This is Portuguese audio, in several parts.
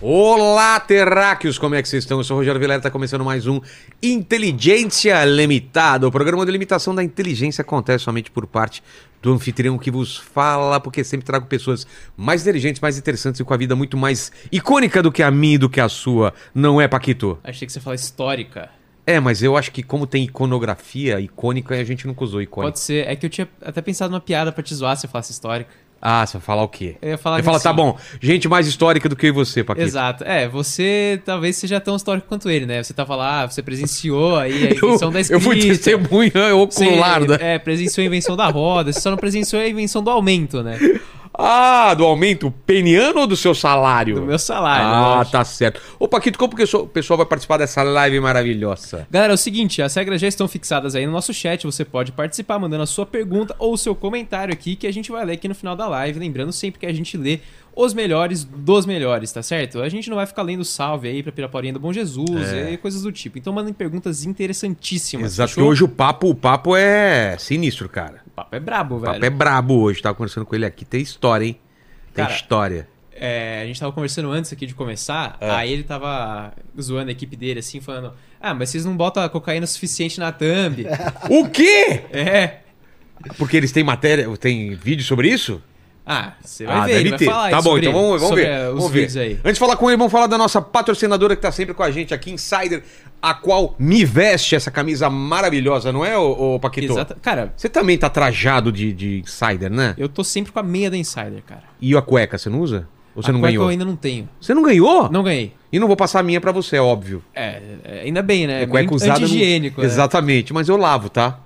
Olá, terráqueos! Como é que vocês estão? Eu sou o Rogério Vilera, está começando mais um Inteligência Limitada. O programa de limitação da inteligência acontece somente por parte do anfitrião que vos fala, porque sempre trago pessoas mais inteligentes, mais interessantes e com a vida muito mais icônica do que a minha e do que a sua. Não é, Paquito? Achei que você fala histórica. É, mas eu acho que como tem iconografia icônica, a gente nunca usou icônica. Pode ser. É que eu tinha até pensado numa piada pra te zoar se eu falasse histórica. Ah, você vai falar o quê? Eu ia falar Você fala, assim. tá bom, gente mais histórica do que eu e você, Paquito. Exato. É, você talvez seja tão histórico quanto ele, né? Você tava lá, você presenciou aí a invenção da escrita. eu fui um testemunha você, ocular né? da... É, presenciou a invenção da roda. Você só não presenciou a invenção do aumento, né? Ah, do aumento peniano ou do seu salário? Do meu salário. Ah, lógico. tá certo. Ô, Paquito, como que o so- o pessoal vai participar dessa live maravilhosa? Galera, é o seguinte, as regras já estão fixadas aí no nosso chat, você pode participar mandando a sua pergunta ou o seu comentário aqui que a gente vai ler aqui no final da live, lembrando sempre que a gente lê os melhores dos melhores, tá certo? A gente não vai ficar lendo salve aí pra Piraporinha do Bom Jesus e coisas do tipo. Então mandem perguntas interessantíssimas. É. Exato, porque fechou? hoje o papo, o papo é sinistro, cara. O papo é brabo, O velho. papo é brabo hoje, tava conversando com ele aqui. Tem história, hein? Tem Cara, história. É, a gente tava conversando antes aqui de começar, É. aí ele tava zoando a equipe dele assim, falando: "Ah, mas vocês não botam a cocaína suficiente na thumb". O quê? é. Porque eles têm matéria, tem vídeo sobre isso? Ah, você vai ver, ele vai falar Tá isso bom, sobre- então vamos, vamos sobre, ver. eh, Os vamos ver. vídeos aí. Antes de falar com ele, vamos falar da nossa patrocinadora que tá sempre com a gente aqui, Insider, a qual me veste essa camisa maravilhosa, não é, ô, ô Paquito? Exata- Cara, Você também tá trajado de, de Insider, né? eu tô sempre com a meia da Insider, cara. E a cueca, você não usa? Ou você a não cueca ganhou? eu ainda não tenho. Você não ganhou? Não ganhei. E não vou passar a minha pra você, é óbvio. É, é, ainda bem, né? É cueca usada. não- higiênico, né? Exatamente, mas eu lavo, tá?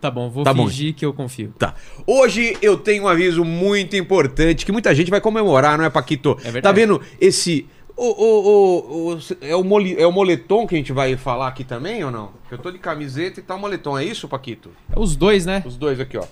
Tá bom, vou Tá bom. fingir que eu confio. Tá. Hoje eu tenho um aviso muito importante que muita gente vai comemorar, não é, Paquito? É verdade. Tá vendo esse. O, o, o, o- é, o mole- é o moletom que a gente vai falar aqui também ou não? Eu tô de camiseta e tá o moletom, é isso, Paquito? Os dois, né? Os dois aqui, ó.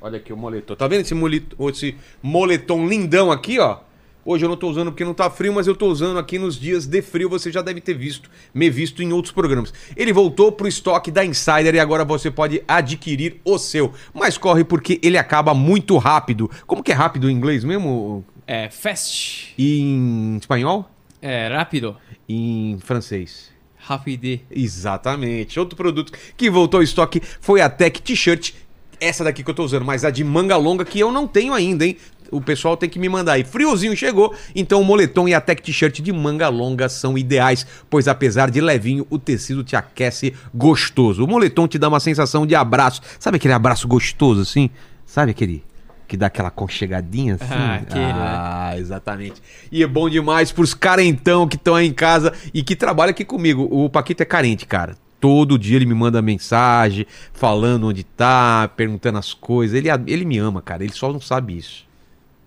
Olha aqui o moletom. Tá vendo esse, molit- esse moletom lindão aqui, ó? Hoje eu não tô usando porque não tá frio, mas eu tô usando aqui nos dias de frio. Você já deve ter visto, me visto em outros programas. Ele voltou pro estoque da Insider e agora você pode adquirir o seu. Mas corre porque ele acaba muito rápido. Como que é rápido em inglês mesmo? É, fast. E em espanhol? É, rápido. E em francês? Rapide. Exatamente. Outro produto que voltou ao estoque foi a Tech T-shirt. Essa daqui que eu tô usando, mas a de manga longa que eu não tenho ainda, hein? O pessoal tem que me mandar aí. Friozinho chegou, então o moletom e a Tech T-shirt de manga longa são ideais, pois apesar de levinho, o tecido te aquece gostoso. O moletom te dá uma sensação de abraço. Sabe aquele abraço gostoso assim? Sabe aquele que dá aquela conchegadinha assim? Ah, aquele, né? Ah, exatamente. E é bom demais pros carentão que estão aí em casa e que trabalham aqui comigo. O Paquito é carente, cara. Todo dia ele me manda mensagem, falando onde tá, perguntando as coisas. Ele, a- ele me ama, cara. Ele só não sabe isso.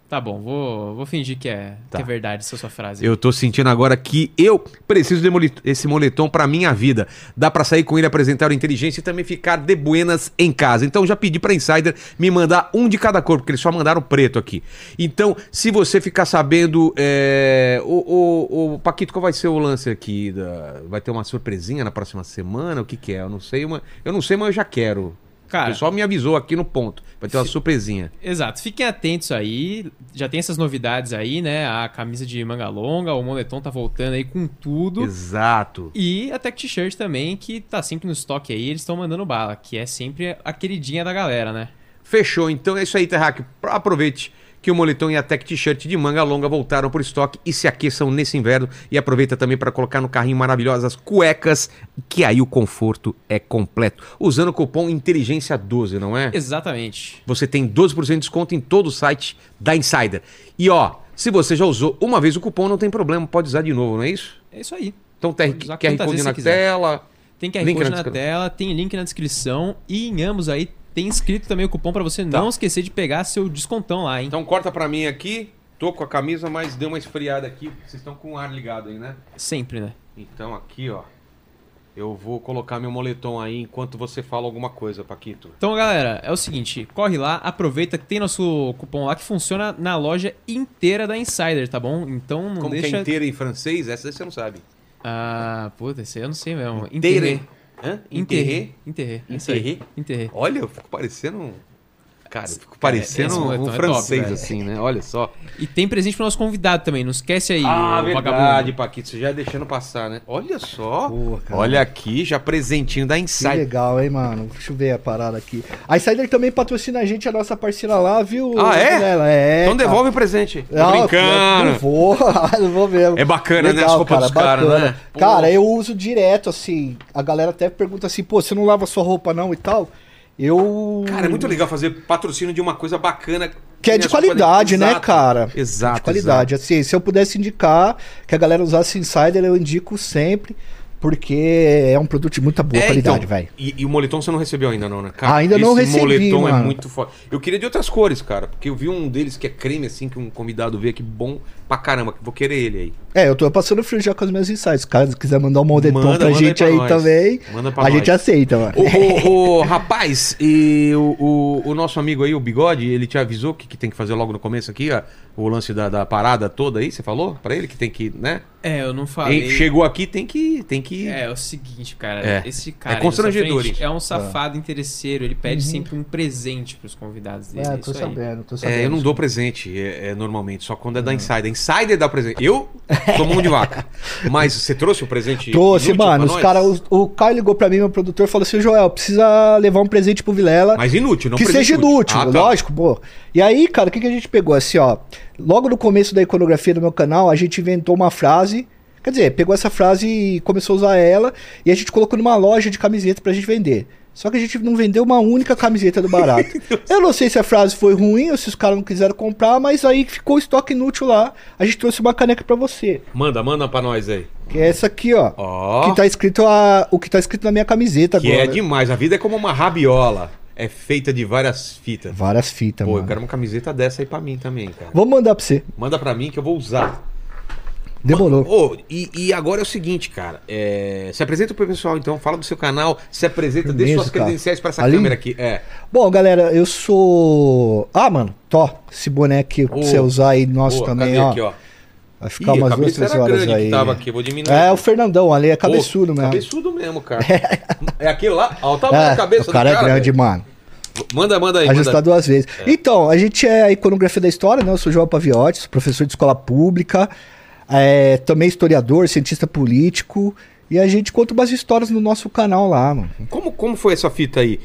Tá bom, vou, vou fingir que é, Tá. que é verdade essa sua frase. Eu tô sentindo agora que eu preciso desse moletom pra minha vida. Dá pra sair com ele, apresentar a inteligência e também ficar de buenas em casa. Então já pedi pra Insider me mandar um de cada cor, porque eles só mandaram preto aqui. Então, se você ficar sabendo, é... o, o- o Paquito, qual vai ser o lance aqui? da- Vai ter uma surpresinha na próxima semana? O que que é? Eu não sei, uma... eu não sei, mas eu já quero. Cara, o pessoal me avisou aqui no ponto. Vai ter uma surpresinha. Exato, fiquem atentos aí. Já tem essas novidades aí, né? A camisa de manga longa, o moletom tá voltando aí com tudo. Exato. E a Tech T-shirt também, que tá sempre no estoque aí, eles estão mandando bala, que é sempre a queridinha da galera, né? Fechou, então é isso aí, Terraque. Aproveite que o moletom e a tech t-shirt de manga longa voltaram pro estoque e se aqueçam nesse inverno. E aproveita também para colocar no carrinho maravilhosas cuecas, que aí o conforto é completo. Usando o cupom Inteligência12, não é? Exatamente. Você tem 12% de desconto em todo o site da Insider. E ó, se você já usou uma vez o cupom, não tem problema, pode usar de novo, não é isso? É isso aí. Então, TR, Pode usar QR quantas Code vezes na você quiser. tela. Tem QR Link na Code na, descrição. tela, tem link na descrição e em ambos aí tem escrito também o cupom pra você Tá. não esquecer de pegar seu descontão lá, hein? Então, corta pra mim aqui. Tô com a camisa, mas deu uma esfriada aqui. Vocês estão com o ar ligado aí, né? Sempre, né? Então aqui, ó, eu vou colocar meu moletom aí enquanto você fala alguma coisa, Paquito. Então, galera, é o seguinte, corre lá, aproveita que tem nosso cupom lá que funciona na loja inteira da Insider, tá bom? Então não Como que é deixa... inteira em francês, essa daí você não sabe. Ah, puta, esse aí eu não sei mesmo. Inteira. Enterré. Hã? Enterré. Enterré. Enterré. é isso aí. Enterré. Olha, eu fico parecendo um... Cara, eu fico parecendo esse um, moletom é top, francês, velho. assim, né? Olha só. E tem presente pro nosso convidado também, não esquece aí, ah, ô verdade, Paquito. Você já deixando passar, né? Olha só. Boa, cara. Olha aqui, já presentinho da Que Insight. legal, hein, mano? Deixa eu ver a parada aqui. A Insider também patrocina a gente, a nossa parceira lá, viu? Ah, é? Antonella? É. então cara. devolve o presente. Tô Não, brincando. É, Não vou, não vou mesmo. É bacana, né, as roupas dos caras, bacana. né? Pô. Cara, eu uso direto, assim. A galera até pergunta assim, pô, você não lava sua roupa não e tal? Eu. Cara, é muito legal fazer patrocínio de uma coisa bacana. Que é de qualidade, né, Exato. cara? Exato. de qualidade. Assim, se eu pudesse indicar que a galera usasse Insider, eu indico sempre, porque é um produto de muita boa É, qualidade, então, velho. E, e o moletom você não recebeu ainda, não, né? Cara, Ainda não esse recebi, moletom é mano. muito foda. Eu queria de outras cores, cara, porque eu vi um deles que é creme, assim, que um convidado vê que bom pra caramba. que Vou querer ele aí. É, eu tô passando frio já com os meus insights. Caso quiser mandar um moletom Manda, pra manda gente aí aí, pra nós. também, Manda pra a nós. gente aceita, mano. O, o- o rapaz, e o, o, o nosso amigo aí, o Bigode, ele te avisou que, que tem que fazer logo no começo aqui, ó, o lance da, da parada toda aí, você falou pra ele que tem que, né? É, eu não falei. Ele chegou aqui, tem que... Tem que... É, é o seguinte, cara. É. Esse cara. É constrangedor na sua isso. Ah. é um safado interesseiro. Ele pede sempre um presente pros convidados dele. Uhum. É, É, tô isso aí. sabendo, tô sabendo. É, eu não dou presente, é, é, normalmente, só quando é Hum. da Insider. Insider dá presente. Eu sou mão de vaca. Mas você trouxe o presente? Trouxe, inútil pra mano. Os nós? cara, o, o Caio ligou pra mim, meu produtor, falou assim: Joel, precisa levar um presente pro Vilela. Mas inútil, não que presente seja inútil, Ah, tá. lógico, pô. E aí, cara, o que, que a gente pegou? Assim, ó. Logo no começo da iconografia do meu canal, a gente inventou uma frase. Quer dizer, pegou essa frase e começou a usar ela. E a gente colocou numa loja de camiseta pra gente vender. Só que a gente não vendeu uma única camiseta do barato. Eu não sei se a frase foi ruim ou se os caras não quiseram comprar, mas aí ficou o estoque inútil lá. A gente trouxe uma caneca pra você. Manda, manda pra nós aí. Que é essa aqui, ó. Ó, Que tá escrito a, o que tá escrito na minha camiseta que agora. é demais. A vida é como uma rabiola. É feita de várias fitas. Várias fitas, Pô, eu mano. quero uma camiseta dessa aí pra mim também, cara. Vamos mandar pra você. Manda pra mim que eu vou usar. Demorou. Ô, e, e agora é o seguinte, cara. é, Se apresenta pro pessoal, então. Fala do seu canal. Se apresenta, deixa Firmeza, suas cara. credenciais pra essa Ali? câmera aqui. É. Bom, galera, eu sou. Ah, mano, tô. Esse boné aqui pra Ô, você usar aí nosso Boa, também, cadê ó. aqui, ó? Vai ficar umas duas, três era horas grande aí. que tava aqui, vou diminuir. É, o Fernandão ali é cabeçudo Pô, mesmo. Cabeçudo mesmo, cara. é aquele lá, ó, o tamanho É, da cabeça o cara, do é grande, velho. mano. Manda, manda aí, manda. Ajustar duas vezes. Então, a gente é a iconografia da história, né? Eu sou João Paviotti, sou professor de escola pública, é, também historiador, cientista político. E a gente conta umas histórias no nosso canal lá, mano. Como, como foi essa fita aí?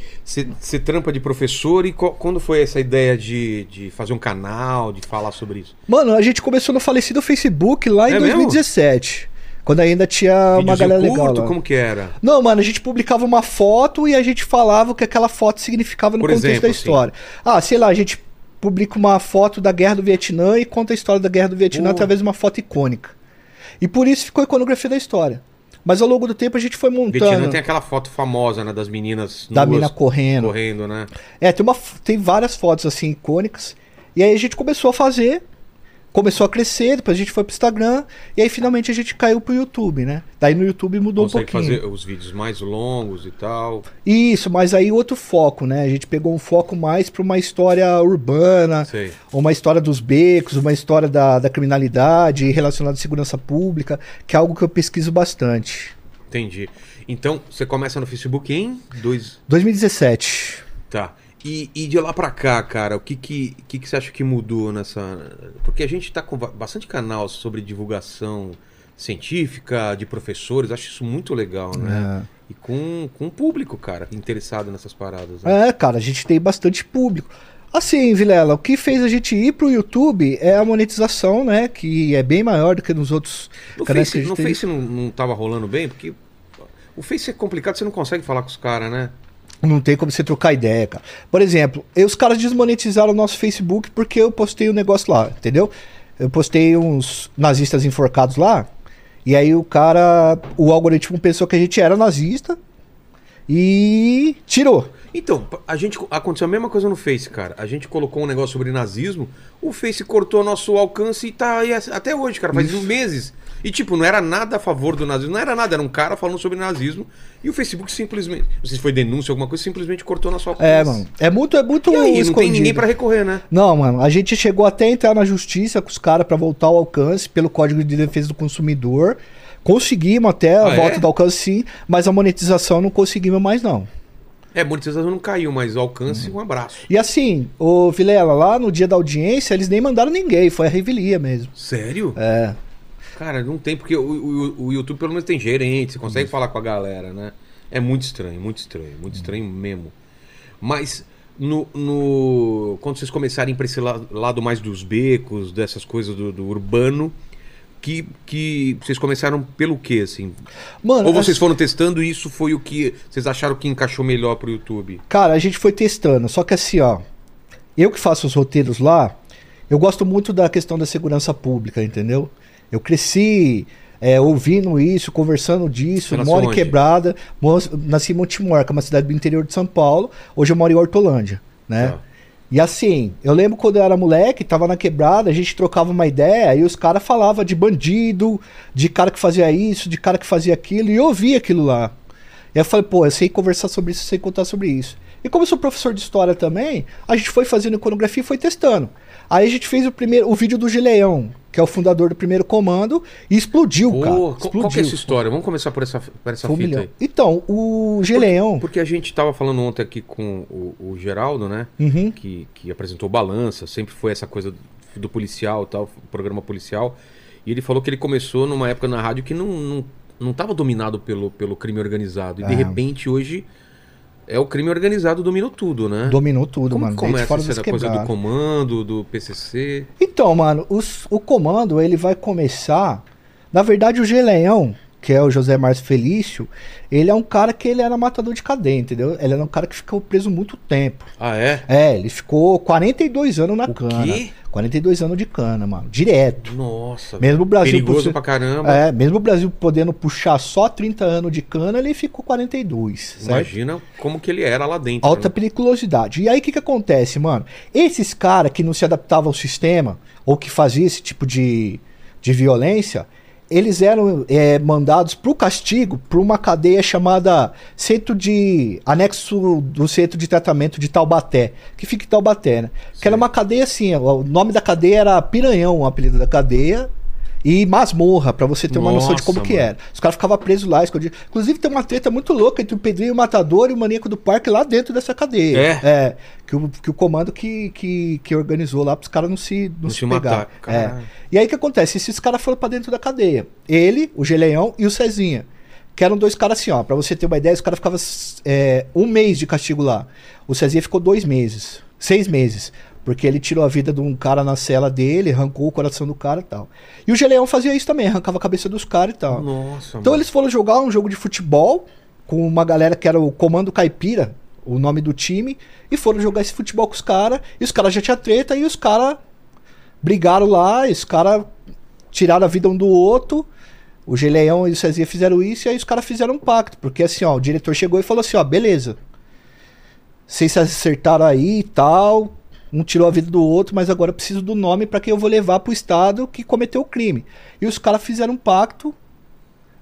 Você trampa de professor e co- quando foi essa ideia de, de fazer um canal, de falar sobre isso? Mano, a gente começou no falecido Facebook lá em É mesmo? 2017. Quando ainda tinha É uma Videozinho galera legal. lá. como que era? Não, mano, a gente publicava uma foto e a gente falava o que aquela foto significava no Por contexto exemplo, assim. da história. Ah, sei lá, a gente publica uma foto da Guerra do Vietnã e conta a história da Guerra do Vietnã Pô. através de uma foto icônica. E por isso ficou a iconografia da história. Mas ao longo do tempo a gente foi Vietnã montando tem aquela foto famosa, né, das meninas Então, da nuas mina correndo. correndo, né? É, tem, uma, f- tem várias fotos assim icônicas. E aí a gente começou a fazer, começou a crescer, depois a gente foi pro Instagram, e aí finalmente a gente caiu pro YouTube, né? Daí no YouTube mudou um Consegue pouquinho. fazer os vídeos mais longos e tal. Isso, mas aí outro foco, né? A gente pegou um foco mais pra uma história urbana, Sei. uma história dos becos, uma história da, da criminalidade relacionada à segurança pública, que é algo que eu pesquiso bastante. Entendi. Então, você começa no Facebook em dois, 2017. Tá. E, e de lá pra cá, cara, o que que, que que você acha que mudou nessa. Porque a gente tá com ba- bastante canal sobre divulgação científica, de professores, acho isso muito legal, né? né? E com, com o público, cara, interessado nessas paradas. né? É, cara, a gente tem bastante público. Assim, Vilela, o que fez a gente ir pro YouTube é a monetização, né? Que é bem maior do que nos outros No canais que assim, Face, a gente no tem. Face não, não tava rolando bem, porque o Face é complicado, você não consegue falar com os caras, né? Não tem como você trocar ideia, cara. Por exemplo, eu- os caras desmonetizaram o nosso Facebook porque eu postei um negócio lá, entendeu? Eu postei uns nazistas enforcados lá, e aí o cara, o algoritmo pensou que a gente era nazista e tirou. Então, a gente aconteceu a mesma coisa no Face, cara. A gente colocou um negócio sobre nazismo, o Face cortou nosso alcance e tá aí as- até hoje, cara, faz meses. E tipo, não era nada a favor do nazismo, não era nada, era um cara falando sobre nazismo e o Facebook simplesmente, não sei se foi denúncia alguma coisa, simplesmente cortou nosso alcance. É, mano, é muito, é muito E aí, não tem escondido. ninguém pra recorrer, né? Não, mano, a gente chegou até a entrar na justiça com os caras pra voltar o alcance pelo Código de Defesa do Consumidor. Conseguimos até a Ah, volta é? do alcance sim, mas a monetização não conseguimos mais não. É, monetização não caiu, mas alcance, Uhum. um abraço. E assim, o Vilela, lá no dia da audiência, eles nem mandaram ninguém, foi a revelia mesmo. Sério? É. Cara, não tem, porque o, o- o YouTube pelo menos tem gerente, você consegue falar com a galera, né? É muito estranho, muito estranho, Hum. muito estranho mesmo. Mas no, no- quando vocês começarem para esse la- lado, mais dos becos, dessas coisas do, do urbano, que, que vocês começaram pelo quê, assim? Mano, Ou vocês assim, foram testando e isso foi o que vocês acharam que encaixou melhor pro YouTube? cara, a gente foi testando, só que assim, ó. Eu que faço os roteiros lá, eu gosto muito da questão da segurança pública, entendeu? Eu cresci é, ouvindo isso, conversando disso, Você nasceu moro em onde? Quebrada, moro- nasci em Montemor, que é uma cidade do interior de São Paulo, hoje eu moro em Hortolândia, né? Tá. E assim, eu lembro quando eu era moleque, tava na quebrada, a gente trocava uma ideia e os caras falavam de bandido, de cara que fazia isso, de cara que fazia aquilo, e eu ouvia aquilo lá. E eu falei, pô, eu sei conversar sobre isso, eu sei contar sobre isso. E como eu sou professor de história também, a gente foi fazendo iconografia e foi testando. Aí a gente fez o primeiro, o vídeo do Gileão, que é o fundador do primeiro comando, e explodiu, Pô, cara. qual- Explodiu. qual que é essa história? Vamos começar por essa, por essa Foi um fita milhão. aí. Então, o Gileão. Porque a gente tava falando ontem aqui com o, o Geraldo, né? Uhum. que, que apresentou Balança, sempre foi essa coisa do, do policial e tal, programa policial. E ele falou que ele começou numa época na rádio que não não, não tava dominado pelo, pelo crime organizado. E de É. repente hoje é o crime organizado dominou tudo, né? Dominou tudo, Como mano. que desde começa fora essa das coisa do quebradas. comando, do PCC? Então, mano, os- o comando ele vai começar. Na verdade, o Geleão, que é o José Márcio Felício, ele é um cara que ele era matador de cadeia, entendeu? Ele era um cara que ficou preso muito tempo. Ah, é? É, ele ficou 42 anos na O cana. quê? 42 anos de cana, mano. Direto. Nossa, Mesmo o Brasil. perigoso possu- pra caramba. é, mesmo o Brasil podendo puxar só 30 anos de cana, ele ficou 42, certo? Imagina como que ele era lá dentro. Alta né? periculosidade. E aí o que, que acontece, mano? Esses caras que não se adaptavam ao sistema ou que faziam esse tipo de, de violência, eles eram é, mandados pro castigo por uma cadeia chamada Centro de. Anexo do Centro de Tratamento de Taubaté, que fica em Taubaté, né? Que era Sim. uma cadeia assim, ó, o nome da cadeia era Piranhão, o apelido da cadeia. E masmorra, pra você ter uma noção de Nossa, como que mano. era. Os caras ficavam presos lá, escondidos. Inclusive, tem uma treta muito louca entre o Pedrinho e o Matador e o Maníaco do Parque lá dentro dessa cadeia. É? que, o, que o comando que, que, que organizou lá pros caras não se, não Não um se, se pegar. matar. É. Caralho. E aí o que acontece? Esses caras foram pra dentro da cadeia. Ele, o Geleão e o Cezinha. Que eram dois caras assim, ó. Pra você ter uma ideia, os caras ficavam é, um mês de castigo lá. O Cezinha ficou dois meses. Seis meses. Porque ele tirou a vida de um cara na cela dele, arrancou o coração do cara e tal. E o Geleão fazia isso também, arrancava a cabeça dos caras e tal. Nossa, Então mano. eles foram jogar um jogo de futebol com uma galera que era o Comando Caipira, o nome do time, e foram jogar esse futebol com os caras, e os caras já tinham treta, e os caras brigaram lá, e os caras tiraram a vida um do outro. O Geleão e o Cezinha fizeram isso, e aí os caras fizeram um pacto, porque assim, ó, o diretor chegou e falou assim, ó, beleza. Vocês se acertaram aí e tal. Um tirou a vida do outro, mas agora eu preciso do nome pra quem eu vou levar pro estado que cometeu o crime. E os caras fizeram um pacto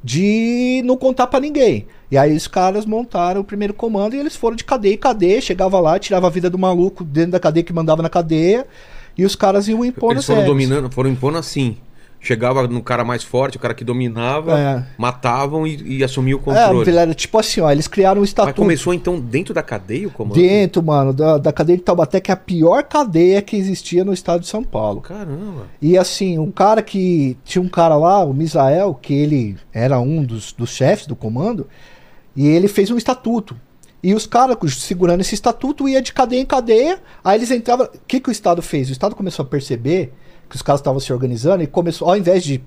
de não contar pra ninguém. E aí os caras montaram o primeiro comando e eles foram de cadeia em cadeia, chegava lá, tirava a vida do maluco dentro da cadeia que mandava na cadeia, e os caras iam impondo Eles foram regras. dominando, foram impondo assim. Chegava no cara mais forte, o cara que dominava, É. matavam e, e assumiam o É, controle. Vilela, tipo assim, ó, eles criaram um Mas estatuto começou então dentro da cadeia o comando? dentro, mano, da, da cadeia de Taubaté, que é a pior cadeia que existia no estado de São Paulo. Caramba. E assim, um cara que. Tinha um cara lá, o Misael, que ele era um dos, dos chefes do comando, e ele fez um estatuto. E os caras cu- segurando esse estatuto ia de cadeia em cadeia, aí eles entravam. O que, que o Estado fez? O Estado começou a perceber que os caras estavam se organizando e começou, ao invés de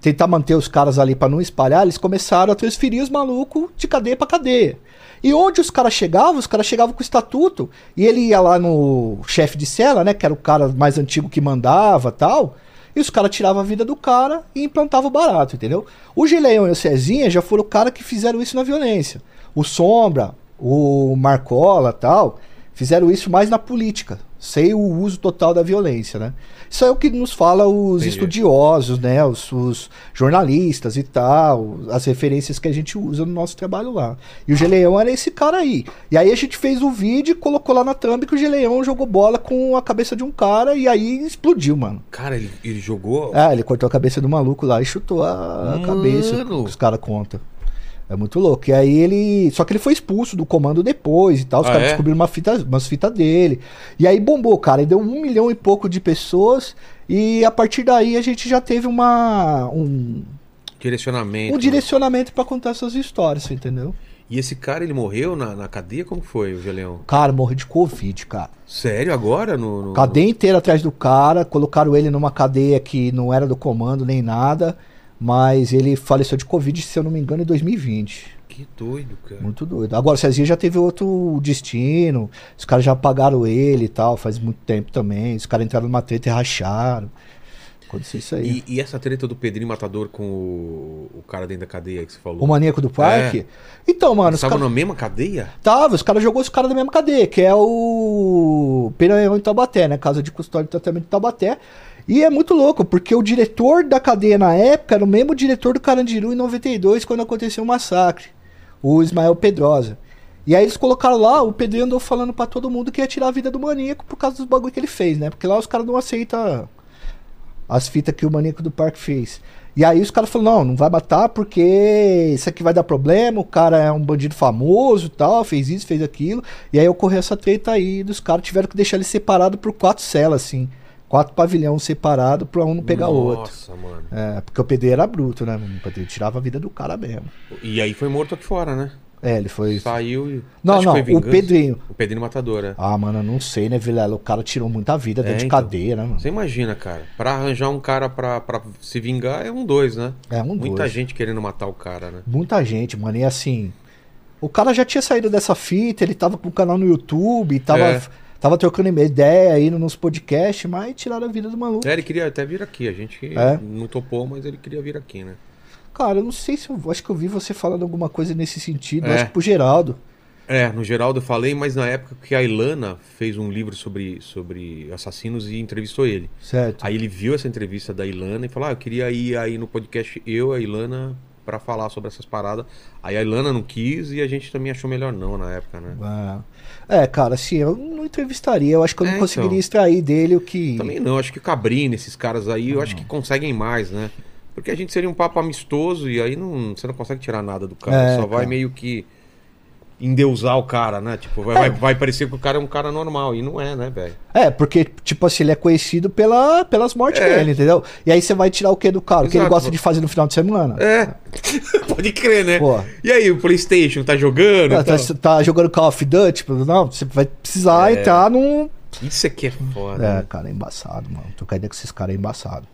tentar manter os caras ali pra não espalhar, eles começaram a transferir os malucos de cadeia pra cadeia. E onde os caras chegavam, os caras chegavam com o estatuto, e ele ia lá no chefe de cela, né, que era o cara mais antigo que mandava tal, e os caras tiravam a vida do cara e implantavam o barato, entendeu? O Gileão e o Cezinha já foram o cara que fizeram isso na violência. O Sombra, o Marcola tal, fizeram isso mais na política, sem o uso total da violência, né? Isso é o que nos fala os Entendi. estudiosos estudiosos, né, os, os jornalistas e tal, as referências que a gente usa no nosso trabalho lá. E o Geleão era esse cara aí. E aí a gente fez o vídeo e colocou lá na thumb que o Geleão jogou bola com a cabeça de um cara e aí explodiu, mano. Cara, ele, ele jogou. É. Ah, ele cortou a cabeça do maluco lá e chutou a Mano! cabeça, que os caras contam. É muito louco. E aí ele. Só que ele foi expulso do comando depois e tal. Os Ah, caras é? descobriram uma fita, umas fitas dele. E aí bombou, cara. E deu um milhão e pouco de pessoas. E a partir daí a gente já teve uma. Um, Direcionamento. um direcionamento pra contar essas histórias, você entendeu? E esse cara, ele morreu na, na cadeia? Como foi, o Geleão? Cara, morreu de Covid, cara. Sério, agora? No, no- Cadeia inteira atrás do cara, colocaram ele numa cadeia que não era do comando nem nada, mas ele faleceu de Covid, se eu não me engano, em 2020. Que doido, cara. Muito doido. Agora, o Cezinha já teve outro destino, os caras já apagaram ele e tal, faz muito tempo também. Os caras entraram numa treta e racharam. Aconteceu isso aí. E, e essa treta do Pedrinho Matador com o, o cara dentro da cadeia que você falou? O maníaco do parque? É. Então, mano, os Estava caras. na mesma cadeia? Tava, os caras jogou os caras da mesma cadeia, que é o Piranhão em Taubaté, né? Casa de custódia e tratamento de Taubaté. E é muito louco, porque o diretor da cadeia na época era o mesmo diretor do Carandiru em 92, quando aconteceu o massacre, o Ismael Pedrosa. E aí eles colocaram lá, o Pedrinho andou falando pra todo mundo que ia tirar a vida do maníaco por causa dos bagulho que ele fez, né? Porque lá os caras não aceitam as fitas que o maníaco do parque fez. E aí os caras falaram, não, não vai matar porque isso aqui vai dar problema, o cara é um bandido famoso e tal, fez isso, fez aquilo. E aí ocorreu essa treta aí dos caras, tiveram que deixar ele separado por quatro celas, assim. Quatro pavilhão separado pra um não pegar o outro. Nossa, mano. É, porque o PD era bruto, né? mano? O PD tirava a vida do cara mesmo. E aí foi morto aqui fora, né? É, ele foi... Saiu e. Não, Acho que não, foi o vingança. Pedrinho. O Pedrinho Matador, é. Ah, mano, eu não sei, né, Vilela? O cara tirou muita vida dentro então. de cadeia, né, mano? Você imagina, cara. Pra arranjar um cara pra, pra se vingar é um dois, né? É, um Muita dois. gente querendo matar o cara, né? Muita gente, mano. E assim, o cara já tinha saído dessa fita, ele tava com o canal no YouTube, tava, É. tava trocando ideia, indo nos podcasts, mas tiraram a vida do maluco. É, ele queria até vir aqui. A gente É. não topou, mas ele queria vir aqui, né? Cara, eu não sei se eu. Acho que eu vi você falando alguma coisa nesse sentido, É. acho que pro Geraldo. É, no Geraldo eu falei, mas na época que a Ilana fez um livro sobre, sobre assassinos e entrevistou ele. Certo. Aí ele viu essa entrevista da Ilana e falou: Ah, eu queria ir aí no podcast eu, a Ilana, pra falar sobre essas paradas. Aí a Ilana não quis e a gente também achou melhor não na época, né? Ah. É, cara, assim, eu não entrevistaria, eu acho que eu É, não então. conseguiria extrair dele o que. Também não, acho que o Cabrini, esses caras aí, eu acho que conseguem mais, né? Porque a gente seria um papo amistoso e aí não, você não consegue tirar nada do cara, É, só vai cara. meio que endeusar o cara, né? Tipo, vai, vai, vai parecer que o cara é um cara normal e não é, né, velho? É, porque, tipo assim, ele é conhecido pela, pelas mortes É. dele, entendeu? E aí você vai tirar o que do cara? O que ele Exato. gosta de fazer no final de semana? É, pode crer, né? Pô. E aí, o PlayStation tá jogando? Ah, e tal? tá, tá jogando Call of Duty? Tipo, não, você vai precisar É. entrar num. Isso aqui é foda. É, né? cara, é embaçado, mano. Tô caindo com esses caras é embaçado.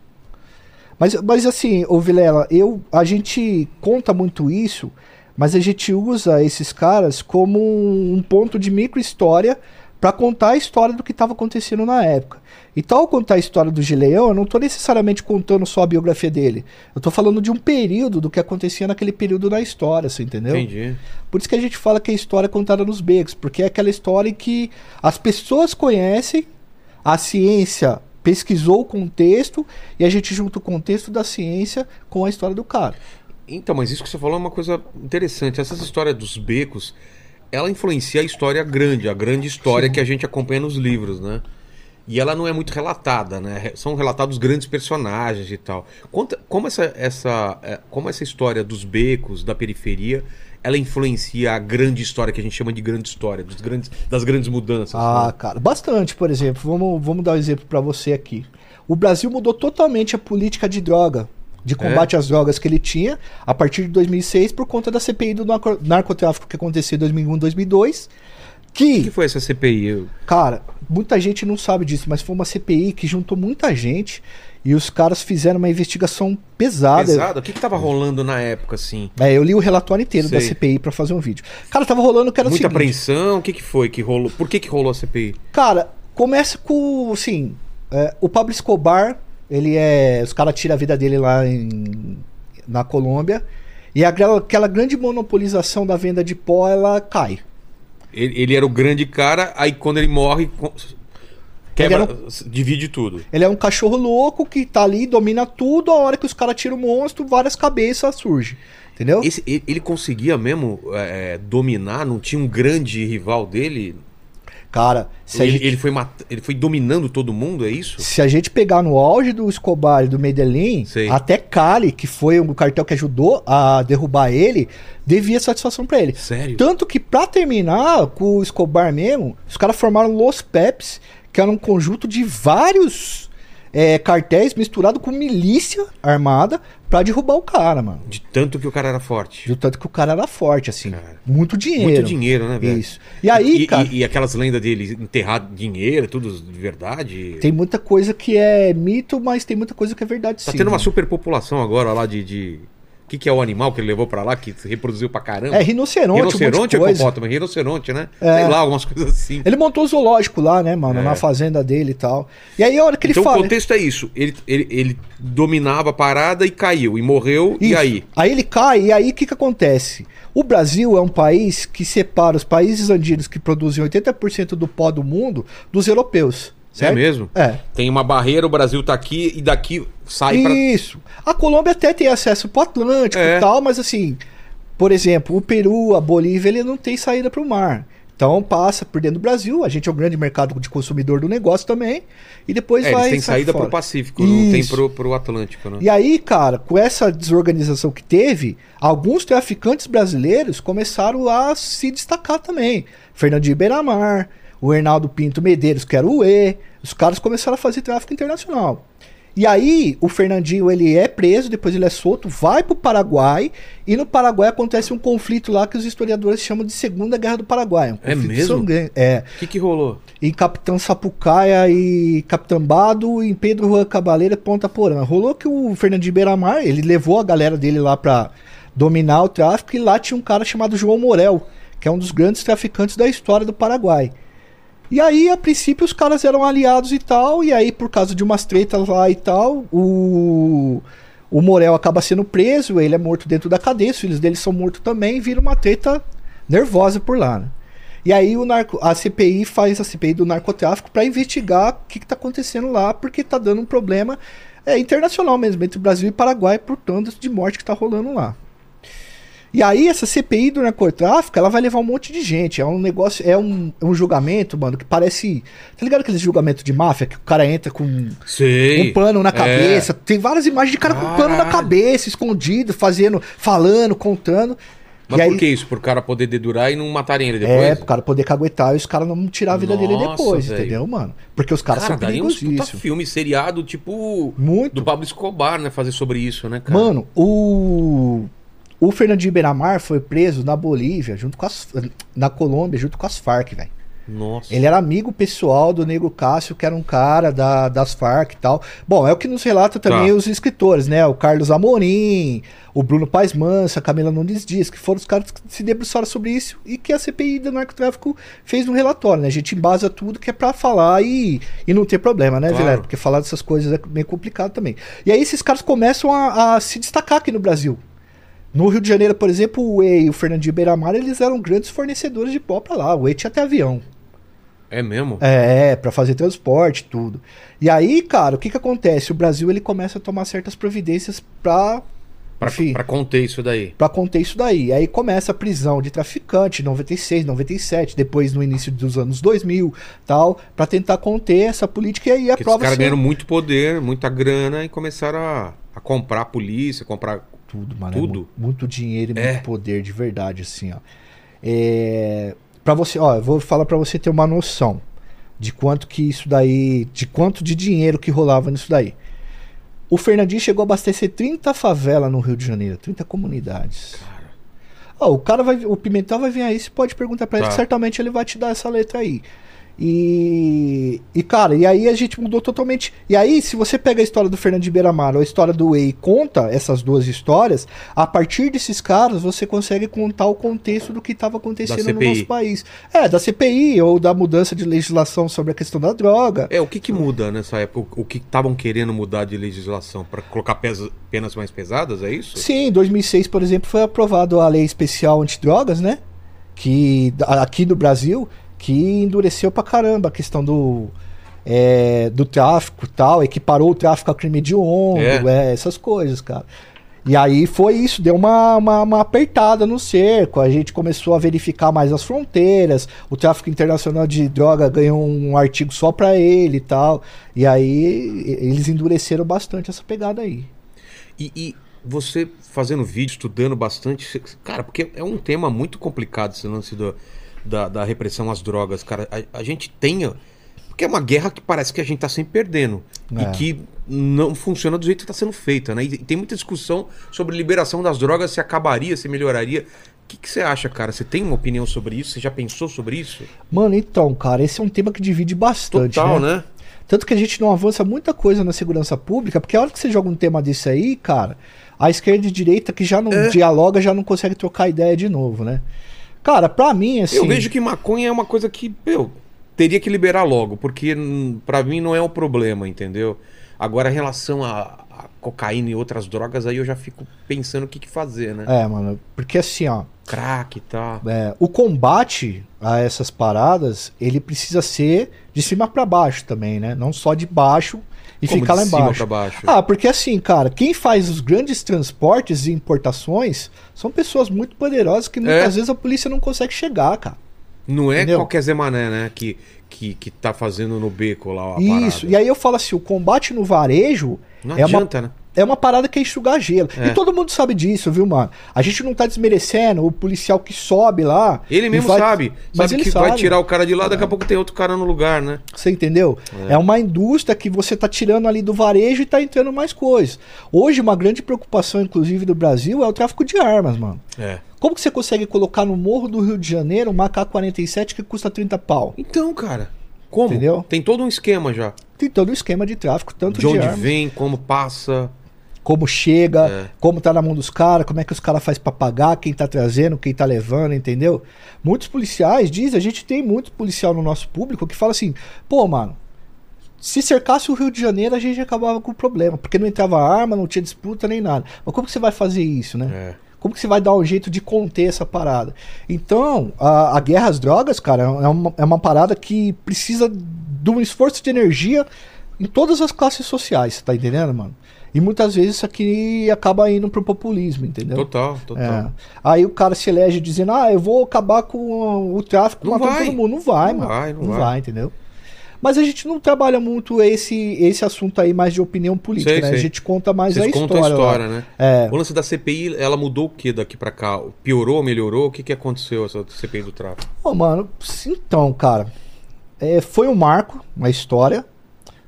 Mas, mas assim, ô Vilela, eu, a gente conta muito isso, mas a gente usa esses caras como um, um ponto de micro-história pra contar a história do que tava acontecendo na época. Então, ao contar a história do Gileão, eu não tô necessariamente contando só a biografia dele. Eu tô falando de um período, do que acontecia naquele período da história, você entendeu? Entendi. Por isso que a gente fala que a história é contada nos becos, porque é aquela história em que as pessoas conhecem, a ciência pesquisou o contexto e a gente junta o contexto da ciência com a história do cara. Então, mas isso que você falou é uma coisa interessante. Essas histórias dos becos, ela influencia a história grande, a grande história que a gente acompanha nos livros, né? E ela não é muito relatada, né? Re- São relatados grandes personagens e tal. Conta- como, essa, essa, eh, como essa história dos becos, da periferia, ela influencia a grande história que a gente chama de grande história, dos grandes, das grandes mudanças. Ah, né? cara, bastante, por exemplo. Vamos, vamos dar um exemplo pra você aqui. O Brasil mudou totalmente a política de droga, de combate às drogas que ele tinha, a partir de 2006, por conta da CPI do narco- narcotráfico que aconteceu em 2001, 2002, O que foi essa CPI? Eu- Cara, muita gente não sabe disso, mas foi uma CPI que juntou muita gente e os caras fizeram uma investigação pesada. Pesado? O que, que tava rolando na época, assim? É, eu li o relatório inteiro da Sei. CPI pra fazer um vídeo. Cara, tava rolando que era Muita o seguinte. apreensão? O que, que foi que rolou? Por que, que rolou a CPI? Cara, começa com, assim, é, o Pablo Escobar, ele é, os caras tiram a vida dele lá em, na Colômbia e aquela, aquela grande monopolização da venda de pó, ela cai. Ele, ele era o grande cara, aí quando ele morre, co- quebra, Ele um divide tudo. Ele é um cachorro louco que tá ali, domina tudo, a hora que os caras tiram o monstro, várias cabeças surgem. Entendeu? Esse- ele, ele conseguia mesmo é, é, dominar, não tinha um grande rival dele? Cara, se a Ele, gente. ele foi mat- ele foi dominando todo mundo, é isso? Se a gente pegar no auge do Escobar e do Medellín, Sei. até Cali, que foi um cartel que ajudou a derrubar ele, devia satisfação pra ele. Sério? Tanto que pra terminar com o Escobar mesmo, os caras formaram Los Peps, que era um conjunto de vários eh, cartéis misturado com milícia armada pra derrubar o cara, mano. De tanto que o cara era forte. Do tanto que o cara era forte, assim. Cara. Muito dinheiro. Muito dinheiro, né, velho? Isso. E aí, e, cara, e- e aquelas lendas dele enterrar dinheiro, tudo de verdade. tem muita coisa que é mito, mas tem muita coisa que é verdade, tá sim. tendo uma mano. superpopulação agora lá de. de... O que, que é o animal que ele levou pra lá, que se reproduziu pra caramba? É rinoceronte, um monte de rinoceronte é ou coisa. hipopótamo? Rinoceronte, né? Sei lá, algumas coisas assim. Ele montou o zoológico lá, né, mano? Na fazenda dele e tal. E aí a hora que É. ele então o fala. né? contexto é isso. Ele, ele, ele dominava a parada e caiu, e morreu, e Isso. aí? ele cai, e aí o que, que acontece? O Brasil é um país que separa os países andinos que produzem 80% do pó do mundo dos europeus. Certo? É mesmo? É. Tem uma barreira, o Brasil tá aqui e daqui sai pra. Isso. A Colômbia até tem acesso pro Atlântico É. e tal, mas assim, por exemplo, o Peru, a Bolívia, ele não tem saída pro mar. Então passa por dentro do Brasil, a gente é um grande mercado de consumidor do negócio também, e depois É, vai eles têm sai saída fora. pro Pacífico, não tem Isso. pro, pro Atlântico, né? E aí, cara, com essa desorganização que teve, alguns traficantes brasileiros começaram a se destacar também. Fernandinho Beiramar, o Hernaldo Pinto Medeiros, que era o E. Os caras começaram a fazer tráfico internacional. E aí, o Fernandinho, ele é preso, depois ele é solto, vai pro Paraguai, e no Paraguai acontece um conflito lá que os historiadores chamam de Segunda Guerra do Paraguai. Um É conflito mesmo? sangren- É O que, que rolou? em Capitão Sapucaia e Capitão Bado, em Pedro Juan Cabaleira e Ponta Porã. Rolou que o Fernandinho Beiramar, ele levou a galera dele lá pra dominar o tráfico e lá tinha um cara chamado João Morel, que é um dos grandes traficantes da história do Paraguai. E aí, a princípio, os caras eram aliados e tal, e aí, por causa de umas tretas lá e tal, o, o Morel acaba sendo preso, ele é morto dentro da cadeia, os filhos dele são mortos também, e vira uma treta nervosa por lá, né? E aí o narco, a CPI faz a CPI do narcotráfico para investigar o que, que tá acontecendo lá, porque tá dando um problema é, internacional mesmo, entre Brasil e Paraguai, por tanto de morte que tá rolando lá. E aí essa CPI do narcotráfico, ela vai levar um monte de gente. É um negócio, é um, é um julgamento, mano, que parece. Tá ligado aqueles julgamento de máfia que o cara entra com um Sei. pano na É. cabeça? Tem várias imagens de cara com um pano na Caralho. cabeça, escondido, fazendo, falando, contando. Mas E aí- por que isso? Pro cara poder dedurar e não matarem ele depois? é, pro cara poder caguetar e os caras não tirar a vida dele Nossa, depois, velho. entendeu, mano? Porque os caras são daria uns puta perigosíssimos. filme seriado, tipo. Muito. Do Pablo Escobar, né? Fazer sobre isso, né, cara? Mano, o. O Fernandinho Beiramar foi preso na Bolívia, junto com as. Na Colômbia, junto com as Farc, velho. Nossa. Ele era amigo pessoal do Negro Cássio, que era um cara da, das Farc e tal. Bom, é o que nos relata também Tá. os escritores, né? O Carlos Amorim, o Bruno Paes Mansa, a Camila Nunes Dias, que foram os caras que se debruçaram sobre isso e que a CPI do narcotráfico fez um relatório, né? A gente embasa tudo que é pra falar e, e não ter problema, né, Claro. Vilela? Porque falar dessas coisas é meio complicado também. E aí esses caras começam a- a se destacar aqui no Brasil. No Rio de Janeiro, por exemplo, o Whey e o Fernandinho Beiramar, eles eram grandes fornecedores de pó pra lá. O Whey tinha até avião. É mesmo? É, pra fazer transporte, tudo. E aí, cara, o que que acontece? O Brasil ele começa a tomar certas providências pra Pra, enfim. pra conter isso daí. para conter isso daí. Aí começa a prisão de traficante, 96, 97, depois no início dos anos 2000, tal, pra tentar conter essa política e aí a Porque os prova assim. caras ser- ganharam muito poder, muita grana e começaram a, a comprar a polícia, comprar. tudo, mano. Tudo. É mu- muito dinheiro e É. muito poder de verdade, assim, ó. É, para você, ó, eu vou falar pra você ter uma noção de quanto que isso daí, de quanto de dinheiro que rolava nisso daí. O Fernandinho chegou a abastecer 30 favelas no Rio de Janeiro, 30 comunidades. Ó, o cara vai, o Pimentel vai vir aí, você pode perguntar pra ele, Tá. que certamente ele vai te dar essa letra aí. E, e cara, e aí a gente mudou totalmente. E aí, se você pega a história do Fernando de Beiramar ou a história do Way e conta essas duas histórias, a partir desses caras você consegue contar o contexto do que estava acontecendo no CPI. nosso país. É, da CPI ou da mudança de legislação sobre a questão da droga. É, o que que muda nessa época? O, o que estavam querendo mudar de legislação? Pra colocar pesa- penas mais pesadas, é isso? Sim, em 2006, por exemplo, foi aprovada a lei especial antidrogas, né? Que da- aqui do Brasil, que endureceu pra caramba a questão do é, do tráfico e tal, equiparou o tráfico ao crime de honra, É. essas coisas, cara. E aí foi isso, deu uma, uma, uma apertada no cerco. A gente começou a verificar mais as fronteiras. O tráfico internacional de droga ganhou um artigo só pra ele e tal. E aí e- eles endureceram bastante essa pegada aí. E, e você fazendo vídeo, estudando bastante, você- cara, porque é um tema muito complicado esse lance do- da, da repressão às drogas, cara. A, a gente tem. Porque é uma guerra que parece que a gente tá sempre perdendo. É. E que não funciona do jeito que tá sendo feita, né? E tem muita discussão sobre liberação das drogas, se acabaria, se melhoraria. O que, que você acha, cara? Você tem uma opinião sobre isso? Você já pensou sobre isso? Mano, então, cara, esse é um tema que divide bastante. Total, né? Tanto que a gente não avança muita coisa na segurança pública, porque a hora que você joga um tema desse aí, cara, a esquerda e direita que já não É. dialoga, já não consegue trocar ideia de novo, né? Cara, pra mim, assim. Eu vejo que maconha é uma coisa que, meu, teria que liberar logo, porque hum, pra mim não é o problema, entendeu? Agora, em relação a, a cocaína e outras drogas, aí eu já fico pensando o que, que fazer, né? É, mano, porque assim, ó. Crack e tal. É, o combate a essas paradas, ele precisa ser de cima pra baixo também, né? Não só de baixo e Como ficar de lá cima embaixo. pra baixo. Ah, porque assim, cara, quem faz os grandes transportes e importações são pessoas muito poderosas que muitas É. vezes a polícia não consegue chegar, cara. não é entendeu? qualquer Zé Mané, né? Que, que, que tá fazendo no beco lá, ó, a Isso. E parada. aí eu falo assim, o combate no varejo Não é uma- adianta, né? é uma parada que é enxugar gelo. É. E todo mundo sabe disso, viu, mano? A gente não tá desmerecendo o policial que sobe lá. Ele e mesmo vai- sabe. mas sabe ele que vai sabe. É. tirar o cara de lá, daqui a pouco tem outro cara no lugar, né? Você entendeu? É. uma indústria que você tá tirando ali do varejo e tá entrando mais coisas. Hoje, uma grande preocupação, inclusive, do Brasil é o tráfico de armas, mano. É. Como que você consegue colocar no morro do Rio de Janeiro um uma AK-47 que custa 30 pau? Então, cara. Como? Entendeu? Tem todo um esquema já. Tem todo o esquema de tráfico, tanto De de, onde armas, vem, como passa. como chega, É. como tá na mão dos caras, como é que os caras fazem pra pagar, quem tá trazendo, quem tá levando, entendeu? Muitos policiais dizem, a gente tem muito policial no nosso público que fala assim, pô, mano, se cercasse o Rio de Janeiro, a gente acabava com o problema, porque não entrava arma, não tinha disputa nem nada. Mas como que você vai fazer isso, né? É. Como que você vai dar um jeito de conter essa parada? Então, a, a guerra às drogas, cara, é uma, é uma parada que precisa de um esforço de energia em todas as classes sociais, tá entendendo, mano? E muitas vezes isso aqui acaba indo pro populismo, entendeu? Total, É. total. Aí o cara se elege dizendo, ah, eu vou acabar com o tráfico Não matando vai. todo mundo. Não vai, Não mano. vai, não vai. entendeu? Mas a gente não trabalha muito esse, esse assunto aí mais de opinião política, Sei, né? sei. A gente conta mais Vocês a contam história. a lá. É. história, né? O lance da CPI, ela mudou o que daqui pra cá? Piorou, melhorou? O que, que aconteceu essa CPI do tráfico? Ô, mano, então, cara, é, foi um marco na história,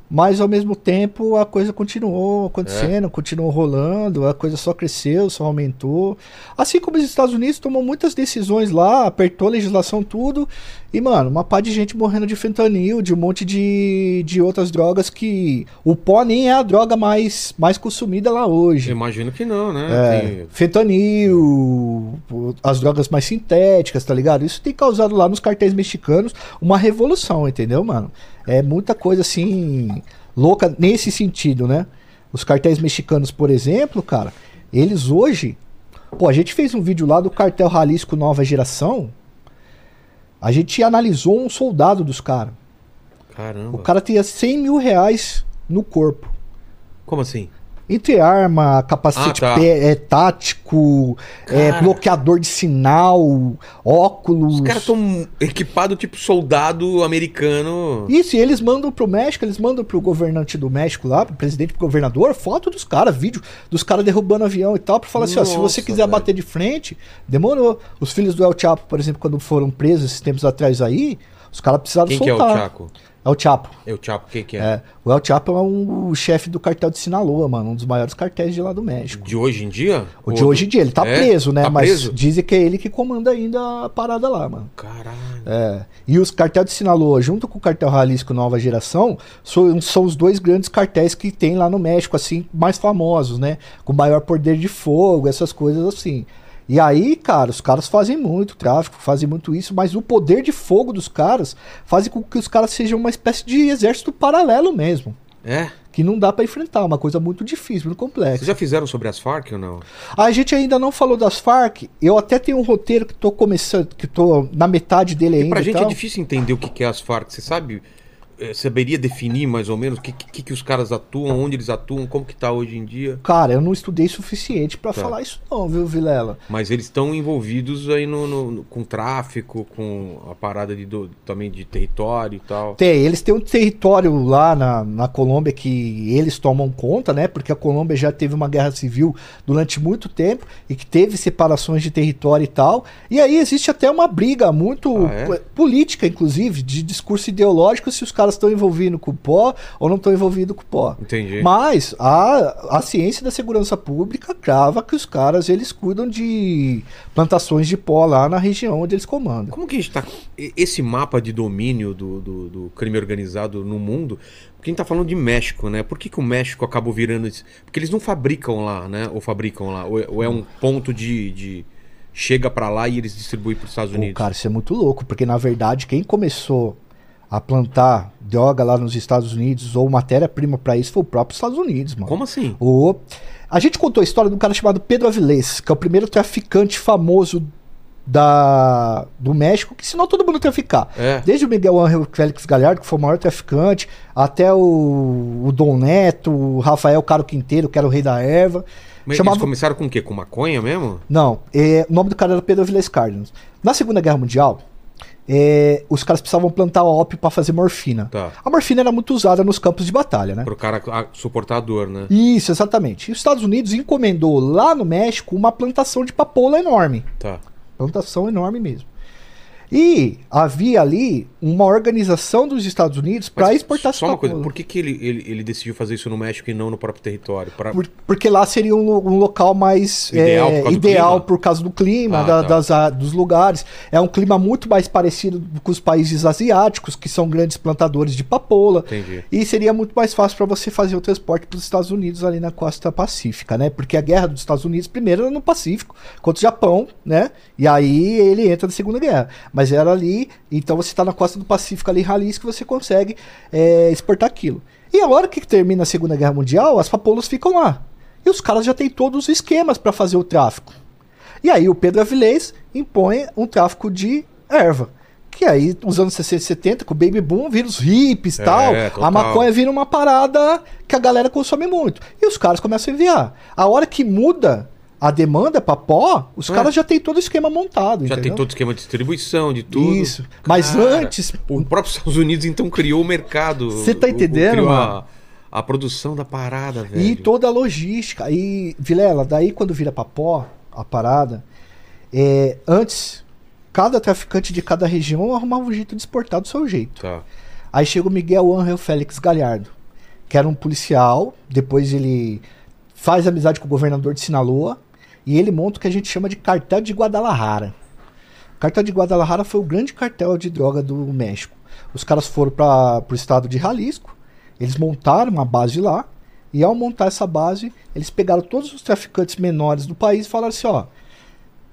mas ao mesmo tempo a coisa continuou acontecendo, continuou rolando, a coisa só cresceu, só aumentou. Assim como os Estados Unidos tomou muitas decisões lá, apertou a legislação, tudo, e, mano, uma pá de gente morrendo de fentanil, de um monte de, de outras drogas que o pó nem é a droga mais, mais consumida lá hoje. Eu imagino que não, né? É. Tem- Fentanil, pô, as drogas mais sintéticas, tá ligado? Isso tem causado lá nos cartéis mexicanos uma revolução, entendeu, mano? É muita coisa assim louca nesse sentido, né? Os cartéis mexicanos, por exemplo, cara, eles hoje. Pô, a gente fez um vídeo lá do cartel Jalisco Nova Geração. A gente analisou um soldado dos caras. Caramba. O cara tinha 100 mil reais no corpo. Como assim? Entre arma, capacete Ah, tá. pé- é, tático, é, Cara. bloqueador de sinal, óculos. Os caras estão equipados tipo soldado americano. Isso, e eles mandam pro México, eles mandam pro governante do México lá, pro presidente, pro governador, foto dos caras, vídeo dos caras derrubando avião e tal, pra falar assim, ó, se Nossa, você quiser velho. bater de frente, demorou. Os filhos do El Chapo, por exemplo, quando foram presos esses tempos atrás aí, os caras precisaram Quem que é o soltar. Chaco? É o Chapo. É o Chaco, quem que é? É, o El Chapo é um, o chefe do cartel de Sinaloa, mano, um dos maiores cartéis de lá do México. De hoje em dia? O Ou de hoje em do- dia, ele tá É? preso, né? Tá Mas preso? dizem que é ele que comanda ainda a parada lá, mano. Caralho. É. E os cartel de Sinaloa, junto com o cartel Jalisco Nova Geração, são, são os dois grandes cartéis que tem lá no México, assim, mais famosos, né? Com maior poder de fogo, essas coisas assim. E aí, cara, os caras fazem muito tráfico, fazem muito isso, mas o poder de fogo dos caras faz com que os caras sejam uma espécie de exército paralelo mesmo. É? Que não dá pra enfrentar, uma coisa muito difícil, muito complexa. Vocês já fizeram sobre as Farc ou não? A gente ainda não falou das Farc. Eu até tenho um roteiro que tô começando, que tô na metade dele ainda. Pra e gente é tal. difícil entender o que que é as Farc. Você sabe eh, saberia definir mais ou menos o que, que, que os caras atuam, onde eles atuam, como que tá hoje em dia? Cara, eu não estudei suficiente pra Tá. falar isso não, viu, Vilela? Mas eles estão envolvidos aí no, no- no- com tráfico, com a parada de, do- também de território e tal. Tem, eles têm um território lá na, na Colômbia que eles tomam conta, né? Porque a Colômbia já teve uma guerra civil durante muito tempo e que teve separações de território e tal. E aí existe até uma briga muito Ah, é? po- política, inclusive, de discurso ideológico se os caras estão envolvidos com o pó ou não estão envolvidos com o pó. Entendi. Mas a, a ciência da segurança pública crava que os caras eles cuidam de plantações de pó lá na região onde eles comandam. Como que a gente tá. e- Esse mapa de domínio do, do, do crime organizado no mundo. Porque a gente tá falando de México, né? Por que, que o México acabou virando. esse- Porque eles não fabricam lá, né? Ou fabricam lá. Ou é, ou é um ponto de. de- Chega pra lá e eles distribuem pros Estados Pô, Unidos. cara, isso é muito louco, porque na verdade quem começou a plantar droga lá nos Estados Unidos ou matéria-prima pra isso foi o próprio Estados Unidos, mano. Como assim? O... A gente contou a história de um cara chamado Pedro Avilés, que é o primeiro traficante famoso da... do México, que ensinou todo mundo a traficar. É. Desde o Miguel Ángel Félix Galhardo, que foi o maior traficante, até o, o Dom Neto, o Rafael Caro Quinteiro, que era o rei da erva. Mas chamava- eles começaram com o quê? Com maconha mesmo? Não, é, o nome do cara era Pedro Avilés Cárdenas. Na Segunda Guerra Mundial, é, os caras precisavam plantar ópio pra fazer morfina. Tá. A morfina era muito usada nos campos de batalha, né? Pro cara ah, suportar a dor, né? Isso, exatamente. E os Estados Unidos encomendou lá no México uma plantação de papoula enorme. Tá. Plantação enorme mesmo. E havia ali uma organização dos Estados Unidos Mas para exportar Só uma coisa, papoula. por que, que ele, ele, ele decidiu fazer isso no México e não no próprio território? Pra... Por- porque lá seria um, lo- um local mais Ideal por causa ideal, é, do ideal clima? por causa do clima, Ah, da- tá. das, a- dos lugares. É um clima muito mais parecido com os países asiáticos, que são grandes plantadores de papoula. Entendi. E seria muito mais fácil para você fazer o transporte para os Estados Unidos ali na costa pacífica, né? Porque a guerra dos Estados Unidos primeiro era no Pacífico contra o Japão, né? E aí ele entra na Segunda Guerra. Mas era ali, então você está na costa do Pacífico ali em Jalisco, você consegue é, exportar aquilo. E a hora que termina a Segunda Guerra Mundial, as papoulas ficam lá. E os caras já têm todos os esquemas para fazer o tráfico. E aí o Pedro Avilés impõe um tráfico de erva. Que aí, nos anos 60 e 70, com o Baby Boom, vira os hippies e É, tal. total. A maconha vira uma parada que a galera consome muito. E os caras começam a enviar. A hora que muda a demanda pra pó, os É. caras já tem todo o esquema montado. Já tem entendeu? todo o esquema de distribuição, de tudo. Isso. Mas Cara, antes, O próprio Estados Unidos então criou o mercado. Você tá O- o- entendendo, criou mano? A, a produção da parada, velho. E toda a logística. E, Vilela, daí quando vira pra pó, a parada, é, antes, cada traficante de cada região arrumava um jeito de exportar do seu jeito. Tá. Aí chega o Miguel Angel Félix Galhardo, que era um policial, depois ele faz amizade com o governador de Sinaloa, e ele monta o que a gente chama de cartel de Guadalajara. O cartel de Guadalajara foi o grande cartel de droga do México. Os caras foram para o estado de Jalisco, eles montaram uma base lá, e ao montar essa base, eles pegaram todos os traficantes menores do país e falaram assim, ó,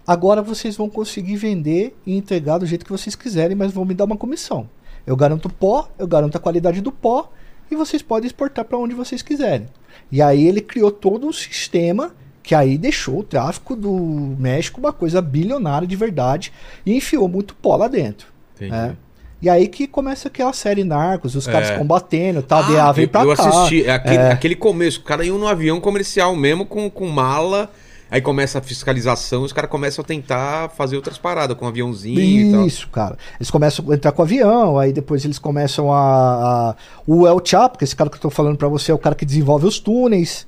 agora vocês vão conseguir vender e entregar do jeito que vocês quiserem, mas vão me dar uma comissão. Eu garanto o pó, eu garanto a qualidade do pó e vocês podem exportar para onde vocês quiserem. E aí ele criou todo um sistema que aí deixou o tráfico do México uma coisa bilionária de verdade e enfiou muito pó lá dentro. Entendi. É. E aí que começa aquela série Narcos, os caras É. combatendo, Ah, tá? a DA vem eu- pra eu cá. assisti. É aquele, aquele começo. O cara ia num avião comercial mesmo com, com mala. Aí começa a fiscalização, os caras começam a tentar fazer outras paradas com um aviãozinho e tal. Isso, cara. Eles começam a entrar com o avião, aí depois eles começam a. a- o El Chapo, que é esse cara que eu tô falando pra você, é o cara que desenvolve os túneis.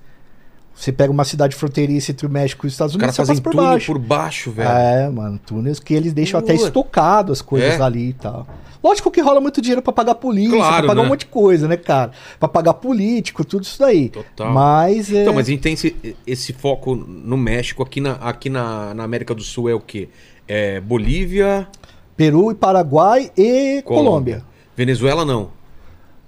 Você pega uma cidade fronteiriça entre o México e os Estados Os caras Unidos, você fazem passa é por túnel baixo. por baixo, velho. É, mano, túneis que eles deixam até Puta. estocado as coisas É? ali e tal. Lógico que rola muito dinheiro pra pagar polícia, Claro, pra pagar né? um monte de coisa, né, cara? Pra pagar político, tudo isso daí. Total. Mas é. Então, mas a gente tem esse, esse foco no México. Aqui, na, aqui na, na América do Sul é o quê? É Bolívia, Peru e Paraguai e Colômbia. Colômbia. Venezuela não.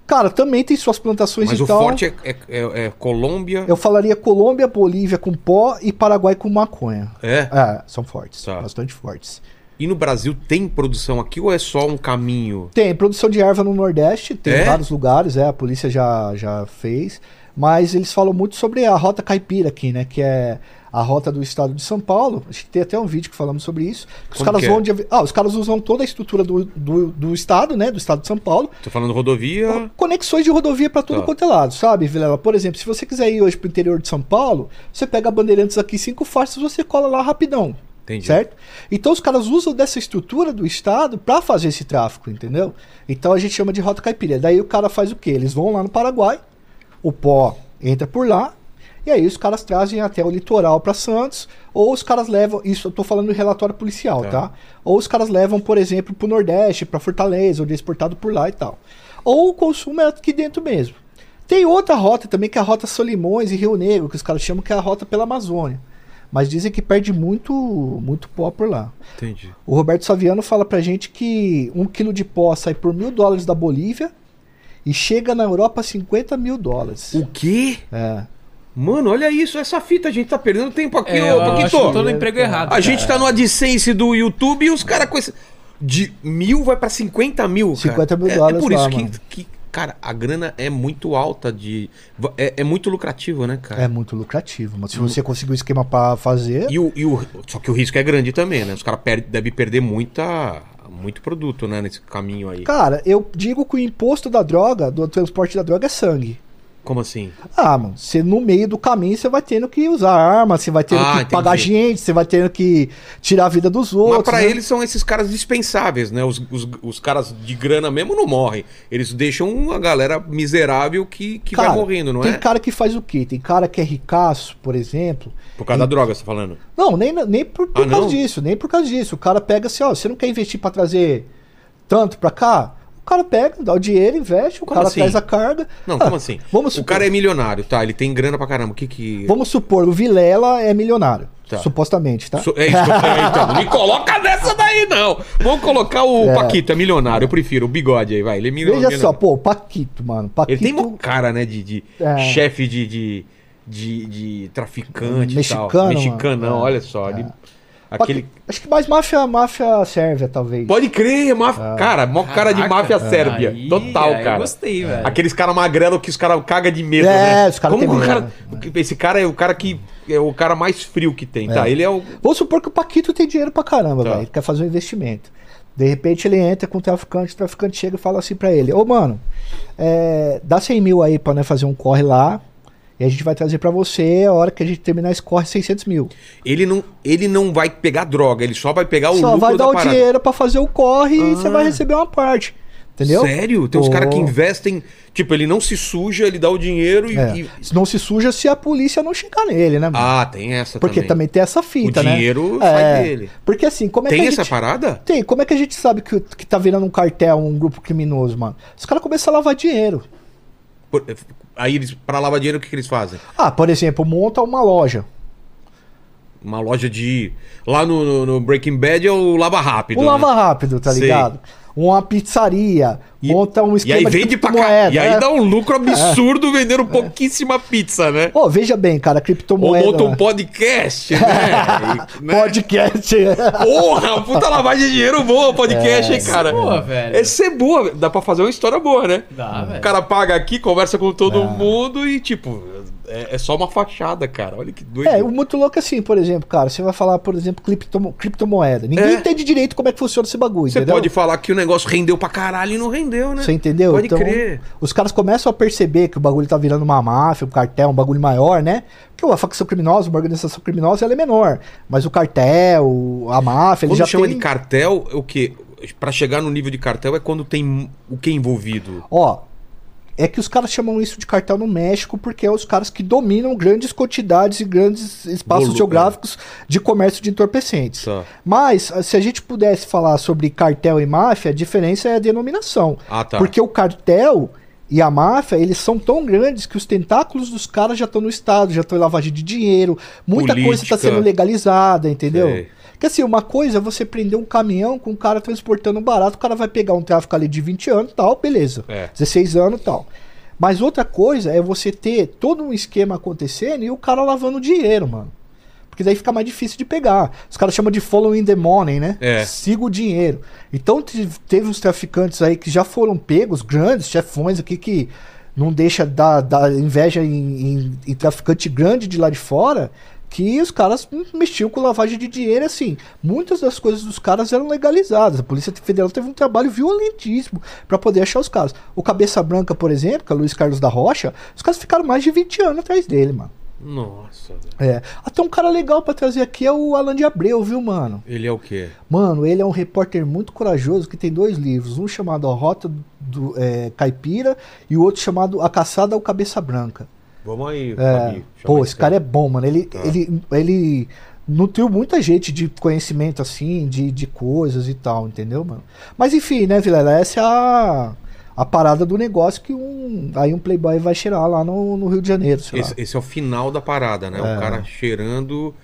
Cara, também tem suas plantações Mas e o tal. forte é, é- é- é Colômbia. Eu falaria Colômbia, Bolívia com pó e Paraguai com maconha. É. É, são fortes, Tá. bastante fortes. E no Brasil tem produção aqui ou é só um caminho? Tem produção de erva no Nordeste, tem É? vários lugares, é, a polícia já, já fez. Mas eles falam muito sobre a rota caipira aqui, né? Que é a rota do estado de São Paulo. A gente tem até um vídeo que falamos sobre isso. que os Como caras que é? vão de avi- ah, os caras usam toda a estrutura do, do, do estado, né? Do estado de São Paulo. Tô falando rodovia. Conexões de rodovia para tudo Uhum. Tá. quanto é lado, sabe, Vilela? Por exemplo, se você quiser ir hoje pro interior de São Paulo, você pega a Bandeirantes aqui cinco faixas, você cola lá rapidão. Entendi. Certo? Então os caras usam dessa estrutura do Estado para fazer esse tráfico, entendeu? Então a gente chama de rota caipira. Daí o cara faz o quê? Eles vão lá no Paraguai, o pó entra por lá, e aí os caras trazem até o litoral para Santos, ou os caras levam, isso eu tô falando em relatório policial, Tá. tá? Ou os caras levam, por exemplo, pro Nordeste, para Fortaleza, onde é exportado por lá e tal. Ou o consumo é aqui dentro mesmo. Tem outra rota também, que é a rota Solimões e Rio Negro, que os caras chamam que é a rota pela Amazônia. Mas dizem que perde muito, muito pó por lá. Entendi. O Roberto Saviano fala pra gente que um quilo de pó sai por mil dólares da Bolívia e chega na Europa a 50 mil dólares. O quê? É. Mano, olha isso, essa fita, a gente tá perdendo tempo aqui, É, ô eu acho que eu tô Paquito. no emprego é errado. A gente tá no AdSense do YouTube e os caras com esse. De mil vai pra 50 mil, cara. 50 mil É- É dólares por lá, isso mano. que, que, cara, a grana é muito alta de. É, é muito lucrativo, né, cara? É muito lucrativo, mas se você conseguir um esquema pra fazer. E o, e o- só que o risco é grande também, né? Os caras per- devem perder muita, muito produto, né? Nesse caminho aí. Cara, eu digo que o imposto da droga, do transporte da droga, é sangue. Como assim? Ah, mano, você no meio do caminho você vai tendo que usar arma, você vai tendo Ah, que entendi. pagar gente, você vai tendo que tirar a vida dos outros. Mas pra né? eles são esses caras dispensáveis, né? Os, os, os caras de grana mesmo não morrem. Eles deixam a galera miserável que, que vai Cara, morrendo, não tem é? cara que faz o quê? Tem cara que é ricaço, por exemplo. Por causa da droga, você tá falando. Não, nem, nem por, por Ah, causa não? disso, nem por causa disso. O cara pega assim, ó, você não quer investir pra trazer tanto pra cá? O cara pega, dá o dinheiro, investe, o Como cara assim? traz a carga. Não, Ah, como assim? o Vamos supor, cara é milionário, tá? Ele tem grana pra caramba. O que que. vamos supor, o Vilela é milionário, Tá. supostamente, tá? So- É isso que eu falei, então. Não me coloca nessa daí, não. Vamos colocar o Paquito, é milionário. Eu prefiro o bigode aí, vai. Ele é milio- Veja milionário. só, pô, o Paquito, mano. Ele Paquito tem uma cara, né, de, de É. chefe de, de, de, de traficante e tal. Mexicano, Mexicanão, mano. É. olha só. ele- Paqui- aquele... Acho que mais máfia, máfia sérvia, talvez. Pode crer, maf... É. cara, mó cara de Caraca. máfia sérbia. Aí, é Total, aí cara. gostei, velho. Aqueles caras magrelo que os caras cagam de medo, É, né? os cara Como tem que o cara... medo, Esse cara é o cara que... É o cara mais frio que tem, tá? Ele é o... Vamos supor que o Paquito tem dinheiro pra caramba, Tá. velho. Ele quer fazer um investimento. De repente ele entra com o traficante, o traficante chega e fala assim pra ele: Ô, mano, é, dá 100 mil aí pra nós fazer um corre lá. E a gente vai trazer pra você a hora que a gente terminar esse corre 600 mil. Ele não, ele não vai pegar droga, ele só vai pegar É o Só lucro vai da dar o parada. Ah. dinheiro pra fazer o corre e você vai receber uma parte. Entendeu? Sério? Tem uns Pô. caras que investem... Tipo, ele não se suja, ele dá o dinheiro e... É. e- Se Não se suja se a polícia não chegar nele, né, mano? Ah, tem essa Porque também. também. tem essa fita, O né? dinheiro é, sai dele. Porque assim, como é Tem que a essa gente... parada? Tem, como é que a gente sabe que, que tá virando um cartel, um grupo criminoso, mano? Os caras começam a lavar dinheiro. Por- Aí eles, pra lavar dinheiro, o que, que eles fazem? Ah, por exemplo, monta uma loja. Uma loja de. Lá no, no- no Breaking Bad é o Lava Rápido. Um né? lava rápido, tá Sei. ligado? Uma pizzaria, E- monta um E esquema aí vende pra cá. criptomoeda, E aí né? dá um lucro absurdo vendendo pouquíssima pizza, né? Ô, veja bem, cara, Ou criptomoeda. monta um né? podcast, né? E, né? podcast. Porra, puta lavagem de dinheiro boa, podcast, hein, cara? é boa, velho. Essa é boa, dá pra fazer uma história boa, né? Dá, O velho. cara paga aqui, conversa com Ah. todo mundo e, tipo, é, é só uma fachada, cara. Olha que doido. é, o muito louco é assim, por exemplo, cara, você vai falar, por exemplo, criptomo- criptomoeda. Ninguém É. entende direito como é que funciona esse bagulho, Você entendeu? pode falar que o negócio rendeu pra caralho e não rendeu, né? Você entendeu? Então, Pode crer. Os caras começam a perceber que o bagulho tá virando uma máfia, um cartel, um bagulho maior, né? Porque a facção criminosa, uma organização criminosa, ela é menor. Mas o cartel, a máfia, ele Quando já chama tem... de cartel, é o quê? Pra chegar no nível de cartel é quando tem o que envolvido. Ó, é que os caras chamam isso de cartel no México porque é os caras que dominam grandes quantidades e grandes espaços Volu- geográficos de comércio de entorpecentes. Tá. Mas, se a gente pudesse falar sobre cartel e máfia, a diferença é a denominação. Ah, tá. Porque o cartel e a máfia, eles são tão grandes que os tentáculos dos caras já estão no Estado, já estão em lavagem de dinheiro, muita coisa está Política. sendo legalizada, entendeu? Sei. Porque assim, uma coisa é você prender um caminhão com um cara transportando barato, o cara vai pegar um tráfico ali de 20 anos e tal, beleza. É. 16 anos e tal. Mas outra coisa é você ter todo um esquema acontecendo e o cara lavando dinheiro, mano. Porque daí fica mais difícil de pegar. Os caras chamam de following the money, né? É. Siga o dinheiro. Então te- teve uns traficantes aí que já foram pegos, grandes chefões aqui que não deixa dar, dar inveja em, em- em traficante grande de lá de fora, que os caras mexiam com lavagem de dinheiro, assim. Muitas das coisas dos caras eram legalizadas. A Polícia Federal teve um trabalho violentíssimo para poder achar os caras. O Cabeça Branca, por exemplo, que é o Luiz Carlos da Rocha, os caras ficaram mais de 20 anos atrás dele, mano. Nossa, velho. É. Até um cara legal pra trazer aqui é o Alan de Abreu, viu, mano? Ele é o quê? Mano, ele é um repórter muito corajoso que tem dois livros, um chamado A Rota do é, Caipira e o outro chamado A Caçada ao Cabeça Branca. Vamos aí, É, pô, esse cara é bom, mano. Ele, ele, ele nutriu muita gente de conhecimento, assim, de, de coisas e tal, entendeu, mano? Mas enfim, né, Vilela? Essa é a, a parada do negócio que um, aí um playboy vai cheirar lá no, no Rio de Janeiro, sei lá. Esse, esse é o final da parada, né? É. O cara cheirando.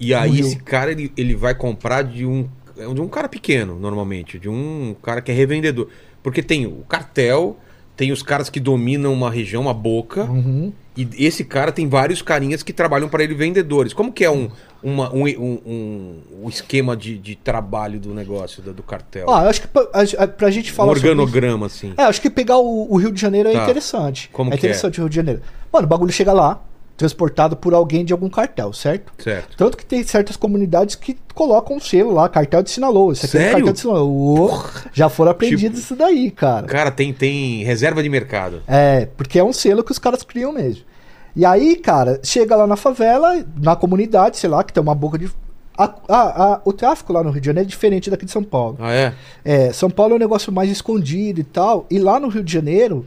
E aí, Morreu. esse cara, ele, ele vai comprar de um, de um cara pequeno, normalmente. De um cara que é revendedor. Porque tem o cartel, tem os caras que dominam uma região, uma boca. Uhum. E esse cara tem vários carinhas que trabalham para ele, vendedores. Como que é um, uma- um, um, um- um esquema de, de trabalho do negócio, do, do cartel? Ah, eu acho que pra, a- a- pra gente um falar sobre isso- organograma, assim. É, acho que pegar o, o Rio de Janeiro é Tá. interessante. Como é que é? interessante o Rio de Janeiro. Mano, o bagulho chega lá, transportado por alguém de algum cartel, certo? Certo. Tanto que tem certas comunidades que colocam um selo lá, cartel de Sinaloa. Isso aqui é um Sério? cartel de Sinaloa. Ô, já foram aprendidos Tipo- isso daí, cara. Cara, tem, tem reserva de mercado. É, porque é um selo que os caras criam mesmo. E aí, cara, chega lá na favela, na comunidade, sei lá, que tem uma boca de. A- a- a- o tráfico lá no Rio de Janeiro é diferente daqui de São Paulo. Ah, é? É, São Paulo é um negócio mais escondido e tal. E lá no Rio de Janeiro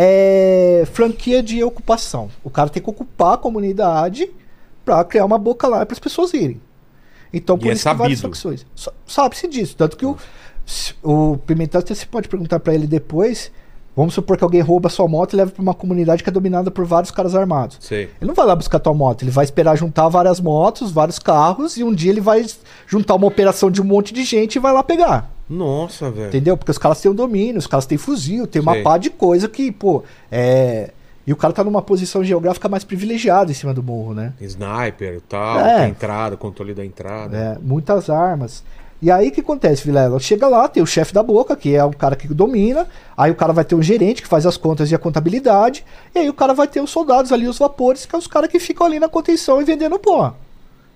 é franquia de ocupação. O cara tem que ocupar a comunidade pra criar uma boca lá para as pessoas irem. Então, E por é isso que várias sabido. facções. Sa- Sabe-se disso. Tanto que o, se- o Pimentel, até você pode perguntar pra ele depois. Vamos supor que alguém rouba a sua moto e leva pra uma comunidade que é dominada por vários caras armados. Sei. Ele não vai lá buscar tua moto, ele vai esperar juntar várias motos, vários carros, e um dia ele vai juntar uma operação de um monte de gente e vai lá pegar. Nossa, velho. Entendeu? Porque os caras têm o domínio, os caras têm fuzil, tem uma Sei. pá de coisa que, pô, é. E o cara tá numa posição geográfica mais privilegiada em cima do morro, né? Sniper e tal, É. tem entrada, controle da entrada. É, muitas armas. E aí o que acontece, Vilela? Chega lá, tem o chefe da boca, que é o cara que domina, aí o cara vai ter um gerente que faz as contas e a contabilidade, e aí o cara vai ter os soldados ali, os vapores, que é os caras que ficam ali na contenção e vendendo pó.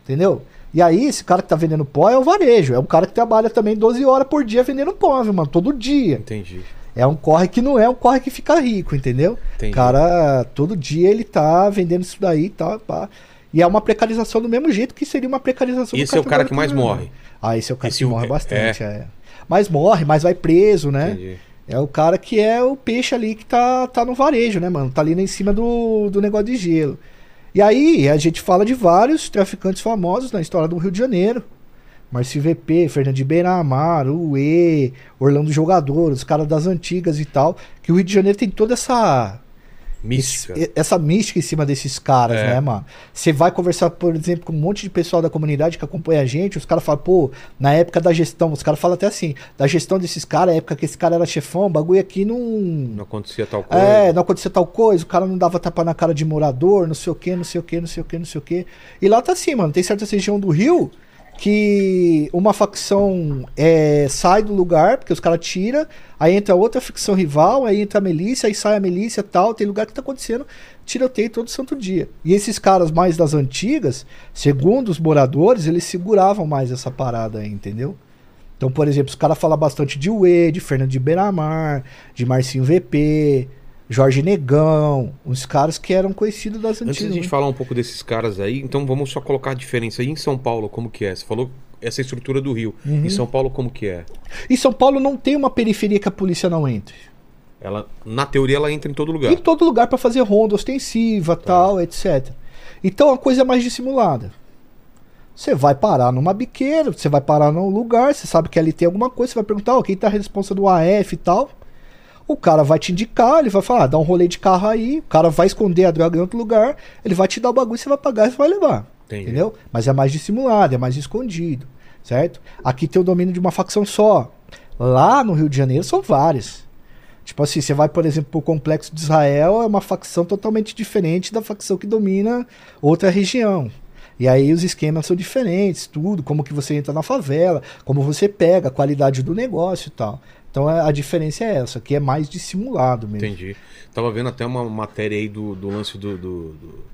Entendeu? E aí, esse cara que tá vendendo pó é o varejo, é um cara que trabalha também 12 horas por dia vendendo pó, viu, mano? Todo dia. Entendi. É um corre que não é um corre que fica rico, entendeu? Entendi. O cara, todo dia ele tá vendendo isso daí e tal. pá. E é uma precarização do mesmo jeito que seria uma precarização do Esse é o cara que mais trabalhando. morre. Ah, esse é o cara Esse que o- morre bastante, é. Mas morre, mas vai preso, né? Entendi. É o cara que é o peixe ali que tá, tá no varejo, né, mano? Tá ali em cima do, do negócio de gelo. E aí, a gente fala de vários traficantes famosos na história do Rio de Janeiro. Márcio VP, Fernando de Beiramar, Uê, Orlando Jogador, os caras das antigas e tal. Que o Rio de Janeiro tem toda essa Mística. esse- essa mística em cima desses caras, É. né, mano? Você vai conversar, por exemplo, com um monte de pessoal da comunidade que acompanha a gente, os caras falam, pô, na época da gestão, os caras falam até assim, da gestão desses caras, a época que esse cara era chefão, o bagulho aqui não. Não acontecia tal coisa. É, não acontecia tal coisa, o cara não dava tapa na cara de morador, não sei o que, não sei o que, não sei o que, não sei o que. E lá tá assim, mano, tem certa região do Rio que uma facção é, sai do lugar, porque os caras tiram, aí entra outra facção rival, aí entra a milícia, aí sai a milícia tal, tem lugar que tá acontecendo tiroteio todo santo dia. E esses caras mais das antigas, segundo os moradores, eles seguravam mais essa parada aí, entendeu? Então, por exemplo, os caras falam bastante de Uê, de Fernando de Beiramar, de Marcinho VP, Jorge Negão, uns caras que eram conhecidos das Antes da antigas. gente né? falar um pouco desses caras aí, então vamos só colocar a diferença aí em São Paulo, como que é? Você falou essa estrutura do Rio. Uhum. Em São Paulo, como que é? né? E São Paulo não tem uma periferia que a polícia não entre. Ela, na teoria, ela entra em todo lugar. Em todo lugar pra fazer ronda ostensiva, tal, etc. Então a coisa é mais dissimulada. Você vai parar numa biqueira, você vai parar num lugar, você sabe que ali tem alguma coisa, você vai perguntar, ó, quem tá a responsa do AF e tal. O cara vai te indicar, ele vai falar, ah, dá um rolê de carro aí, o cara vai esconder a droga em outro lugar, ele vai te dar o bagulho, você vai pagar e você vai levar. Entendi. Entendeu? Mas é mais dissimulado, é mais escondido, certo? Aqui tem o domínio de uma facção só. Lá no Rio de Janeiro são várias. Tipo assim, você vai, por exemplo, pro Complexo de Israel, é uma facção totalmente diferente da facção que domina outra região. E aí os esquemas são diferentes, tudo, como que você entra na favela, como você pega, a qualidade do negócio e tal. Então a a diferença é essa, que é mais dissimulado mesmo. Entendi. Tava vendo até uma matéria aí do, do lance do, do- do-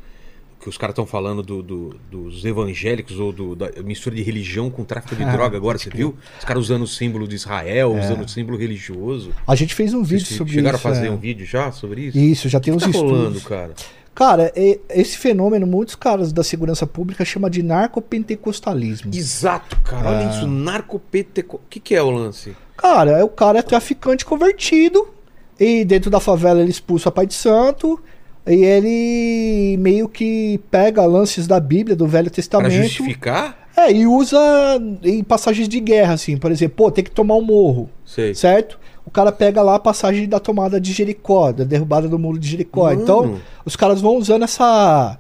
que os caras estão falando do, do- dos evangélicos ou do- da mistura de religião com tráfico de Ah, droga agora, você viu? Os caras usando o símbolo de Israel, usando o símbolo religioso. A gente fez um É. vídeo Vocês sobre chegaram isso. a fazer é. um vídeo já sobre isso? Isso, já tem O uns que tá estudos. rolando, cara? Cara, e- esse fenômeno, muitos caras da segurança pública chama de narcopentecostalismo. Exato, cara. Ah. Olha isso, narcopeteco. O que, que é o lance? Cara, é o cara é traficante convertido. E dentro da favela ele expulsa Pai de Santo. E ele meio que pega lances da Bíblia, do Velho Pra Testamento. justificar? É, e usa em passagens de guerra, assim. Por exemplo, pô, tem que tomar um morro, Sei. certo? O cara pega lá a passagem da tomada de Jericó, da derrubada do muro de Jericó. Mano. Então, os caras vão usando essa,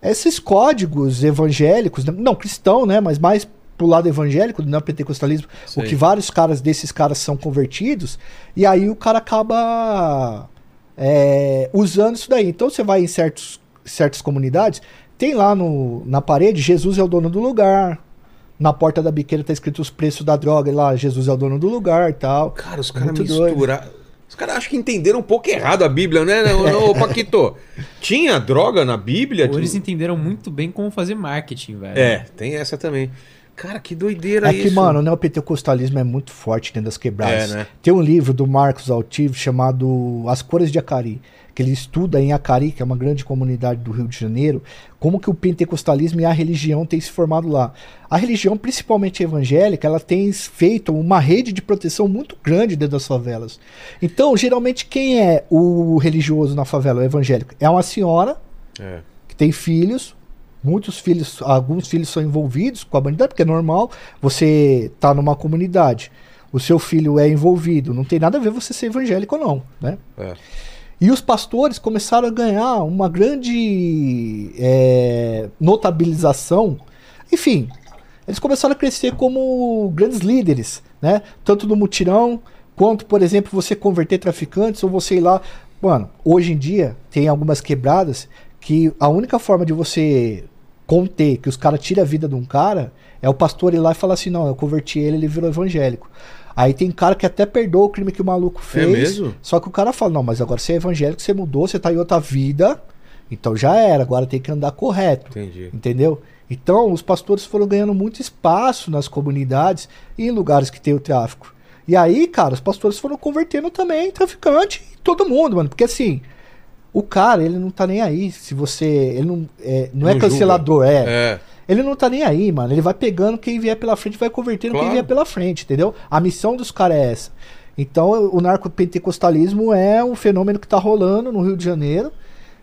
esses códigos evangélicos, né? não cristão, né? Mas mais pro lado evangélico, do neopentecostalismo, Sei. o que vários caras desses caras são convertidos, e aí o cara acaba é, usando isso daí. Então você vai em certos, certas comunidades, tem lá no, na parede, Jesus é o dono do lugar. Na porta da biqueira tá escrito os preços da droga, e lá Jesus é o dono do lugar e tal. Cara, os caras Muito doido. misturaram. Os caras acham que entenderam um pouco errado a Bíblia, né? né, Ô, ô, Paquito, tinha droga na Bíblia? Ou eles Tinha- entenderam muito bem como fazer marketing, velho. É, tem essa também. Cara, que doideira é isso. que, mano, né, o pentecostalismo é muito forte dentro das quebradas. É, né? Tem um livro do Marcos Altivo chamado As Cores de Acari, que ele estuda em Acari, que é uma grande comunidade do Rio de Janeiro, como que o pentecostalismo e a religião têm se formado lá. A religião, principalmente evangélica, ela tem feito uma rede de proteção muito grande dentro das favelas. Então, geralmente, quem é o religioso na favela, o evangélico? É uma senhora É. que tem filhos, muitos filhos, alguns filhos são envolvidos com a bandidagem, porque é normal, você tá numa comunidade, o seu filho é envolvido, não tem nada a ver você ser evangélico ou não, né? É. E os pastores começaram a ganhar uma grande é, notabilização, enfim, eles começaram a crescer como grandes líderes, né? Tanto no mutirão, quanto, por exemplo, você converter traficantes ou você ir lá. Mano, hoje em dia tem algumas quebradas que a única forma de você conter que os caras tiram a vida de um cara é o pastor ir lá e falar assim: não, eu converti ele, ele virou evangélico. Aí tem cara que até perdoa o crime que o maluco fez. mesmo? Só que o cara fala: não, mas agora você é evangélico, você mudou, você tá em outra vida. Então já era, agora tem que andar correto. Entendi. Entendeu? Então, os pastores foram ganhando muito espaço nas comunidades e em lugares que tem o tráfico. E aí, cara, os pastores foram convertendo também em traficante e todo mundo, mano. Porque assim, o cara, ele não tá nem aí. Se você. Ele não é, não é Não cancelador, é. É. Ele não tá nem aí, mano. Ele vai pegando quem vier pela frente, vai convertendo Claro. quem vier pela frente, entendeu? A missão dos caras é essa. Então, o narcopentecostalismo é um fenômeno que tá rolando no Rio de Janeiro.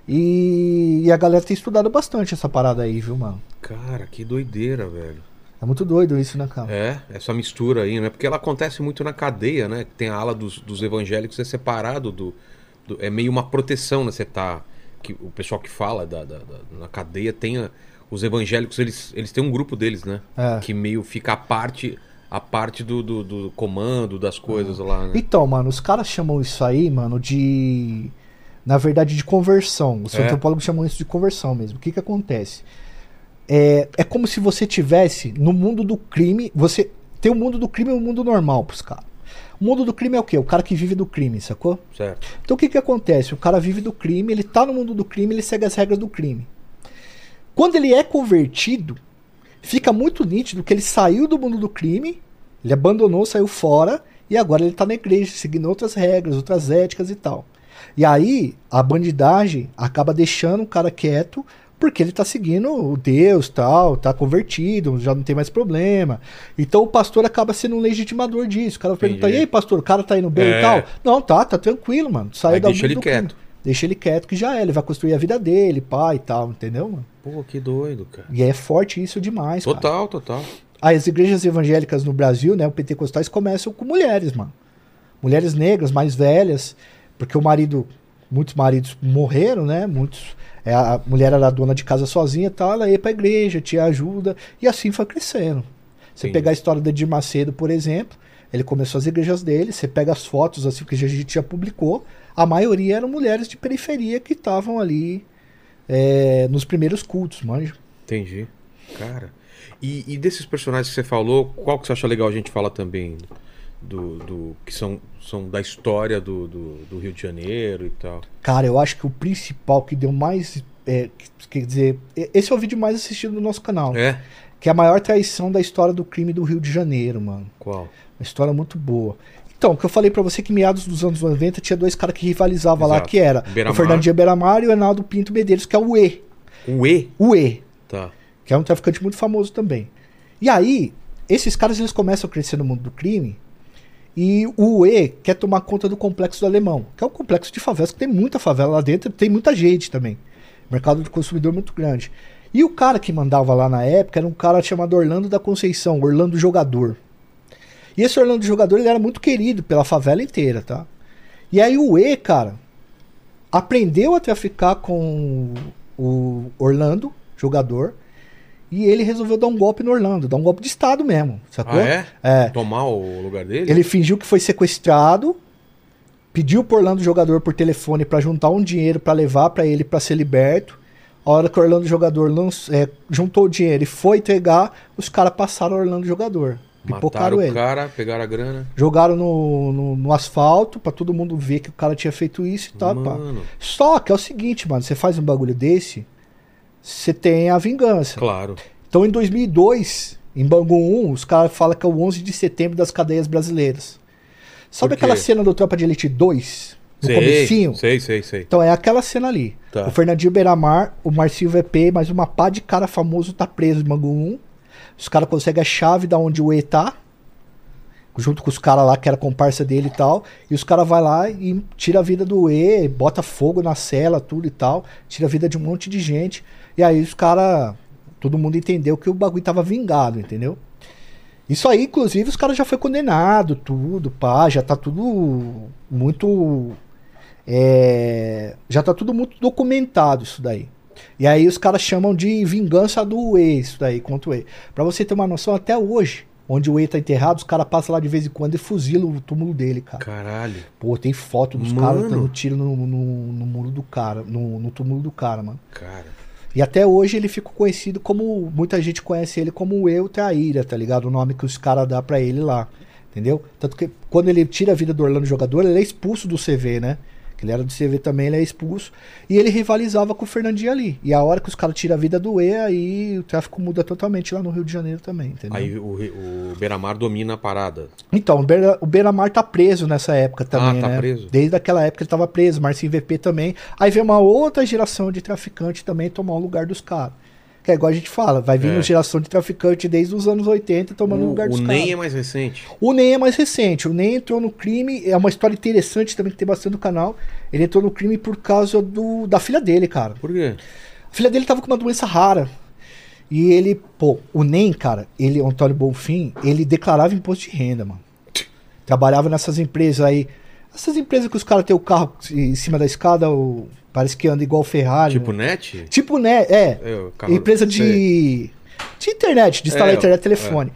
E, e a galera tem estudado bastante essa parada aí, viu, mano? Cara, que doideira, velho. É muito doido isso, né, cara? É, essa mistura aí, né? Porque ela acontece muito na cadeia, né? Tem a ala dos, dos evangélicos, é separado do, do- É meio uma proteção, né? Você tá. Que, o pessoal que fala da, da- da- na cadeia tem. a- os evangélicos, eles, eles têm um grupo deles, né? É. Que meio fica a parte. A parte do, do, do comando, das coisas lá, né? Então, mano, os caras chamam isso aí, mano, de. Na verdade, de conversão. Os É. antropólogos chamam isso de conversão mesmo. O que que acontece? É, é como se você tivesse no mundo do crime. Você tem o mundo do crime e o mundo normal pros caras. O mundo do crime é o quê? O cara que vive do crime, sacou? Certo. Então o que que acontece? O cara vive do crime, ele tá no mundo do crime, ele segue as regras do crime. Quando ele é convertido, fica muito nítido que ele saiu do mundo do crime, ele abandonou, saiu fora e agora ele tá na igreja, seguindo outras regras, outras éticas e tal. E aí a bandidagem acaba deixando o cara quieto porque ele tá seguindo o Deus, tal, tá convertido, já não tem mais problema. Então o pastor acaba sendo um legitimador disso. O cara pergunta: Entendi. "E aí, pastor, o cara tá indo bem É. e tal?" Não, tá, tá tranquilo, mano. Saiu Aí da deixa ele do crime. quieto. Deixa ele quieto que já é, ele vai construir a vida dele, pai e tal, entendeu, mano? Pô, que doido, cara. E é forte isso demais, cara. Total, total. Aí As igrejas evangélicas no Brasil, né, o pentecostais começam com mulheres, mano. Mulheres negras, mais velhas, porque o marido, muitos maridos morreram, né, muitos... é, A mulher era dona de casa sozinha e tal, ela ia pra igreja, tinha ajuda, e assim foi crescendo. Você Entendi. pegar a história do Edir Macedo, por exemplo, ele começou as igrejas dele, você pega as fotos assim que a gente já publicou, a maioria eram mulheres de periferia que estavam ali é, nos primeiros cultos, manja. Entendi. Cara. E, e desses personagens que você falou, qual que você acha legal a gente falar também? Do, do- que são, são da história do, do, do Rio de Janeiro e tal. Cara, eu acho que o principal que deu mais é, quer dizer, e- esse é o vídeo mais assistido do nosso canal. É? Que é a maior traição da história do crime do Rio de Janeiro, mano. Qual? Uma história muito boa. Então, o que eu falei pra você que meados dos anos 90 tinha dois caras que rivalizavam lá, Exato. que era Beiramar. o Fernandinho Beiramar e o Enaldo Pinto Medeiros, que é o E. Um E? O E, Tá. que é um traficante muito famoso também. E aí, esses caras eles começam a crescer no mundo do crime e o E quer tomar conta do complexo do alemão, que é um complexo de favelas que tem muita favela lá dentro, tem muita gente também. Mercado de consumidor muito grande. E o cara que mandava lá na época era um cara chamado Orlando da Conceição, Orlando Jogador. E esse Orlando Jogador ele era muito querido pela favela inteira, tá? E aí o E, cara, aprendeu a traficar com o Orlando, jogador, e ele resolveu dar um golpe no Orlando, dar um golpe de Estado mesmo, sacou? Ah, é? É. Tomar o lugar dele? Ele fingiu que foi sequestrado, pediu pro Orlando jogador por telefone pra juntar um dinheiro pra levar pra ele pra ser liberto. A hora que o Orlando jogador lanç- é, juntou o dinheiro e foi entregar, os caras passaram o Orlando jogador. Mataram Pipocaram o ele. cara, pegaram a grana. Jogaram no, no- no asfalto pra todo mundo ver que o cara tinha feito isso e tal. pá. Mano, Só que é o seguinte, mano, você faz um bagulho desse, você tem a vingança. claro. Então, em 2002, em Bangu 1, os caras falam que é o 11 de setembro das cadeias brasileiras. Sabe Por quê? aquela cena do Tropa de Elite 2? No Sei, comecinho? sei, sei, sei. Então, é aquela cena ali. Tá. O Fernandinho Beiramar, o Marcinho VP, mais uma pá de cara famoso tá preso em Bangu 1. Os caras conseguem a chave da onde o E tá. Junto com os caras lá que era comparsa dele e tal. E os caras vai lá e tira a vida do E, bota fogo na cela, tudo e tal. Tira a vida de um monte de gente. E aí os caras. Todo mundo entendeu que o bagulho tava vingado, entendeu? Isso aí, inclusive, os caras já foi condenado, tudo, pá, já tá tudo muito. é, já tá tudo muito documentado isso daí. E aí os caras chamam de vingança do E, isso daí, contra o E. Pra você ter uma noção, até hoje, onde o E tá enterrado, os caras passam lá de vez em quando e fuzilam o túmulo dele, cara. Caralho. Pô, tem foto dos caras Mano. dando tiro no, no, no muro do cara, no, no túmulo do cara, mano. Cara. E até hoje ele ficou conhecido como. Muita gente conhece ele como Eu Traíra, tá ligado? O nome que os caras dão pra ele lá. Entendeu? Tanto que quando ele tira a vida do Orlando jogador, ele é expulso do CV, né? Que ele era do CV também, ele é expulso. E ele rivalizava com o Fernandinho ali. E a hora que os caras tiram a vida do E, aí o tráfico muda totalmente lá no Rio de Janeiro também, entendeu? Aí o, o Beiramar domina a parada. Então, o Beira- o Beiramar tá preso nessa época também, Ah, tá né? preso. Desde aquela época ele tava preso, Marcinho VP também. Aí vem uma outra geração de traficante também tomar o lugar dos caras. Que é igual a gente fala, vai vir É. uma geração de traficante desde os anos 80 tomando o, o lugar o dos NEM é caras. mais recente. O Ney é mais recente, o Ney entrou no crime, é uma história interessante também que tem bastante no canal. Ele entrou no crime por causa do, da filha dele, cara. Por quê? A filha dele tava com uma doença rara. E ele, pô, o NEM, cara, ele, o Antônio Bonfim, ele declarava imposto de renda, mano. Trabalhava nessas empresas aí. Essas empresas que os caras têm o carro em cima da escada, o- parece que anda igual Ferrari. Tipo né? net? Tipo, né? É. É, o carro- Empresa Sei. de, de internet, de instalar É, internet e telefone.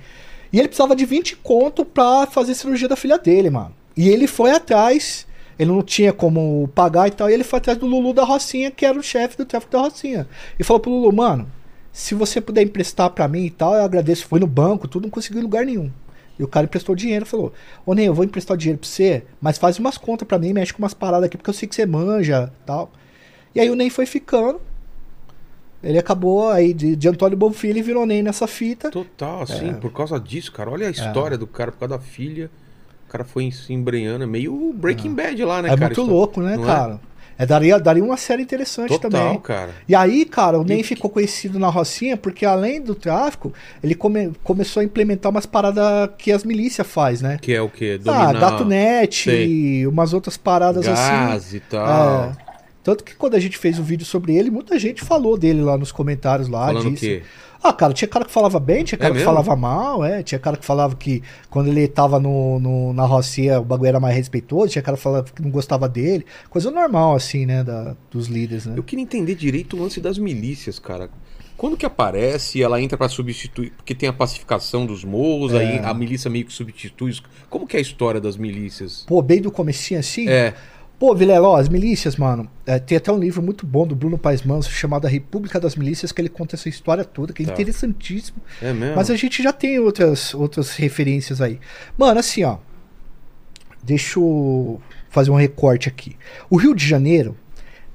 E ele precisava de 20 conto pra fazer cirurgia da filha dele, mano. E ele foi atrás, ele não tinha como pagar e tal, e ele foi atrás do Lulu da Rocinha, que era o chefe do tráfico da Rocinha. E falou pro Lulu, mano, se você puder emprestar pra mim e tal, eu agradeço. Foi no banco, tudo, não conseguiu em lugar nenhum. E o cara emprestou dinheiro e falou: Ô Ney, eu vou emprestar dinheiro pra você, mas faz umas contas pra mim, mexe com umas paradas aqui, porque eu sei que você manja tal. E aí o Ney foi ficando. Ele acabou aí de, de Antônio Bonfim, ele virou Ney nessa fita. Total, É. assim, por causa disso, cara. Olha a história do cara, por causa da filha. O cara foi em- se embrenhando. É meio Breaking Bad lá, né, é cara? muito Isso- louco, né, não é? cara? É, daria, daria uma série interessante Total, também. cara. E aí, cara, o Ney E- ficou conhecido na Rocinha porque, além do tráfico, ele come- começou a implementar umas paradas que as milícias faz, né? Que é o quê? Ah, Dominar Gatunete, Sei. umas outras paradas assim. gás e tal. É. Tanto que quando a gente fez o vídeo sobre ele, muita gente falou dele lá nos comentários lá. Falando o disse. quê? Ah, cara, tinha cara que falava bem, tinha cara que mesmo? falava mal, é. Tinha cara que falava que quando ele tava no, no- na Rocinha o bagulho era mais respeitoso, tinha cara que falava que não gostava dele. Coisa normal, assim, né, da- dos líderes, né? Eu queria entender direito o lance das milícias, cara. Quando que aparece, ela entra pra substituir, porque tem a pacificação dos morros, É. aí a milícia meio que substitui. os- Como que é a história das milícias? Pô, bem do comecinho assim. É, Pô, Vileló, as milícias, mano, é, tem até um livro muito bom do Bruno Paes Manso chamado A República das Milícias, que ele conta essa história toda, que é Tá. interessantíssimo. é mesmo. Mas a gente já tem outras, outras referências aí. Mano, assim, ó. Deixa eu fazer um recorte aqui. O Rio de Janeiro,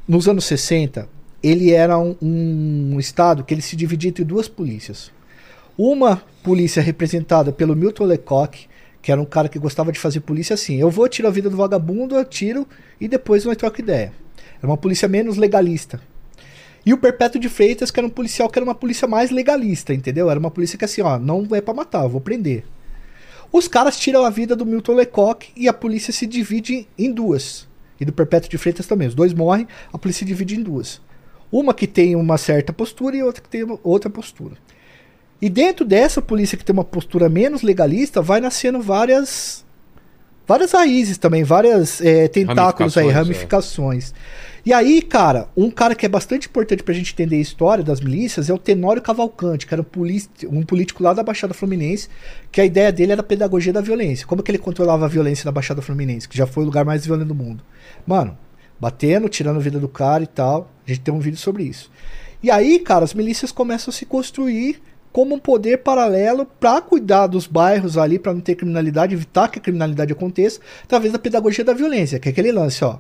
nos anos 60, ele era um, um estado que ele se dividia entre duas polícias. Uma polícia representada pelo Milton Lecoq, que era um cara que gostava de fazer polícia assim. Eu vou tirar a vida do vagabundo, eu tiro e depois nós troca ideia. Era uma polícia menos legalista. E o Perpétuo de Freitas, que era um policial que era uma polícia mais legalista, entendeu? Era uma polícia que assim, ó, não é pra matar, eu vou prender. Os caras tiram a vida do Milton Lecoq e a polícia se divide em duas. E do Perpétuo de Freitas também. Os dois morrem, a polícia se divide em duas. Uma que tem uma certa postura e outra que tem uma- outra postura. E dentro dessa polícia que tem uma postura menos legalista, vai nascendo várias várias raízes também, várias eh, tentáculos aí, ramificações. E aí, cara, um cara que é bastante importante pra gente entender a história das milícias é o Tenório Cavalcante, que era um, polícia, um político lá da Baixada Fluminense, que a ideia dele era a pedagogia da violência. Como que ele controlava a violência na Baixada Fluminense, que já foi o lugar mais violento do mundo? Mano, batendo, tirando a vida do cara e tal. A gente tem um vídeo sobre isso. E aí, cara, as milícias começam a se construir como um poder paralelo para cuidar dos bairros ali, para não ter criminalidade, evitar que a criminalidade aconteça, através da pedagogia da violência, que é aquele lance, ó.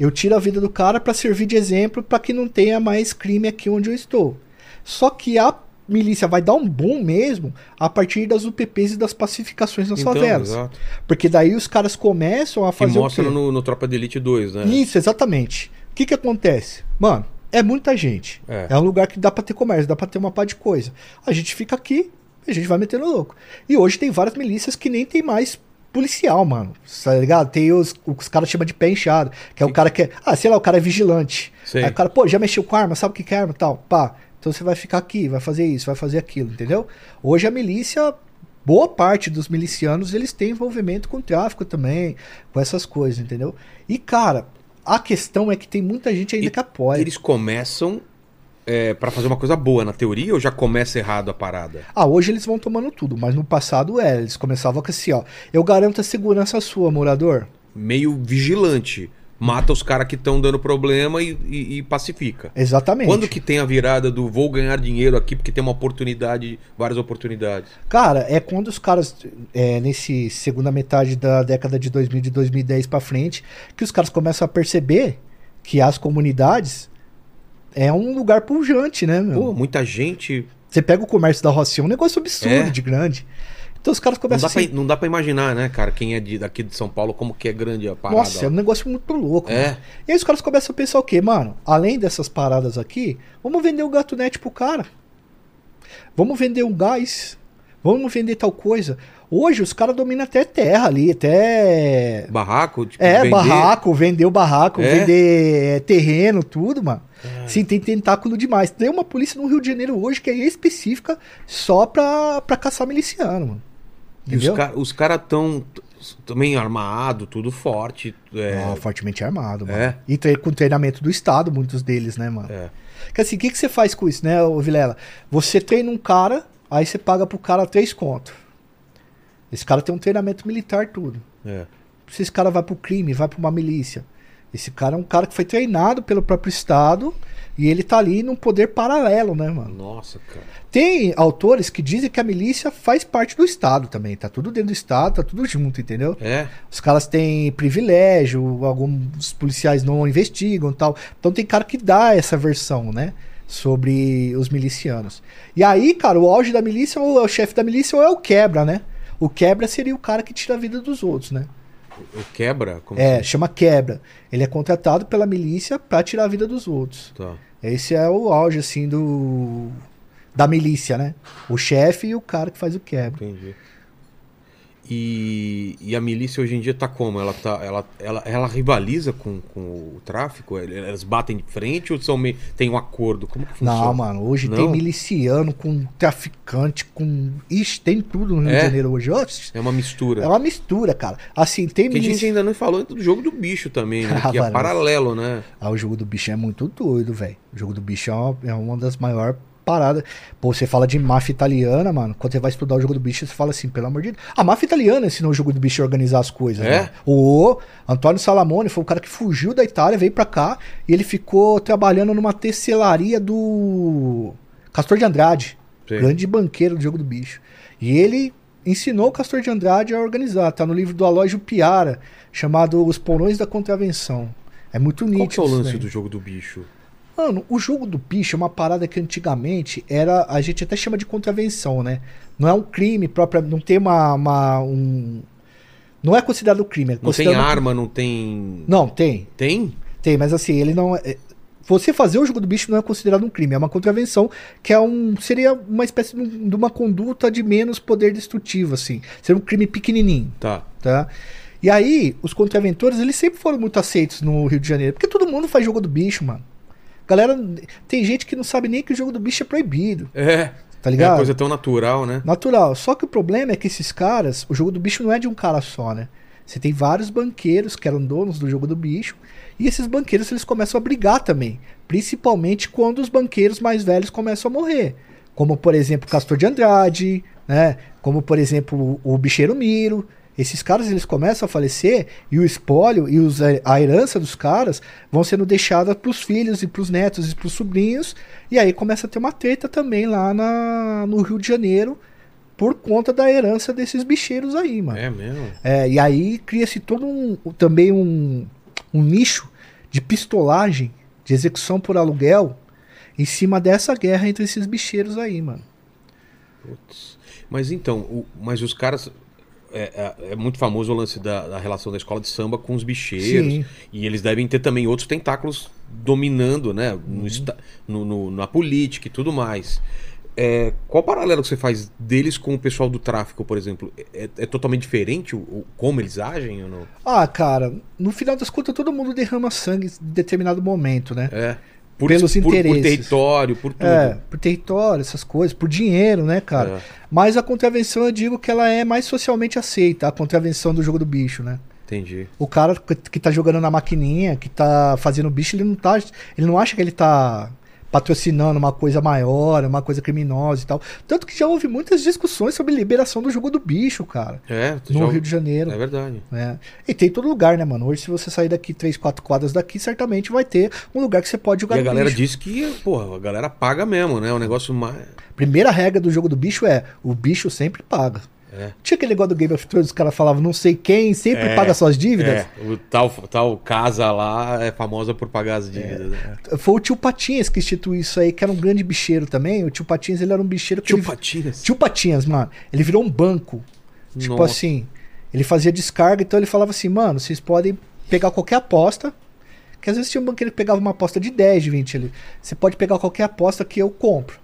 Eu tiro a vida do cara para servir de exemplo para que não tenha mais crime aqui onde eu estou. Só que a milícia vai dar um boom mesmo a partir das UPPs e das pacificações nas favelas. Então, exato. Porque daí os caras começam a Que fazer o quê? mostra no, no Tropa de Elite 2, né? Isso, exatamente. O que que acontece? Mano, é muita gente. É. É. um lugar que dá pra ter comércio, dá pra ter uma pá de coisa. A gente fica aqui, a gente vai metendo louco. E hoje tem várias milícias que nem tem mais policial, mano. Tá ligado? Tem os, os caras chamam de pé inchado, que é o cara que é, ah, sei lá, o cara é vigilante. Sei. Aí o cara, pô, já mexeu com arma, sabe o que que é arma e tal, pá. Então você vai ficar aqui, vai fazer isso, vai fazer aquilo, entendeu? Hoje a milícia, boa parte dos milicianos, eles têm envolvimento com tráfico também, com essas coisas, entendeu? E cara, a questão é que tem muita gente ainda E- que apoia. Eles começam é, para fazer uma coisa boa na teoria ou já começa errado a parada? Ah, hoje eles vão tomando tudo, mas no passado é, eles começavam com assim, ó, eu garanto a segurança sua, morador. Meio vigilante. Mata os caras que estão dando problema e, e- e pacifica. Exatamente. Quando que tem a virada do vou ganhar dinheiro aqui porque tem uma oportunidade, várias oportunidades? Cara, é quando os caras, é, nesse segunda metade da década de 2000, de 2010 pra frente, que os caras começam a perceber que as comunidades é um lugar pujante, né, meu? Pô, muita gente. Você pega o comércio da Rocinha, é um negócio absurdo É. de grande. Então os caras Não começam dá, assim, pra, não dá pra imaginar, né, cara, quem é de, daqui de São Paulo, como que é grande a parada. nossa, é um negócio muito louco. É. mano. E aí os caras começam a pensar o quê, mano? Além dessas paradas aqui, vamos vender o gato net pro cara. Vamos vender um gás. Vamos vender tal coisa. Hoje os caras dominam até terra ali, até Barraco? Tipo, É, vender? barraco, vender o barraco, É? vender é, terreno, tudo, mano. Sim, tem tentáculo demais. Tem uma polícia no Rio de Janeiro hoje que é específica só pra, pra caçar miliciano, mano. E os Entendeu? caras tão t- também armado, tudo forte. É, Ah, fortemente armado, mano. É. E tre- com treinamento do Estado, muitos deles, né, mano? É. Que assim, o que, que você faz com isso, né, ô Vilela? Você treina um cara, aí você paga pro cara três conto. Esse cara tem um treinamento militar, tudo. é. se esse cara vai pro crime, vai pra uma milícia. Esse cara é um cara que foi treinado pelo próprio Estado e ele tá ali num poder paralelo, né, mano? Nossa, cara. Tem autores que dizem que a milícia faz parte do Estado também, tá tudo dentro do Estado, tá tudo junto, entendeu? É. Os caras têm privilégio, alguns policiais não investigam e tal. Então tem cara que dá essa versão, né? Sobre os milicianos. E aí, cara, o auge da milícia ou é o chefe da milícia ou é o quebra, né? O quebra seria o cara que tira a vida dos outros, né? O quebra? Como É, que- chama quebra. Ele é contratado pela milícia pra tirar a vida dos outros. Tá. Esse é o auge, assim, do. Da milícia, né? O chefe e o cara que faz o quebra. Entendi. E, e a milícia hoje em dia tá como? Ela, tá, ela, ela, ela rivaliza com, com o tráfico? El- Elas batem de frente ou são meio, tem um acordo? Como que funciona? Não, mano, hoje Não? tem miliciano com traficante, com. Ixi, tem tudo no Rio É? de Janeiro hoje. Oxe, É uma mistura. é uma mistura, cara. Assim, tem Que a gente milícia. ainda não falou do jogo do bicho também, né? Ah, que é mano. paralelo, né? Ah, o jogo do bicho é muito doido, velho. O jogo do bicho é uma, é uma das maiores paradas. Pô, você fala de máfia italiana, mano. Quando você vai estudar o jogo do bicho, você fala assim, pelo amor de Deus. A máfia italiana ensinou o jogo do bicho a organizar as coisas, É? né? O Antônio Salamone foi o cara que fugiu da Itália, veio pra cá e ele ficou trabalhando numa tecelaria do Castor de Andrade, Sei. grande banqueiro do jogo do bicho. E ele ensinou o Castor de Andrade a organizar. Tá no livro do Alógio Piara, chamado Os Porões da Contravenção. É muito Qual nítido. que é o isso lance daí. do jogo do bicho? Mano, o jogo do picho é uma parada que antigamente era. A gente até chama de contravenção, né? Não é um crime próprio. Não tem uma. uma- um... Não é considerado crime. É Não tem considerado- arma, não tem. Não, tem. Tem? Tem, mas assim, ele não. é- Você fazer o jogo do bicho não é considerado um crime, é uma contravenção que é um. Seria uma espécie de um- de uma conduta de menos poder destrutivo, assim. Seria um crime pequenininho, Tá. tá? E aí, os contraventores, eles sempre foram muito aceitos no Rio de Janeiro, porque todo mundo faz jogo do bicho, mano. Galera, tem gente que não sabe nem que o jogo do bicho é proibido, É. tá É uma ligado? coisa tão natural, né? Natural. Só que o problema é que esses caras, o jogo do bicho não é de um cara só, né? Você tem vários banqueiros que eram donos do jogo do bicho, e esses banqueiros eles começam a brigar também, principalmente quando os banqueiros mais velhos começam a morrer, como por exemplo Castor de Andrade, né? Como por exemplo o o Bicheiro Miro. Esses caras eles começam a falecer e o espólio e os- eh, a herança dos caras vão sendo deixada para os filhos e para os netos e para os sobrinhos e aí começa a ter uma treta também lá na- no Rio de Janeiro por conta da herança desses bicheiros aí, mano. É mesmo. É, e aí cria-se todo um também um, um nicho de pistolagem, de execução por aluguel, em cima dessa guerra entre esses bicheiros aí, mano. Putz. Mas então, o- mas os caras. É, é- é muito famoso o lance da, da relação da escola de samba com os bicheiros. Sim. E eles devem ter também outros tentáculos dominando, né? Uhum. No, esta- no- no- na política e tudo mais. É, qual o paralelo que você faz deles com o pessoal do tráfico, por exemplo? É, é totalmente diferente o, o- como eles agem ou não? Ah, cara, no final das contas todo mundo derrama sangue em determinado momento, né? É. Por, Pelos por, por interesses. território, por tudo. É, por território, essas coisas, por dinheiro, né, cara? É, Mas a contravenção eu digo que ela é mais socialmente aceita, a contravenção do jogo do bicho, né? entendi. O cara que- que tá jogando na maquininha, que tá fazendo bicho, ele não tá. Ele não acha que ele tá patrocinando uma coisa maior, uma coisa criminosa e tal. Tanto que já houve muitas discussões sobre liberação do jogo do bicho, cara. É, No já- Rio de Janeiro. é verdade. né? E tem em todo lugar, né, mano? Hoje, se você sair daqui três, quatro quadras daqui, certamente vai ter um lugar que você pode E jogar a galera bicho. diz que, porra, a galera paga mesmo, né? O negócio mais. Primeira regra do jogo do bicho é: o bicho sempre paga. É. Tinha aquele negócio do Game of Thrones, os caras falavam, não sei quem, sempre É, paga suas É, dívidas. o tal, tal casa lá é famosa por pagar as dívidas. É. né? Foi o tio Patinhas que instituiu isso aí, que era um grande bicheiro também. O tio Patinhas, ele era um bicheiro que. Tio ele- Patinas. Tio Patinhas, mano. Ele virou um banco. Tipo Nossa. assim, ele fazia descarga, então ele falava assim, mano, vocês podem pegar qualquer aposta. Que às vezes tinha um banqueiro que pegava uma aposta de 10, de 20 ali. Você pode pegar qualquer aposta que eu compro.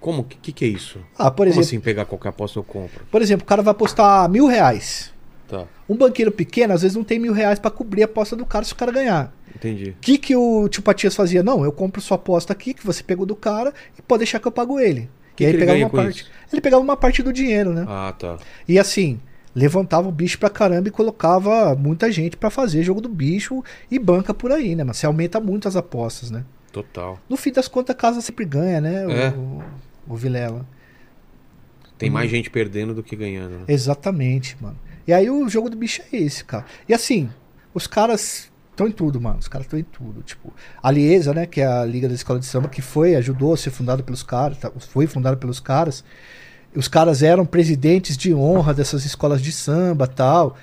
Como? O que, que, que é isso? Ah, por Como exemplo. assim pegar qualquer aposta eu compro? Por exemplo, o cara vai apostar mil reais. Tá, Um banqueiro pequeno, às vezes, não tem mil reais pra cobrir a aposta do cara se o cara ganhar. entendi. O que, que o tio Patias fazia? Não, eu compro sua aposta aqui, que você pegou do cara, e pode deixar que eu pago ele. Que e aí que ele pegava ganha uma com parte. isso? Ele pegava uma parte do dinheiro, né? Ah, tá. E assim, levantava o bicho pra caramba e colocava muita gente pra fazer jogo do bicho e banca por aí, né? Mas você aumenta muito as apostas, né? Total. No fim das contas, a casa sempre ganha, né? O, É. o, o Vilela. Tem Uhum. mais gente perdendo do que ganhando, né? Exatamente, mano. E aí o jogo do bicho é esse, cara. E assim, os caras estão em tudo, mano. Os caras estão em tudo. Tipo, a Liesa, né? Que é a Liga da Escola de Samba, que foi, ajudou a ser fundada pelos caras, tá? foi fundada pelos caras. Os caras eram presidentes de honra dessas escolas de samba tal.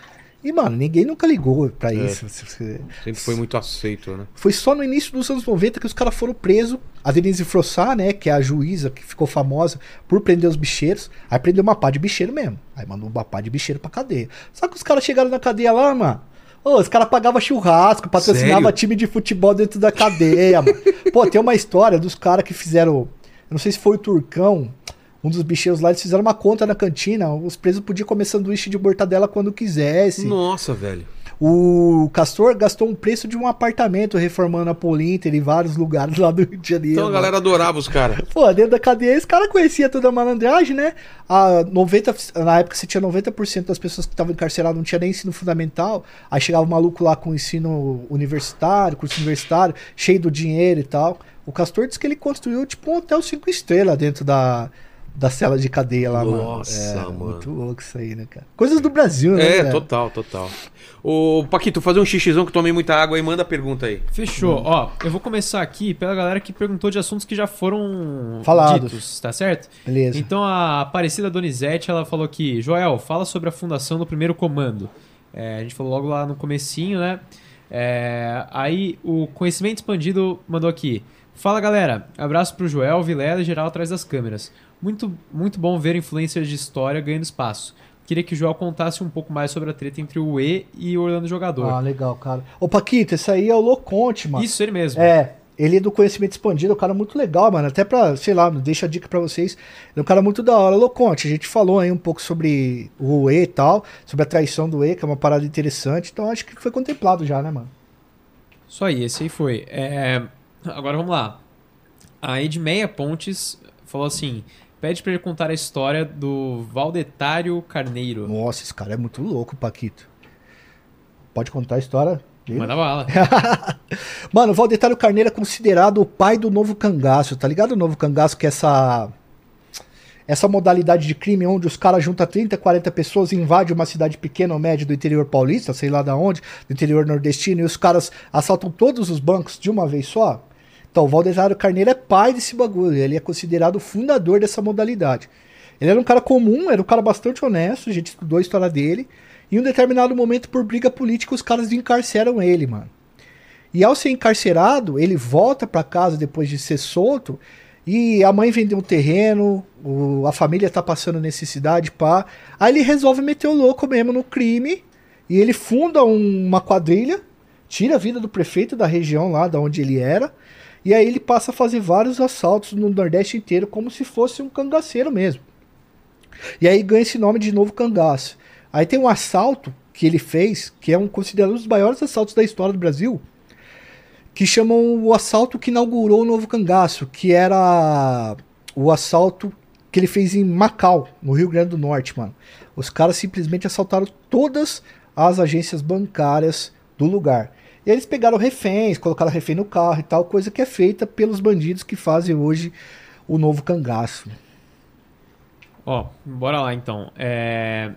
E, mano, ninguém nunca ligou pra isso. Sempre foi muito aceito, né? Foi só no início dos anos 90 que os caras foram presos. A Denise Frossá, né, que é a juíza que ficou famosa por prender os bicheiros, aí prendeu uma pá de bicheiro mesmo. Aí mandou uma pá de bicheiro pra cadeia. Só que os caras chegaram na cadeia lá, mano. Ô, os caras pagavam churrasco, patrocinava Sério? time de futebol dentro da cadeia, mano. Pô, tem uma história dos caras que fizeram. Eu não sei se foi o Turcão, um dos bicheiros lá, eles fizeram uma conta na cantina. Os presos podiam comer sanduíche de mortadela quando quisesse. Nossa, velho. O Castor gastou um preço de um apartamento reformando a Polinter e vários lugares lá do Rio de Janeiro. Então a galera adorava os caras. Pô, dentro da cadeia, esse cara conhecia toda a malandragem, né? A 90, na época você tinha 90% das pessoas que estavam encarceradas não tinha nem ensino fundamental. Aí chegava o maluco lá com ensino universitário, curso universitário, cheio do dinheiro e tal. O Castor disse que ele construiu tipo um hotel cinco estrelas dentro da, da cela de cadeia lá, mano. Nossa, É, mano. Muito louco isso aí, né, cara? Coisas do Brasil, né? É, cara? total, total. Ô, Paquito, fazer um xixizão que tomei muita água aí, manda a pergunta aí. Fechou. Ó, eu vou começar aqui pela galera que perguntou de assuntos que já foram Falados. ditos, tá certo? Beleza. Então a Aparecida Donizete, ela falou aqui, Joel, fala sobre a fundação do primeiro comando. É, a gente falou logo lá no comecinho, né? É, aí o Conhecimento Expandido mandou aqui, Fala galera, abraço pro Joel, Vilela e geral atrás das câmeras. Muito, muito bom ver influencers de história ganhando espaço. Queria que o Joel contasse um pouco mais sobre a treta entre o E e o Orlando Jogador. Ah, legal, cara. Ô, Paquito, esse aí é o Loconte, mano. Isso, ele mesmo. É, ele é do conhecimento expandido, é um cara muito legal, mano. Até pra, sei lá, deixa a dica pra vocês. Ele é um cara muito da hora. Loconte, a gente falou aí um pouco sobre o E e tal, sobre a traição do E, que é uma parada interessante. Então acho que foi contemplado já, né, mano? Só aí, esse aí foi. É, Agora vamos lá. A Edmeia Pontes falou assim: pede pra ele contar a história do Valdetário Carneiro. Nossa, esse cara é muito louco, Paquito. Pode contar a história dele? Manda bala. Mano, o Valdetário Carneiro é considerado o pai do novo cangaço, tá ligado? O novo cangaço que é essa essa modalidade de crime onde os caras juntam 30, 40 pessoas, invadem uma cidade pequena ou média do interior paulista, sei lá da onde, do interior nordestino, e os caras assaltam todos os bancos de uma vez só. Então, o Valdesário Carneiro é pai desse bagulho, ele é considerado o fundador dessa modalidade. Ele era um cara comum, era um cara bastante honesto, a gente estudou a história dele, e em um determinado momento, por briga política, os caras encarceram ele, mano. E ao ser encarcerado, ele volta para casa depois de ser solto, e a mãe vendeu um terreno, o- a família tá passando necessidade, pá. Aí ele resolve meter o louco mesmo no crime. E ele funda um- uma quadrilha, tira a vida do prefeito da região lá, da onde ele era. E aí ele passa a fazer vários assaltos no Nordeste inteiro, como se fosse um cangaceiro mesmo. E aí ganha esse nome de novo cangaço. Aí tem um assalto que ele fez, que é um considerado um dos maiores assaltos da história do Brasil que chamam o assalto que inaugurou o novo cangaço, que era o assalto que ele fez em Macau, no Rio Grande do Norte, mano. Os caras simplesmente assaltaram todas as agências bancárias do lugar. E eles pegaram reféns, colocaram refém no carro e tal, coisa que é feita pelos bandidos que fazem hoje o novo cangaço. Ó, bora lá então. É,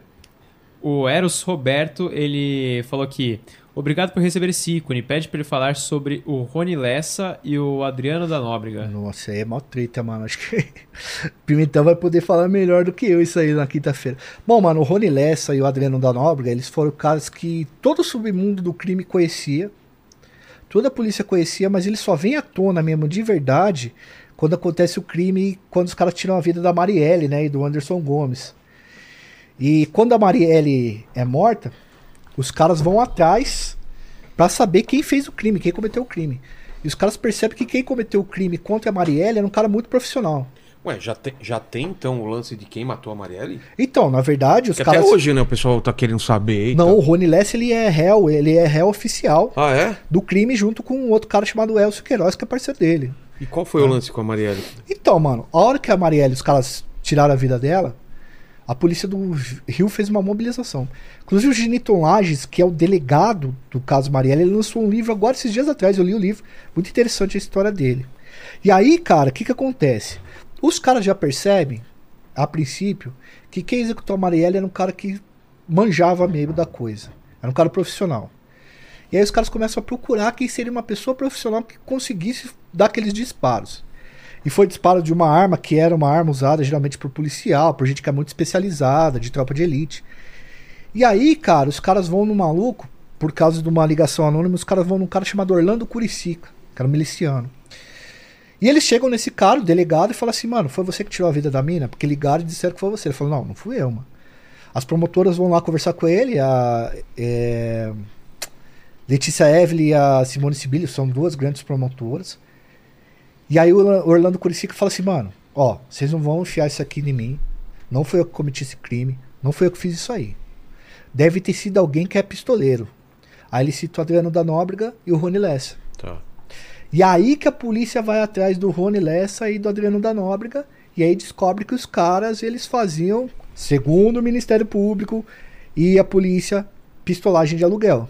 O Eros Roberto, ele falou aqui. Obrigado por receber esse ícone. Pede pra ele falar sobre o Rony Lessa e o Adriano da Nóbrega. Nossa, aí é mó treta, mano. Acho que Pimentão vai poder falar melhor do que eu isso aí na quinta-feira. Bom, mano, o Rony Lessa e o Adriano da Nóbrega, eles foram caras que todo o submundo do crime conhecia. Toda a polícia conhecia, mas eles só vêm à tona mesmo, de verdade, quando acontece o crime, quando os caras tiram a vida da Marielle, né, e do Anderson Gomes. E quando a Marielle é morta, os caras vão atrás pra saber quem fez o crime, quem cometeu o crime. E os caras percebem que quem cometeu o crime contra a Marielle era um cara muito profissional. Ué, já, te- já tem então o lance de quem matou a Marielle? Então, na verdade, os Que caras. Até hoje, né, o pessoal tá querendo saber. e Não, o tal. Rony Less ele é réu, ele é réu oficial Ah, é? do crime junto com um outro cara chamado Elcio Queiroz, que é parceiro dele. E qual foi o lance com a Marielle? Então, mano, a hora que a Marielle, os caras tiraram a vida dela, a polícia do Rio fez uma mobilização. Inclusive o Geniton Lages, que é o delegado do caso Marielle, ele lançou um livro agora esses dias atrás, eu li o livro, muito interessante a história dele. E aí, cara, o que que acontece? Os caras já percebem, a princípio, que quem executou a Marielle era um cara que manjava meio da coisa. Era um cara profissional. E aí os caras começam a procurar quem seria uma pessoa profissional que conseguisse dar aqueles disparos. E foi disparo de uma arma que era uma arma usada geralmente por policial, por gente que é muito especializada, de tropa de elite. E aí, cara, os caras vão no maluco, por causa de uma ligação anônima, os caras vão num cara chamado Orlando Curicica, que era um miliciano. E eles chegam nesse cara, o delegado, e falam assim, mano, foi você que tirou a vida da mina? Porque ligaram e disseram que foi você. Ele falou, não, não fui eu, mano. As promotoras vão lá conversar com ele, a. é, Letícia Evelyn e a Simone Sibilio são duas grandes promotoras. E aí o Orla- Orlando Curicica fala assim, mano, ó, vocês não vão enfiar isso aqui em mim. Não foi eu que cometi esse crime. Não foi eu que fiz isso aí. Deve ter sido alguém que é pistoleiro. Aí ele cita o Adriano da Nóbrega e o Rony Lessa. Tá. E aí que a polícia vai atrás do Rony Lessa e do Adriano da Nóbrega, e aí descobre que os caras, eles faziam, segundo o Ministério Público e a polícia, pistolagem de aluguel.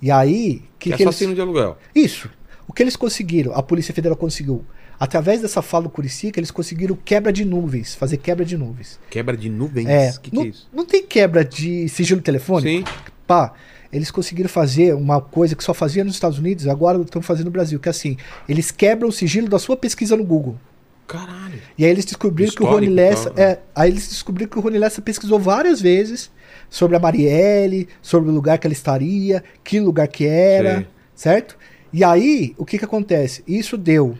E aí, Que é que, que eles... assassino de aluguel. Isso. O que eles conseguiram, a Polícia Federal conseguiu, através dessa fala do Curicica, eles conseguiram quebra de nuvens, fazer quebra de nuvens. Quebra de nuvens? É, que não, que é isso? não tem quebra de sigilo telefônico? Sim. pá, eles conseguiram fazer uma coisa que só fazia nos Estados Unidos, agora estão fazendo no Brasil, que é assim, eles quebram o sigilo da sua pesquisa no Google. Caralho. E aí eles descobriram que o Histórico, Rony Lessa, então, né? é, aí eles descobriram que o Rony Lessa pesquisou várias vezes sobre a Marielle, sobre o lugar que ela estaria, que lugar que era, Sei. certo? E aí, o que que acontece? Isso deu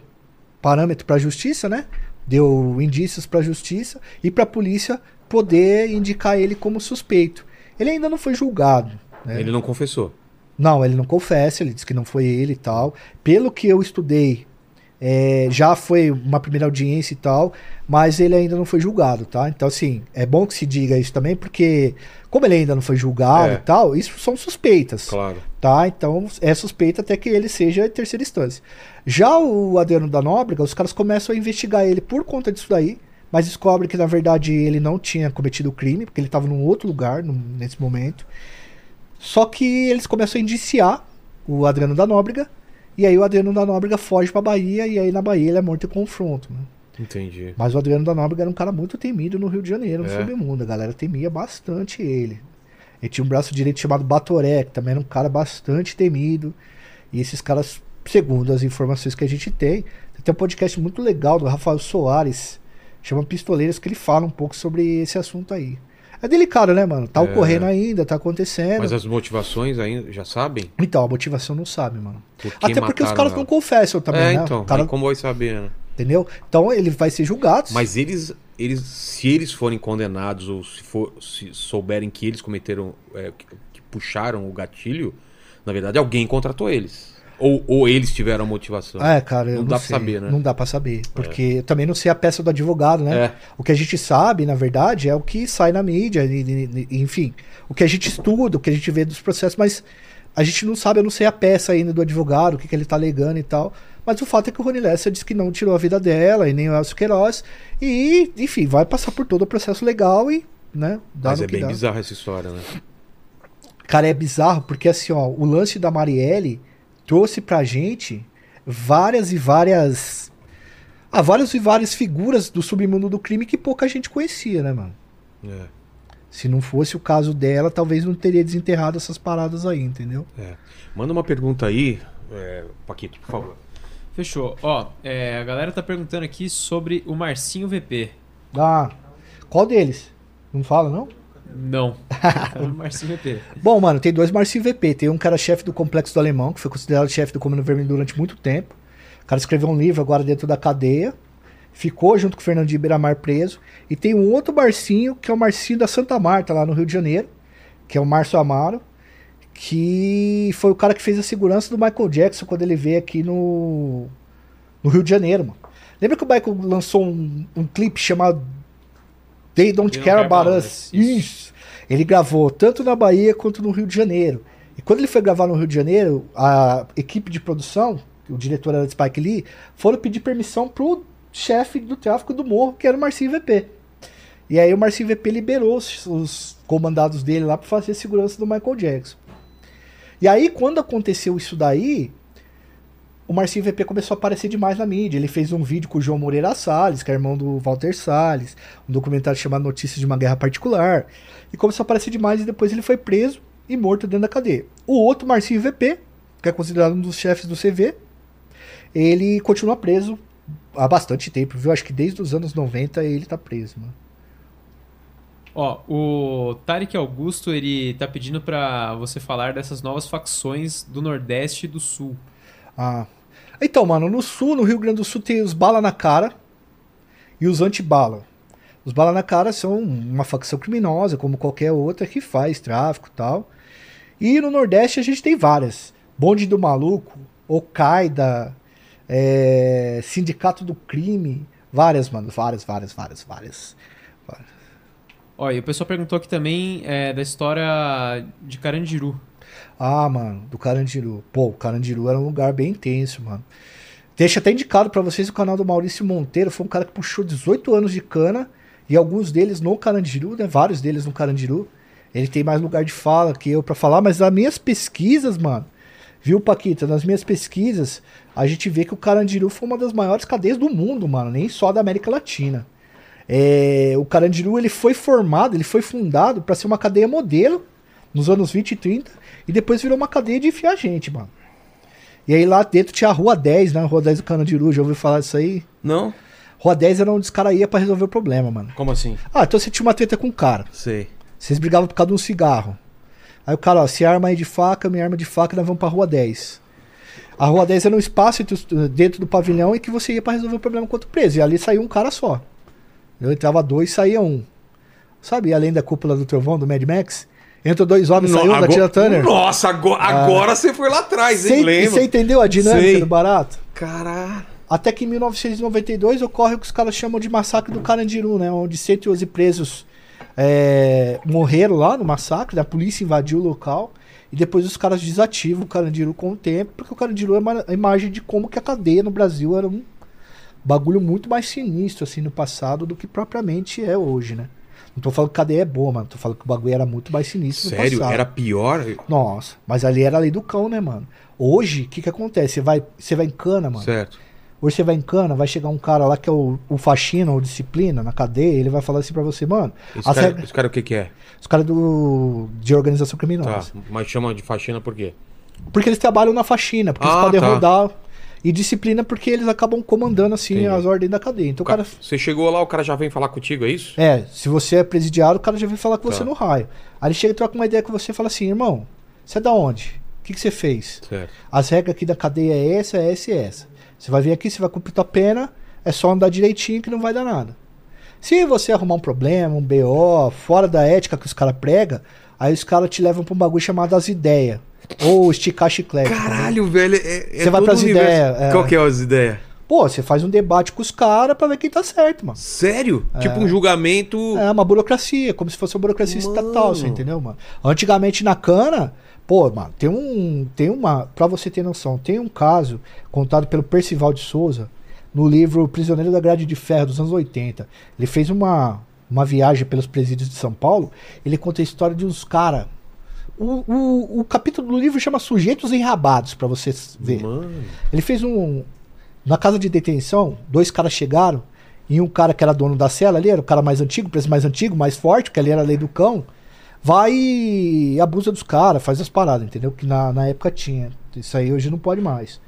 parâmetro para a justiça, né? Deu indícios para a justiça e para a polícia poder indicar ele como suspeito. Ele ainda não foi julgado. né? É. Ele não confessou. Não, ele não confessa, ele diz que não foi ele e tal. Pelo que eu estudei, é, já foi uma primeira audiência e tal, mas ele ainda não foi julgado, tá? Então, assim, é bom que se diga isso também, porque como ele ainda não foi julgado É. e tal, isso são suspeitas, Claro. tá? Então, é suspeita até que ele seja em terceira instância. Já o Adriano da Nóbrega, os caras começam a investigar ele por conta disso daí, mas descobre que, na verdade, ele não tinha cometido o crime, porque ele estava num outro lugar num- nesse momento. Só que eles começam a indiciar o Adriano da Nóbrega. E aí o Adriano da Nóbrega foge pra Bahia e aí na Bahia ele é morto em confronto. né? Entendi. Mas o Adriano da Nóbrega era um cara muito temido no Rio de Janeiro, no É. submundo. A galera temia bastante ele. Ele tinha um braço direito chamado Batoré, que também era um cara bastante temido. E esses caras, segundo as informações que a gente tem, tem um podcast muito legal do Rafael Soares, chama Pistoleiros, que ele fala um pouco sobre esse assunto aí. É delicado, né, mano? Tá É. ocorrendo ainda, tá acontecendo. Mas as motivações ainda já sabem? Então, a motivação não sabe, mano. Por que Até porque os mataram caras ela? não confessam também, É, né? então. O cara- aí Como vai saber, né? Entendeu? Então ele vai ser julgado. Mas eles, eles, se eles forem condenados ou se, for, se souberem que eles cometeram, é, que, que puxaram o gatilho, na verdade alguém contratou eles. Ou, ou eles tiveram a motivação. É, cara, eu Não não, dá pra sei. saber, né? Não dá pra saber. Porque eu também não sei a peça do advogado, né? É. O que a gente sabe, na verdade, é o que sai na mídia, e- e- e- enfim. O que a gente estuda, o que a gente vê dos processos, mas a gente não sabe, eu não sei a peça ainda do advogado, o que, que ele tá alegando e tal. Mas o fato é que o Rony Lessa disse que não tirou a vida dela e nem o Elcio Queiroz. E, enfim, vai passar por todo o processo legal e, né? Dá Mas no é que bem dá. bizarra essa história, né? Cara, é bizarro, porque assim, ó, o lance da Marielle trouxe pra gente várias e várias. Ah, várias e várias figuras do submundo do crime que pouca gente conhecia, né, mano? É. Se não fosse o caso dela, talvez não teria desenterrado essas paradas aí, entendeu? Manda uma pergunta aí, é, Paquito, por favor. Fechou. Ó, é, a galera tá perguntando aqui sobre o Marcinho VP. Ah, qual deles? Não fala, não? Não. o Marcinho VP. Bom, mano, tem dois Marcinho VP. Tem um que era chefe do Complexo do Alemão, que foi considerado chefe do Comando Vermelho durante muito tempo. O cara escreveu um livro agora dentro da cadeia. Ficou junto com o Fernandinho Beiramar preso. E tem um outro Marcinho, que é o Marcinho da Santa Marta, lá no Rio de Janeiro, que é o Márcio Amaro, que foi o cara que fez a segurança do Michael Jackson quando ele veio aqui no, no Rio de Janeiro, mano. Lembra que o Michael lançou um, um clipe chamado They Don't They Don't Care Care About About Us? Us, isso. Isso. Ele gravou tanto na Bahia quanto no Rio de Janeiro. E quando ele foi gravar no Rio de Janeiro, a equipe de produção, o diretor era de Spike Lee, foram pedir permissão pro chefe do tráfico do morro, que era o Marcinho VP. E aí o Marcinho VP liberou os, os comandados dele lá pra fazer a segurança do Michael Jackson. E aí, quando aconteceu isso daí, o Marcinho VP começou a aparecer demais na mídia. Ele fez um vídeo com o João Moreira Salles, que é irmão do Walter Salles, um documentário chamado Notícias de uma Guerra Particular. E começou a aparecer demais e depois ele foi preso e morto dentro da cadeia. O outro, Marcinho VP, que é considerado um dos chefes do CV, ele continua preso há bastante tempo, viu? Acho que desde os anos 90 ele tá preso, mano. Ó, o Tarek Augusto, ele tá pedindo pra você falar dessas novas facções do Nordeste e do Sul. Ah. Então, mano, no sul, no Rio Grande do Sul, tem os bala na cara e os anti-bala. Os bala na cara são uma facção criminosa, como qualquer outra, que faz tráfico e tal. E no Nordeste a gente tem várias. Bonde do Maluco, Okaida, é, Sindicato do Crime. Várias, mano. Várias, várias, várias, várias. Ó, e o pessoal perguntou aqui também é, da história de Carandiru. Ah, mano, do Carandiru. Pô, o Carandiru era um lugar bem intenso, mano. Deixa até indicado pra vocês o canal do Maurício Monteiro. Foi um cara que puxou 18 anos de cana e alguns deles no Carandiru, né? Vários deles no Carandiru. Ele tem mais lugar de fala que eu pra falar, mas nas minhas pesquisas, mano, viu, Paquita? Nas minhas pesquisas, a gente vê que o Carandiru foi uma das maiores cadeias do mundo, mano, nem só da América Latina. É, o Carandiru ele foi formado, ele foi fundado pra ser uma cadeia modelo nos anos 20 e 30 e depois virou uma cadeia de enfiar gente, mano. E aí lá dentro tinha a Rua 10, né? Rua 10 do Carandiru, já ouviu falar disso aí? Não? Rua 10 era onde os caras iam pra resolver o problema, mano. Como assim? Ah, então você tinha uma treta com o cara. Sei. Vocês brigavam por causa de um cigarro. Aí o cara, ó, se arma aí de faca, me arma de faca, nós vamos pra Rua 10. A Rua 10 era um espaço entre os- dentro do pavilhão e que você ia pra resolver o problema enquanto preso. E ali saiu um cara só. Eu entrava dois, saía um. Sabe, além da cúpula do trovão do Mad Max? Entra dois homens, No- saiu um da Tina Turner. Ah. Nossa, ago- agora você foi lá atrás, hein? Você Lembro. você entendeu a dinâmica Sei. do barato? Caralho. Até que em 1992 ocorre o que os caras chamam de massacre do Carandiru, né? Onde 111 presos é, morreram lá no massacre, né? a polícia invadiu o local e depois os caras desativam o Carandiru com o tempo, porque o Carandiru é uma imagem de como que a cadeia no Brasil era um bagulho muito mais sinistro assim no passado do que propriamente é hoje, né? Não tô falando que cadeia é boa, mano. Tô falando que o bagulho era muito mais sinistro no Sério? passado. Era pior? Nossa, mas ali era a lei do cão, né, mano? Hoje, o que que acontece? Você vai, você vai em cana, mano. Ah, Certo. Hoje você vai em cana, vai chegar um cara lá que é o, o faxina ou disciplina na cadeia, ele vai falar assim pra você, mano, Esse as cara, regras- esse cara o que que é? os caras do de Tá, organização criminosa. mas chama de faxina por quê? Porque eles trabalham na faxina, porque Tá. Ah, eles podem tá. rodar. E disciplina porque eles acabam comandando assim Entendi. as ordens da cadeia. Então o cara. Você chegou lá, o cara já vem falar contigo, é isso? É, se você é presidiário, o cara já vem falar com Tá. você no raio. Aí ele chega e troca uma ideia com você e fala assim, irmão, você é da onde? O que, que você fez? Certo. As regras aqui da cadeia é essa, é essa e essa. Você vai vir aqui, você vai cumprir tua pena, é só andar direitinho que não vai dar nada. Se você arrumar um problema, um BO, fora da ética que os caras pregam, aí os caras te levam pra um bagulho chamado as ideias. Ou esticar chiclete. tá Caralho, velho. É, é É. Você vai todo pras o universo. ideias, é. Qual que é as ideias? Pô, você faz um debate com os caras pra ver quem tá certo, mano. Sério? Tipo um julgamento. É uma burocracia, como se fosse uma burocracia Mano. estatal, você entendeu, mano? Antigamente na cana, pô, mano, tem um. Tem uma. Pra você ter noção, tem um caso contado pelo Percival de Souza no livro Prisioneiro da Grade de Ferro, dos anos 80. Ele fez uma, uma viagem pelos presídios de São Paulo, ele conta a história de uns caras. O, o, o capítulo do livro chama Sujeitos Enrabados, pra você ver. Mano. Ele fez um. Na casa de detenção, dois caras chegaram e um cara que era dono da cela ali, era o cara mais antigo, preso mais antigo, mais forte, que ali era a lei do cão, vai e abusa dos caras, faz as paradas, entendeu? Que na, na época tinha. Isso aí hoje não pode mais.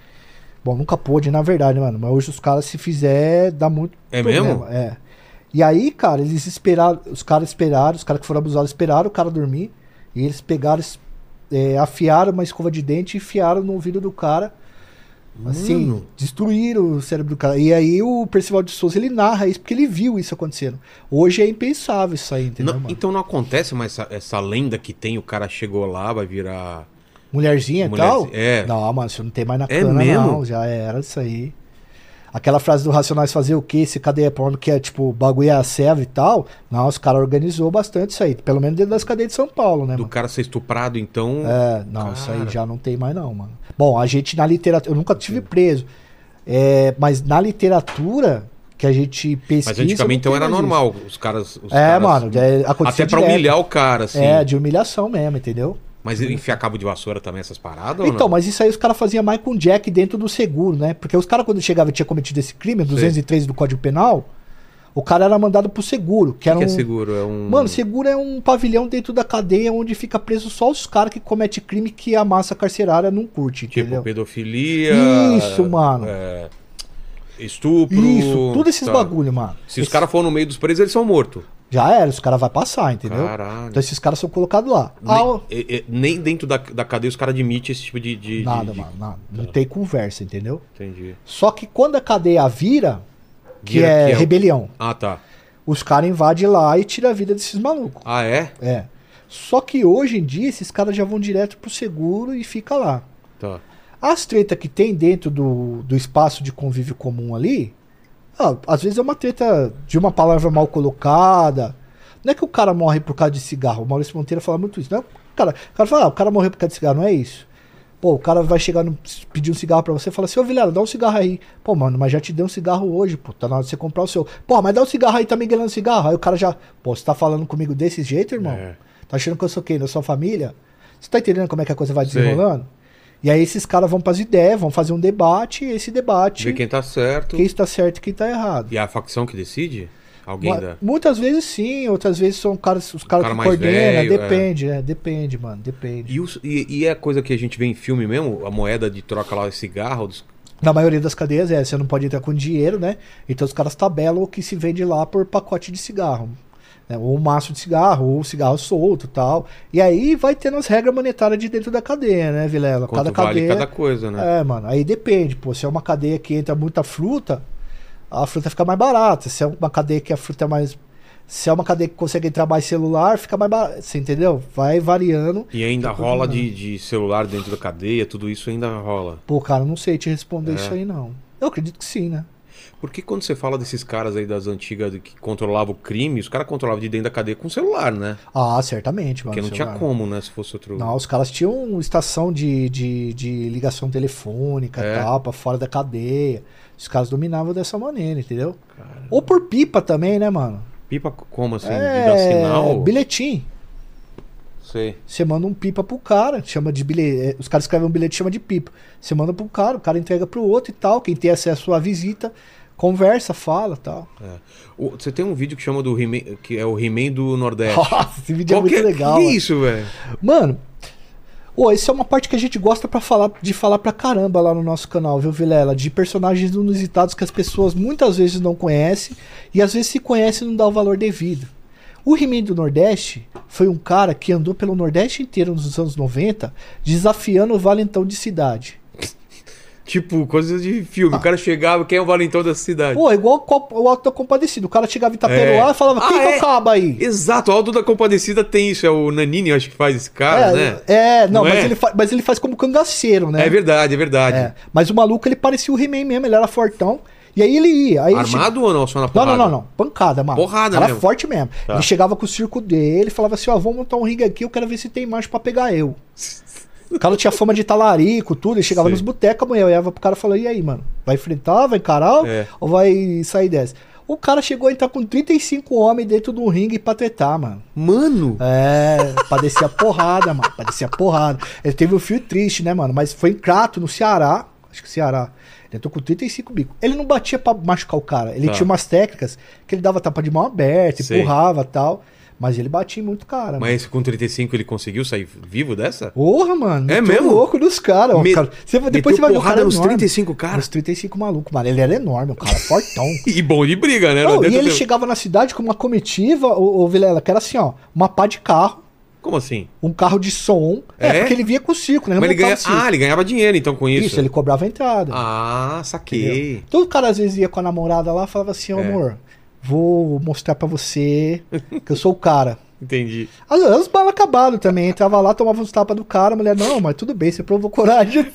Bom, nunca pôde, na verdade, né, mano. Mas hoje os caras, se fizer, dá muito. É mesmo? É. E aí, cara, eles esperaram, os caras esperaram, os caras que foram abusados esperaram o cara dormir. E eles pegaram, es- é, afiaram uma escova de dente e enfiaram no ouvido do cara. Assim, Mano. destruíram o cérebro do cara. E aí o Percival de Souza, ele narra isso porque ele viu isso acontecendo. Hoje é impensável isso aí, entendeu, Não- mano? então não acontece mais essa, essa lenda que tem, o cara chegou lá, vai virar. Mulherzinha Mulher- e tal? é. Não, mano, isso não tem mais na É cana, mesmo? não. Já era isso aí. Aquela frase do Racionais fazer o quê? Se cadeia pra onde que é, tipo, bagulho é a serva e tal. Não, os caras organizou bastante isso aí. Pelo menos dentro das cadeias de São Paulo, né, Do mano? cara ser estuprado, então. É, não, isso aí Cara. já não tem mais não, mano. Bom, a gente na literatura... Eu nunca tive preso. É, mas na literatura que a gente pesquisa... Mas antigamente então não tem era mais isso. normal. Os caras. os É, caras- mano, é, acontecia Até pra direto. humilhar o cara, assim. É, de humilhação mesmo, entendeu? Mas ele enfiar cabo de vassoura também, essas paradas? ou Então, não? mas isso aí os caras faziam mais com Jack dentro do seguro, né? Porque os caras, quando chegavam e tinha cometido esse crime, 203 do Código Penal, o cara era mandado pro seguro, que O era que, que é um- seguro? É um. Mano, seguro é um pavilhão dentro da cadeia onde fica preso só os caras que cometem crime que a massa carcerária não curte, Tipo, entendeu? pedofilia. Isso, é, mano. Estupro. Isso, tudo esses tá. bagulho, mano. Se os Esse- caras for no meio dos presos, eles são mortos. Já era, os caras vão passar, entendeu? Caralho. Então esses caras são colocados lá. Nem, Ah, o- e- e- nem dentro da, da cadeia os caras admitem esse tipo de. de- de- nada, de- mano, nada. Não tem conversa, entendeu? Entendi. Só que quando a cadeia vira, que Vira é que é o- rebelião, Ah, tá. os caras invadem lá e tiram a vida desses malucos. Ah, é? É. Só que hoje em dia esses caras já vão direto pro seguro e fica lá. Tá. As treta que tem dentro do, do espaço de convívio comum ali, ah, às vezes é uma treta de uma palavra mal colocada. Não é que o cara morre por causa de cigarro. O Maurício Monteiro fala muito isso. Não, é o cara, o cara fala, ah, o cara morreu por causa de cigarro, não é isso? Pô, o cara vai chegar, no, pedir um cigarro pra você e fala assim, ô Vilela, dá um cigarro aí. Pô, mano, mas já te dei um cigarro hoje, pô, tá na hora de você comprar o seu. Pô, mas dá um cigarro aí, tá me enganando cigarro. Aí o cara já, pô, você tá falando comigo desse jeito, irmão? É. Tá achando que eu sou quem? Da sua família? Você tá entendendo como é que a coisa vai Sei. desenrolando? E aí esses caras vão pras ideias, vão fazer um debate, e esse debate, Ver quem tá certo. quem está certo e quem está errado. E a facção que decide? Alguém Mas da. Muitas vezes sim, outras vezes são caras, os caras cara que mais coordenam, velho, é. depende, né? Depende, mano, depende. E, os- e- e é a coisa que a gente vê em filme mesmo? A moeda de troca lá, cigarro. Dos... Na maioria das cadeias é, você não pode entrar com dinheiro, né? Então os caras tabelam o que se vende lá por pacote de cigarro. né? Ou um maço de cigarro, ou cigarro solto tal. E aí vai tendo as regras monetárias de dentro da cadeia, né, Vilela? Quanto vale cadeia. cada coisa, né? É, mano, aí depende, pô. Se é uma cadeia que entra muita fruta, a fruta fica mais barata. Se é uma cadeia que a fruta é mais. Se é uma cadeia que consegue entrar mais celular, fica mais barata. Você entendeu? Vai variando. E ainda rola de, de celular dentro da cadeia, tudo isso ainda rola. Pô, cara, não sei te É. responder isso aí, não. Eu acredito que sim, né? Porque quando você fala desses caras aí das antigas que controlavam o crime, os caras controlavam de dentro da cadeia com celular, né? Ah, certamente, mano. Porque não tinha celular. como, né? Se fosse outro. Não, os caras tinham estação de, de, de ligação telefônica É. e tal, pra fora da cadeia. Os caras dominavam dessa maneira, entendeu? Ou por pipa também, né, mano? Pipa como assim? é, de dar sinal? bilhetim. Sei. Você manda um pipa pro cara, chama de bilhete. Os caras escrevem um bilhete chama de pipa. Você manda pro cara, o cara entrega pro outro e tal. Quem tem acesso à visita, conversa, fala e tal. O- Você tem um vídeo que chama do He-Man, que é o He-Man do Nordeste. Nossa, esse vídeo é Qual muito que legal. Que mano. isso, velho? Mano, ô, essa é uma parte que a gente gosta pra falar, de falar pra caramba lá no nosso canal, viu, Vilela? De personagens inusitados que as pessoas muitas vezes não conhecem e às vezes se conhecem e não dá o valor devido. O He-Man do Nordeste foi um cara que andou pelo Nordeste inteiro nos anos 90 desafiando o valentão de cidade. Tipo, coisa de filme. Ah. O cara chegava, quem é o valentão dessa cidade? Pô, igual o Cop- o Alto da Compadecido. O cara chegava em Itaperuá É. e falava: Quem Ah, que é é? o cabo aí? Exato, o Aldo da Compadecida tem isso. É o Nanini, eu acho que faz esse cara, é, né? é, não, Não mas, é? Ele fa- mas ele faz como cangaceiro, né? É verdade, é verdade. É, mas o maluco ele parecia o He-Man mesmo, ele era fortão. E aí ele ia. Aí ele che- Armado ou não? Só na Não, porrada? não, não, não. Pancada, mano. Porrada Era mesmo. forte mesmo. Tá. Ele chegava com o circo dele, falava assim: ó, vamos montar um ringue aqui, eu quero ver se tem macho pra pegar eu. O cara tinha fama de talarico, tudo. Ele chegava Sei. nos botecos, amanhã eu ia pro cara e falava: e aí, mano? Vai enfrentar, vai encarar É. ou vai sair dessa? O cara chegou a entrar com 35 homens dentro de um ringue pra tretar, mano. Mano! É, padecia porrada, mano. Padecia porrada. Ele teve um fio triste, né, mano? Mas foi em Crato, no Ceará. Acho que Ceará. Ele entrou com 35 bico. Ele não batia pra machucar o cara. Ele Tá. tinha umas técnicas que ele dava tapa de mão aberta, Sei. empurrava e tal. Mas ele batia em muito cara. mano. Mas com 35 ele conseguiu sair vivo dessa? Porra, mano. É muito mesmo? louco dos caras. ó, Me- cara. Você- meteu Depois você vai ver o cara porrada nos enorme. 35 cara? Nos 35 maluco, mano. Ele era enorme, o cara. Fortão. E bom de briga, né? Era Não, e dentro ele do- chegava na cidade com uma comitiva, ô, ô Vilela, que era assim, ó. Uma pá de carro. Como assim? um carro de som. É, É? porque ele via com o circo, né? Mas ele montava ganha... o circo. Ah, ele ganhava dinheiro então com isso. isso. ele cobrava a entrada. Ah, entendeu? saquei. Então o cara às vezes ia com a namorada lá e falava assim, ó, É. amor, vou mostrar pra você que eu sou o cara. Entendi. Às vezes os balas acabaram também, entrava lá, tomava uns tapas do cara, a mulher, não, mas tudo bem, você provou coragem.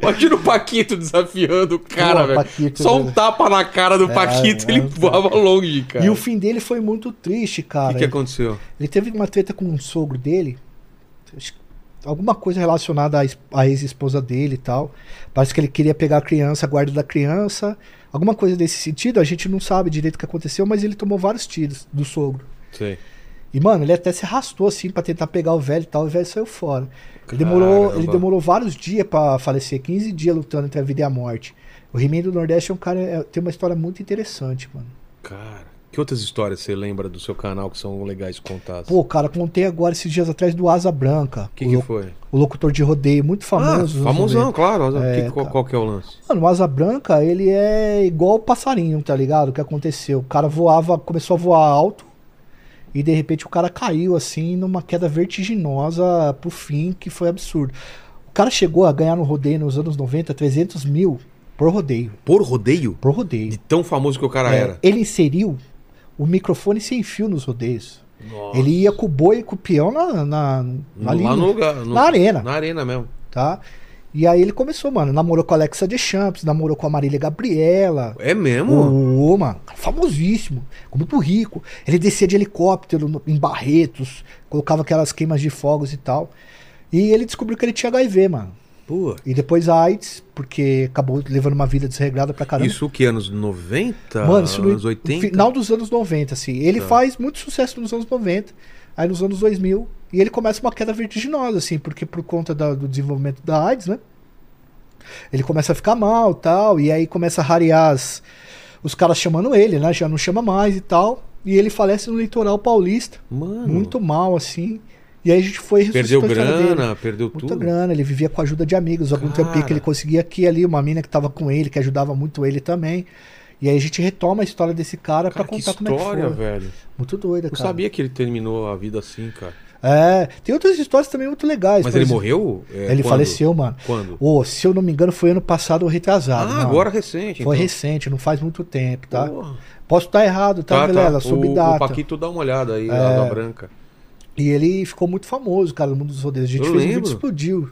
Imagina o Paquito desafiando o cara, Pô, velho. Paquito, Só um velho. tapa na cara do Paquito, é, ele é. voava longe, cara. E o fim dele foi muito triste, O cara. que, que aconteceu? Ele teve uma treta com um sogro dele, acho que alguma coisa relacionada à es- à ex-esposa dele e tal. Parece que ele queria pegar a criança, a guarda da criança, alguma coisa desse sentido. A gente não sabe direito o que aconteceu, mas ele tomou vários tiros do sogro. Sei. E, mano, ele até se arrastou assim pra tentar pegar o velho e tal, e o velho saiu fora. Ele demorou, Caramba. ele demorou vários dias pra falecer, 15 dias lutando entre a vida e a morte. O he do Nordeste é um cara, é- tem uma história muito interessante, mano. Cara, que outras histórias você lembra do seu canal que são legais contadas? Pô, cara, contei agora esses dias atrás do Asa Branca. o que, o que lou- foi? o locutor de rodeio, muito famoso. ah, nos famosão, 90. claro. É, Que- qual, cara. qual que é o lance? Mano, o Asa Branca, ele é igual o passarinho, tá ligado? O que aconteceu? O cara voava, começou a voar alto e de repente o cara caiu assim numa queda vertiginosa pro fim, que foi absurdo. O cara chegou a ganhar no rodeio nos anos 90 300 mil por rodeio, Por rodeio? por De rodeio. tão famoso que o cara É, era. ele inseriu o microfone sem fio nos rodeios. Nossa. Ele ia com o boi e com o peão na, na, na, ali lá no- no lugar. no- na arena. Na arena mesmo. tá? E aí ele começou, mano. Namorou com a Alexa de Champs, namorou com a Marília Gabriela. É mesmo? Ô, mano, cara famosíssimo, ficou muito rico. Ele descia de helicóptero no- em Barretos, colocava aquelas queimas de fogos e tal. E ele descobriu que ele tinha HIV, mano. Pô. E depois a AIDS, porque acabou levando uma vida desregrada pra caramba. Isso que anos 90? Mano, isso no Tá, anos 80? final dos anos 90, assim. Ele Tá. faz muito sucesso nos anos 90, aí nos anos 2000, e ele começa uma queda vertiginosa, assim, porque por conta da- do desenvolvimento da AIDS, né? Ele começa a ficar mal tal, e aí começa a rarear as- os caras chamando ele, né? Já não chama mais e tal. E ele falece no litoral paulista, Mano. muito mal, assim. E aí a gente foi Perdeu ressuscitou a história dele. grana, perdeu Muita tudo. grana, ele vivia com a ajuda de amigos, algum Cara. trampinho que ele conseguia aqui e ali, uma mina que tava com ele, que ajudava muito ele também. E aí a gente retoma a história desse cara, Cara, pra que contar como é história, que foi. velho. Muito doida, Não cara. sabia que ele terminou a vida assim, cara. É, tem outras histórias também muito legais. Mas por ele exemplo- morreu? É, ele quando? faleceu, mano. Quando? Ô, se eu não me engano, foi ano passado ou retrasado. Ah, mano. agora recente. Foi então. recente, não faz muito tempo, tá? Porra. Posso estar errado, tá, Vilela? Sob o, o data. É. Paquito dá uma olhada aí, lá da branca. E ele ficou muito famoso, cara, no mundo dos rodeios. A gente Eu fez um lembro. vídeo e explodiu.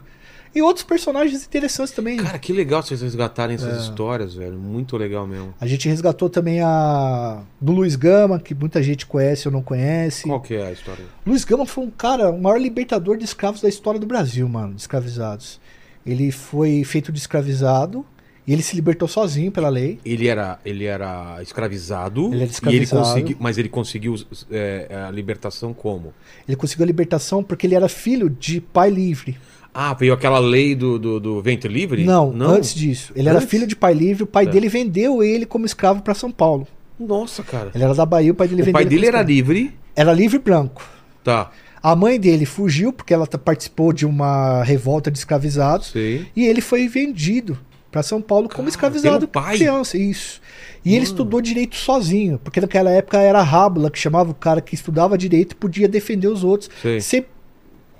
E outros personagens interessantes também. Cara, que legal vocês resgatarem É. essas histórias, velho. Muito legal mesmo. A gente resgatou também a do Luiz Gama, que muita gente conhece ou não conhece. Qual que é a história? Luiz Gama foi um cara, o maior libertador de escravos da história do Brasil, mano, de escravizados. Ele foi feito de escravizado e ele se libertou sozinho pela lei. Ele era, ele era escravizado, Ele é era e ele escravizado. conseguiu, mas ele conseguiu é, a libertação como? Ele conseguiu a libertação porque ele era filho de pai livre. Ah, veio aquela lei do, do, do ventre livre? Não, antes disso. Ele era Antes? É. filho de pai livre, o pai dele vendeu ele como escravo pra São Paulo. Nossa, cara. Ele era da Bahia, o pai dele o vendeu pai ele dele como era escravo. livre. Era livre branco. Tá, A mãe dele fugiu porque ela t- participou de uma revolta de escravizados sei. e ele foi vendido pra São Paulo como Cara, escravizado pelo pai? criança, isso. E ele estudou direito sozinho, porque naquela época era a rábula que chamava o cara que estudava direito e podia defender os outros Sei. sem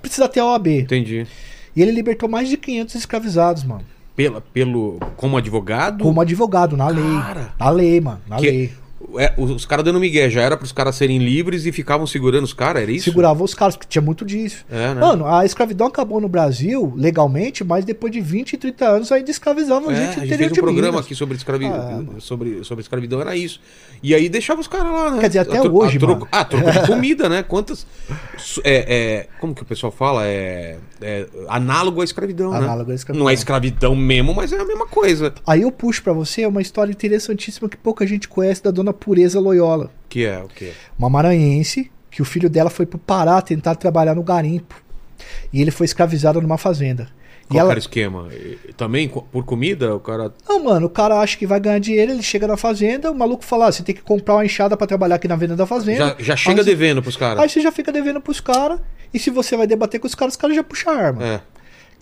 precisar ter a OAB. Entendi. E ele libertou mais de 500 escravizados, mano. Pela, pelo, como advogado? Como advogado, na lei. Cara. Na lei, mano. Na Que- lei. É, os, os caras dando migué, já era pros caras serem livres e ficavam segurando os caras, era isso? Segurava os caras, porque tinha muito disso. É, né? Mano, a escravidão acabou no Brasil legalmente, mas depois de 20, 30 anos ainda escravizavam É, gente a gente do interior fez um de programa Minas. aqui sobre, escravi... Ah, mano. sobre, sobre escravidão, era isso. E aí deixava os caras lá, né? Quer dizer, até tro- hoje, troco- mano. Ah, troco de comida, né? Quantas. su- É, é, como que o pessoal fala? É, é análogo à escravidão, Análogo à né? escravidão. Não é escravidão mesmo, mas é a mesma coisa. Aí eu puxo pra você uma história interessantíssima que pouca gente conhece da dona Pureza Loyola. Que é o quê? Uma maranhense que o filho dela foi pro Pará tentar trabalhar no garimpo. E ele foi escravizado numa fazenda. Qual é e ela... era o esquema? E- Também co- por comida, o cara. Não, mano, o cara acha que vai ganhar dinheiro, ele chega na fazenda, o maluco fala, ah, você tem que comprar uma enxada pra trabalhar aqui na venda da fazenda. Já, já chega Aí você- devendo pros Aí caras. você já fica devendo pros caras, e se você vai debater com os caras, os caras já puxam a arma. É. O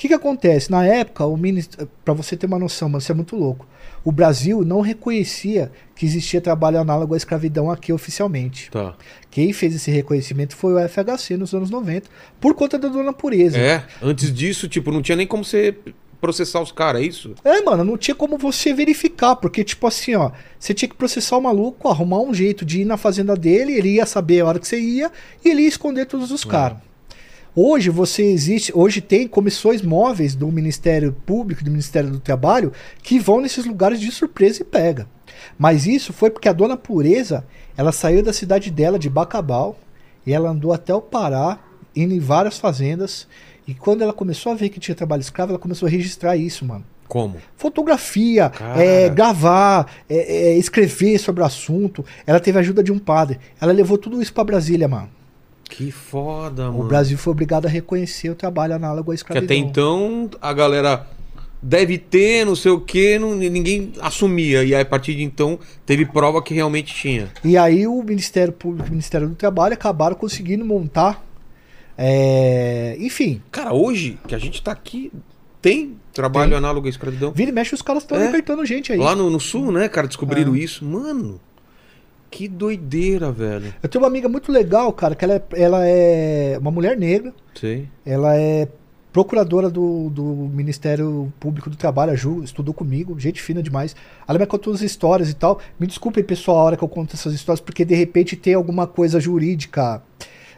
que, que acontece? Na época, o ministro. Pra você ter uma noção, mano, isso é muito louco. O Brasil não reconhecia que existia trabalho análogo à escravidão aqui oficialmente. Tá. Quem fez esse reconhecimento foi o FHC nos anos 90, por conta da Dona Pureza. É. Antes disso, tipo, não tinha nem como você processar os caras, é isso? É, mano, não tinha como você verificar, porque, tipo assim, ó, você tinha que processar o maluco, arrumar um jeito de ir na fazenda dele, ele ia saber a hora que você ia, e ele ia esconder todos os caras. Hoje você existe, hoje tem comissões móveis do Ministério Público, do Ministério do Trabalho, que vão nesses lugares de surpresa e pega. Mas isso foi porque a dona Pureza, ela saiu da cidade dela, de Bacabal, e ela andou até o Pará, indo em várias fazendas, e quando ela começou a ver que tinha trabalho escravo, ela começou a registrar isso, mano Como? fotografia, Cara. é, gravar, é, é, escrever sobre o assunto. Ela teve a ajuda de um padre. Ela levou tudo isso pra Brasília, mano. Que foda, O mano. Brasil foi obrigado a reconhecer o trabalho análogo Hum. à Que escravidão. até então a galera deve ter, não sei o que, ninguém assumia. E aí, a partir de então, teve prova que realmente tinha. E aí o Ministério Público e o Ministério do Trabalho acabaram conseguindo montar. é, enfim, Cara, hoje que a gente tá aqui, tem trabalho Tem. análogo à escravidão. vira e mexe, os caras estão É. libertando gente aí. É. Lá no, no sul, né, cara, descobriram isso. Mano, que doideira, velho. Eu tenho uma amiga muito legal, cara, que ela é, ela é uma mulher negra, Sei. ela é procuradora do, do Ministério Público do Trabalho, a Ju, estudou comigo, gente fina demais. Ela me contou as histórias e tal. Me desculpem, pessoal, a hora que eu conto essas histórias, porque de repente tem alguma coisa jurídica.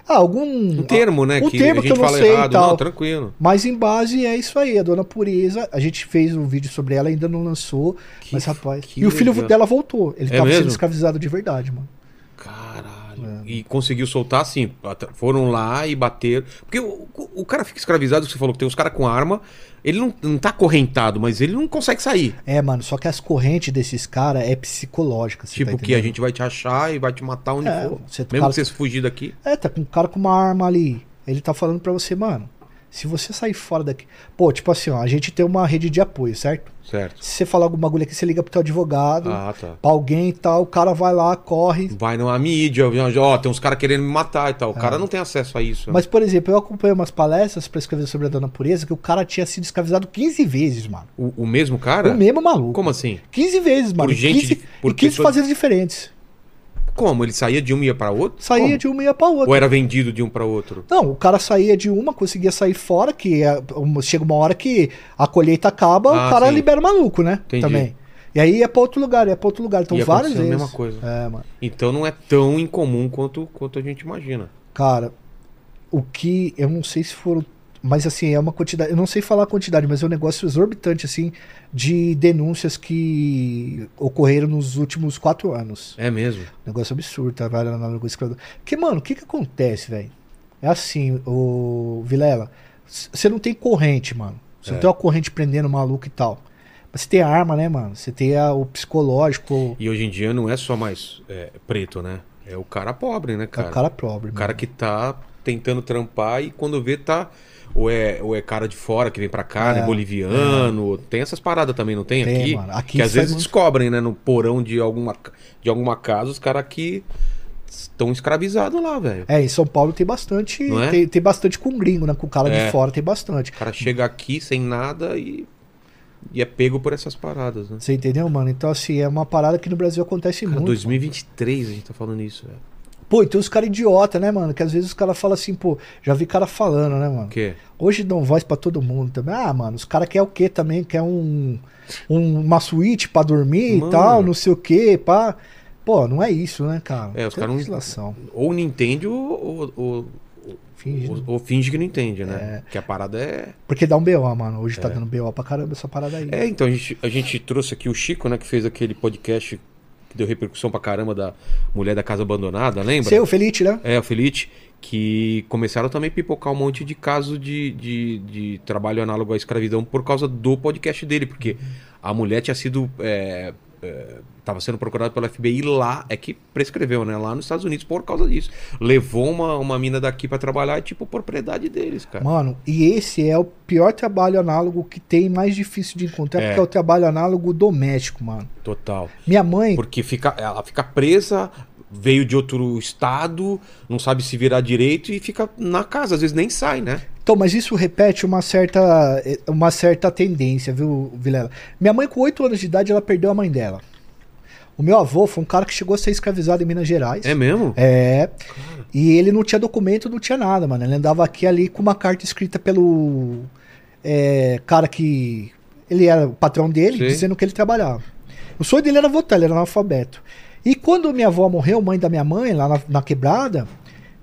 Ah, algum. Um termo, né, um que termo a que gente eu não fala sei e errado. tal. Não, tranquilo. Mas em base é isso aí, a dona Pureza. A gente fez um vídeo sobre ela, ainda não lançou. Que mas, rapaz. que E o filho legal. dela voltou. Ele É tava mesmo? sendo escravizado de verdade, mano. Caralho. É. E conseguiu soltar, assim. at- Foram lá e bateram. Porque o, o- o cara fica escravizado, que você falou que tem uns caras com arma. Ele não, não tá correntado, mas ele não consegue sair. É, mano, só que as correntes desses caras é psicológica. você tipo, tá que a entendendo? gente vai te achar e vai te matar onde É, for. você- Mesmo cara- que você se fugir daqui. É, tá com um cara com uma arma ali. Ele tá falando pra você, mano. Se você sair fora daqui. Pô, tipo assim, ó, a gente tem uma rede de apoio, certo? Certo. Se você falar algum bagulho aqui, você liga pro teu advogado, Ah, Então. tá. pra alguém e tal, o cara vai lá, corre. Vai numa mídia, ó, tem uns caras querendo me matar e tal. O cara não tem acesso a isso. né? É. Mas, por exemplo, eu acompanhei umas palestras pra escrever sobre a dona pureza que o cara tinha sido escravizado 15 vezes, mano. O, o mesmo cara? O mesmo maluco. Como assim? 15 vezes, mano. gente 15, dif- por e 15 pessoas- fazendas diferentes. Como? Ele saía de um e ia pra outro? Saía Como? de uma e ia pra outra. Ou era vendido de um pra outro? Não, o cara saía de uma, conseguia sair fora, que é- um- chega uma hora que a colheita acaba, Ah, o cara sim. libera o maluco, né? Entendi. Também. E aí ia pra outro lugar, ia pra outro lugar. Então Ia várias acontecendo vezes. a mesma coisa. É, mano. Então não é tão incomum quanto, quanto a gente imagina. Cara, o que. Eu não sei se foram. Mas assim, é uma quantidade. Eu não sei falar a quantidade, mas é um negócio exorbitante, assim, de denúncias que ocorreram nos últimos quatro anos. É mesmo. Negócio absurdo, tá? Vai lá na Lagoa Escrota. Porque, mano, o que que acontece, velho? É assim, o Vilela, c- você não tem corrente, mano. Você É. não tem uma corrente prendendo o maluco e tal. Mas você tem a arma, né, mano? Você tem a- o psicológico, E hoje em dia não é só mais é, preto, né? É o cara pobre, né, cara, cara? É o cara pobre, O mano. cara que tá tentando trampar e quando vê tá. Ou é, ou é cara de fora que vem pra cá, né? Boliviano. Tem essas paradas também, não tem, É, Tem, aqui? mano. Aqui que às sai vezes muito. descobrem, né? No porão de alguma, ca- de alguma casa, os caras que estão escravizados lá, velho. É, em São Paulo tem bastante. Não é? Tem, tem bastante com gringo, né? Com o cara É. de fora tem bastante. O cara chega aqui sem nada e. E é pego por essas paradas, né? Você entendeu, mano? Então, assim, é uma parada que no Brasil acontece Cara, muito. Ah. 2023 a gente tá falando isso, velho. Pô, e tem uns caras idiota, né, mano? Que às vezes os caras falam assim, pô, já vi cara falando, né, mano? O quê? Hoje dão voz pra todo mundo também. Ah, mano, os caras querem o quê também? Quer um, um- uma suíte pra dormir Mano. e tal, não sei o quê, pá. Pô, não é isso, né, cara? É, os Tem caras não- legislação. Ou não entende ou, ou, ou, Finge, ou- né? ou finge que não entende, né? Que a parada é. Porque dá um BO, mano. Hoje tá dando BO pra caramba essa parada aí. É, então a gente, a gente trouxe aqui o Chico, né? Que fez aquele podcast que deu repercussão pra caramba da mulher da casa abandonada, lembra? Seu, Felite, né? É, o Felite, que começaram também a pipocar um monte de casos de, de, de trabalho análogo à escravidão por causa do podcast dele, porque a mulher tinha sido. É, é, tava sendo procurada pela FBI lá, é que prescreveu, né? Lá nos Estados Unidos por causa disso. Levou uma, uma mina daqui pra trabalhar, é tipo propriedade deles, cara. Mano, e esse é o pior trabalho análogo que tem, mais difícil de encontrar, É. porque é o trabalho análogo doméstico, mano. Total. Minha mãe, Porque fica, ela fica presa, veio de outro estado, não sabe se virar direito e fica na casa, às vezes nem sai, né? Então, mas isso repete uma certa, eh, uma certa tendência, viu, Vilela? Minha mãe, com 8 anos de idade, ela perdeu a mãe dela. O meu avô foi um cara que chegou a ser escravizado em Minas Gerais. É mesmo? É. E ele não tinha documento, não tinha nada, mano. Ele andava aqui e ali com uma carta escrita pelo é, cara que. Ele era o patrão dele, Sim. dizendo que ele trabalhava. O sonho dele era votar, ele era analfabeto. E quando minha avó morreu, mãe da minha mãe, lá na, na quebrada,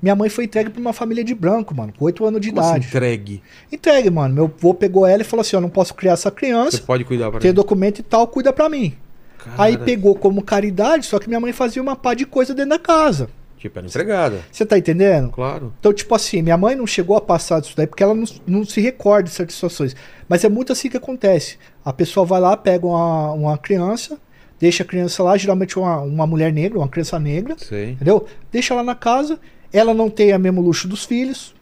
minha mãe foi entregue pra uma família de branco, mano, com 8 anos de Como assim, idade. entregue. Entregue, mano. Meu avô pegou ela e falou assim: ó, não posso criar essa Você criança, pode cuidar pra tem mim. documento e tal, cuida pra mim. Cara, Aí pegou como caridade, só que minha mãe fazia uma pá de coisa dentro da casa. Tipo, era entregada. Você tá entendendo? Claro. Então, tipo assim, minha mãe não chegou a passar disso daí porque ela não, não se recorda de certas situações. Mas é muito assim que acontece. A pessoa vai lá, pega uma, uma criança, deixa a criança lá, geralmente uma, uma mulher negra, uma criança negra, Sei. entendeu? Deixa ela na casa, ela não tem o mesmo luxo dos filhos,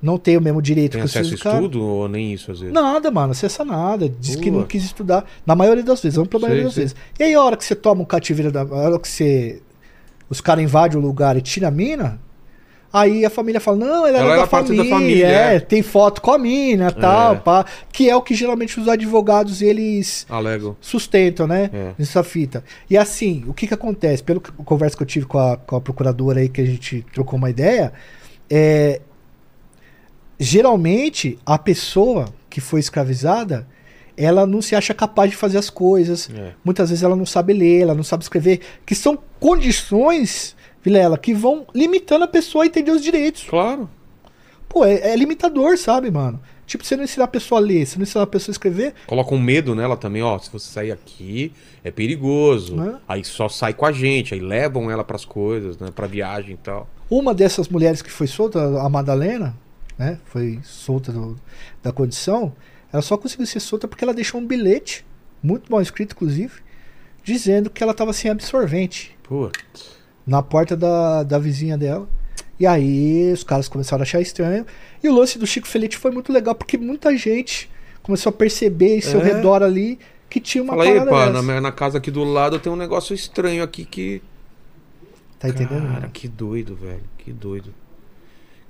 não tem o mesmo direito Tem que os filhos acesso a do assim, cara. estudo ou nem isso às vezes? Nada, mano, acessa nada. Diz que não Boa. quis estudar. Na maioria das vezes, vamos pra Sei, maioria das sei. vezes. E aí, a hora que você toma um cativeiro, da, a hora que você. Os caras invadem o lugar e tiram a mina. Aí a família fala: não, ela, Ela era era da parte da família. família, é, é. tem foto com a mina tal, É. pá. Que é o que geralmente os advogados eles Alego. sustentam, né? É. Nessa fita. E assim, o que que acontece? Pelo que- conversa que eu tive com a, com a procuradora aí, que a gente trocou uma ideia, é, geralmente a pessoa que foi escravizada, ela não se acha capaz de fazer as coisas. É. Muitas vezes ela não sabe ler, ela não sabe escrever, que são condições, Vilela, que vão limitando a pessoa a entender os direitos. Claro. Pô, é, é limitador, sabe, mano? Tipo, você não ensinar a pessoa a ler, você não ensinar a pessoa a escrever, Coloca um medo nela também, ó. Se você sair aqui, é perigoso. Né? Aí só sai com a gente, aí levam ela pras coisas, né? Pra viagem e tal. Uma dessas mulheres que foi solta, a Madalena, né? Foi solta do- da condição, ela só conseguiu ser solta porque ela deixou um bilhete, muito mal escrito, inclusive, dizendo que ela estava sem absorvente Putz. na porta da, da vizinha dela. E aí os caras começaram a achar estranho. E o lance do Chico Felete foi muito legal, porque muita gente começou a perceber em seu É. redor ali que tinha uma Fala aí, pá, dessa. na, minha- na casa aqui do lado tem um negócio estranho aqui que. Tá entendendo? Cara, que doido, velho. Que doido.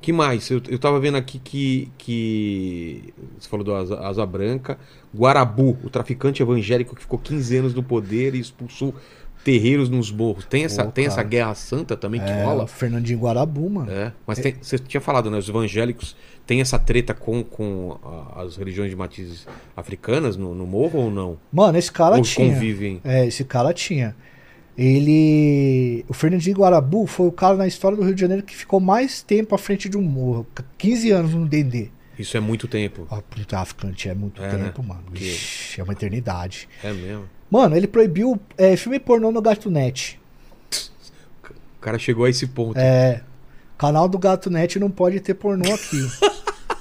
Que mais? Eu, eu tava vendo aqui que, que. Você falou do Asa, Asa Branca. Guarabu, o traficante evangélico que ficou 15 anos no poder e expulsou terreiros nos morros. Tem essa, Pô, tem essa cara. guerra santa também que É, rola? o Fernandinho Guarabu, mano. É, mas tem- você tinha falado, né? Os evangélicos têm essa treta com, com a- as religiões de matizes africanas no, no morro ou não? Mano, esse cara ou tinha. convivem? É, esse cara tinha. Ele. O Fernandinho Guarabu foi o cara na história do Rio de Janeiro que ficou mais tempo à frente de um morro. 15 anos no Dendê. Isso é muito tempo. Ó, pro traficante é muito É, tempo, né? mano. Que- Ixi, é uma eternidade. É mesmo. Mano, ele proibiu é, filme pornô no Gato Net. O cara chegou a esse ponto. É. Canal do Gato Net não pode ter pornô aqui.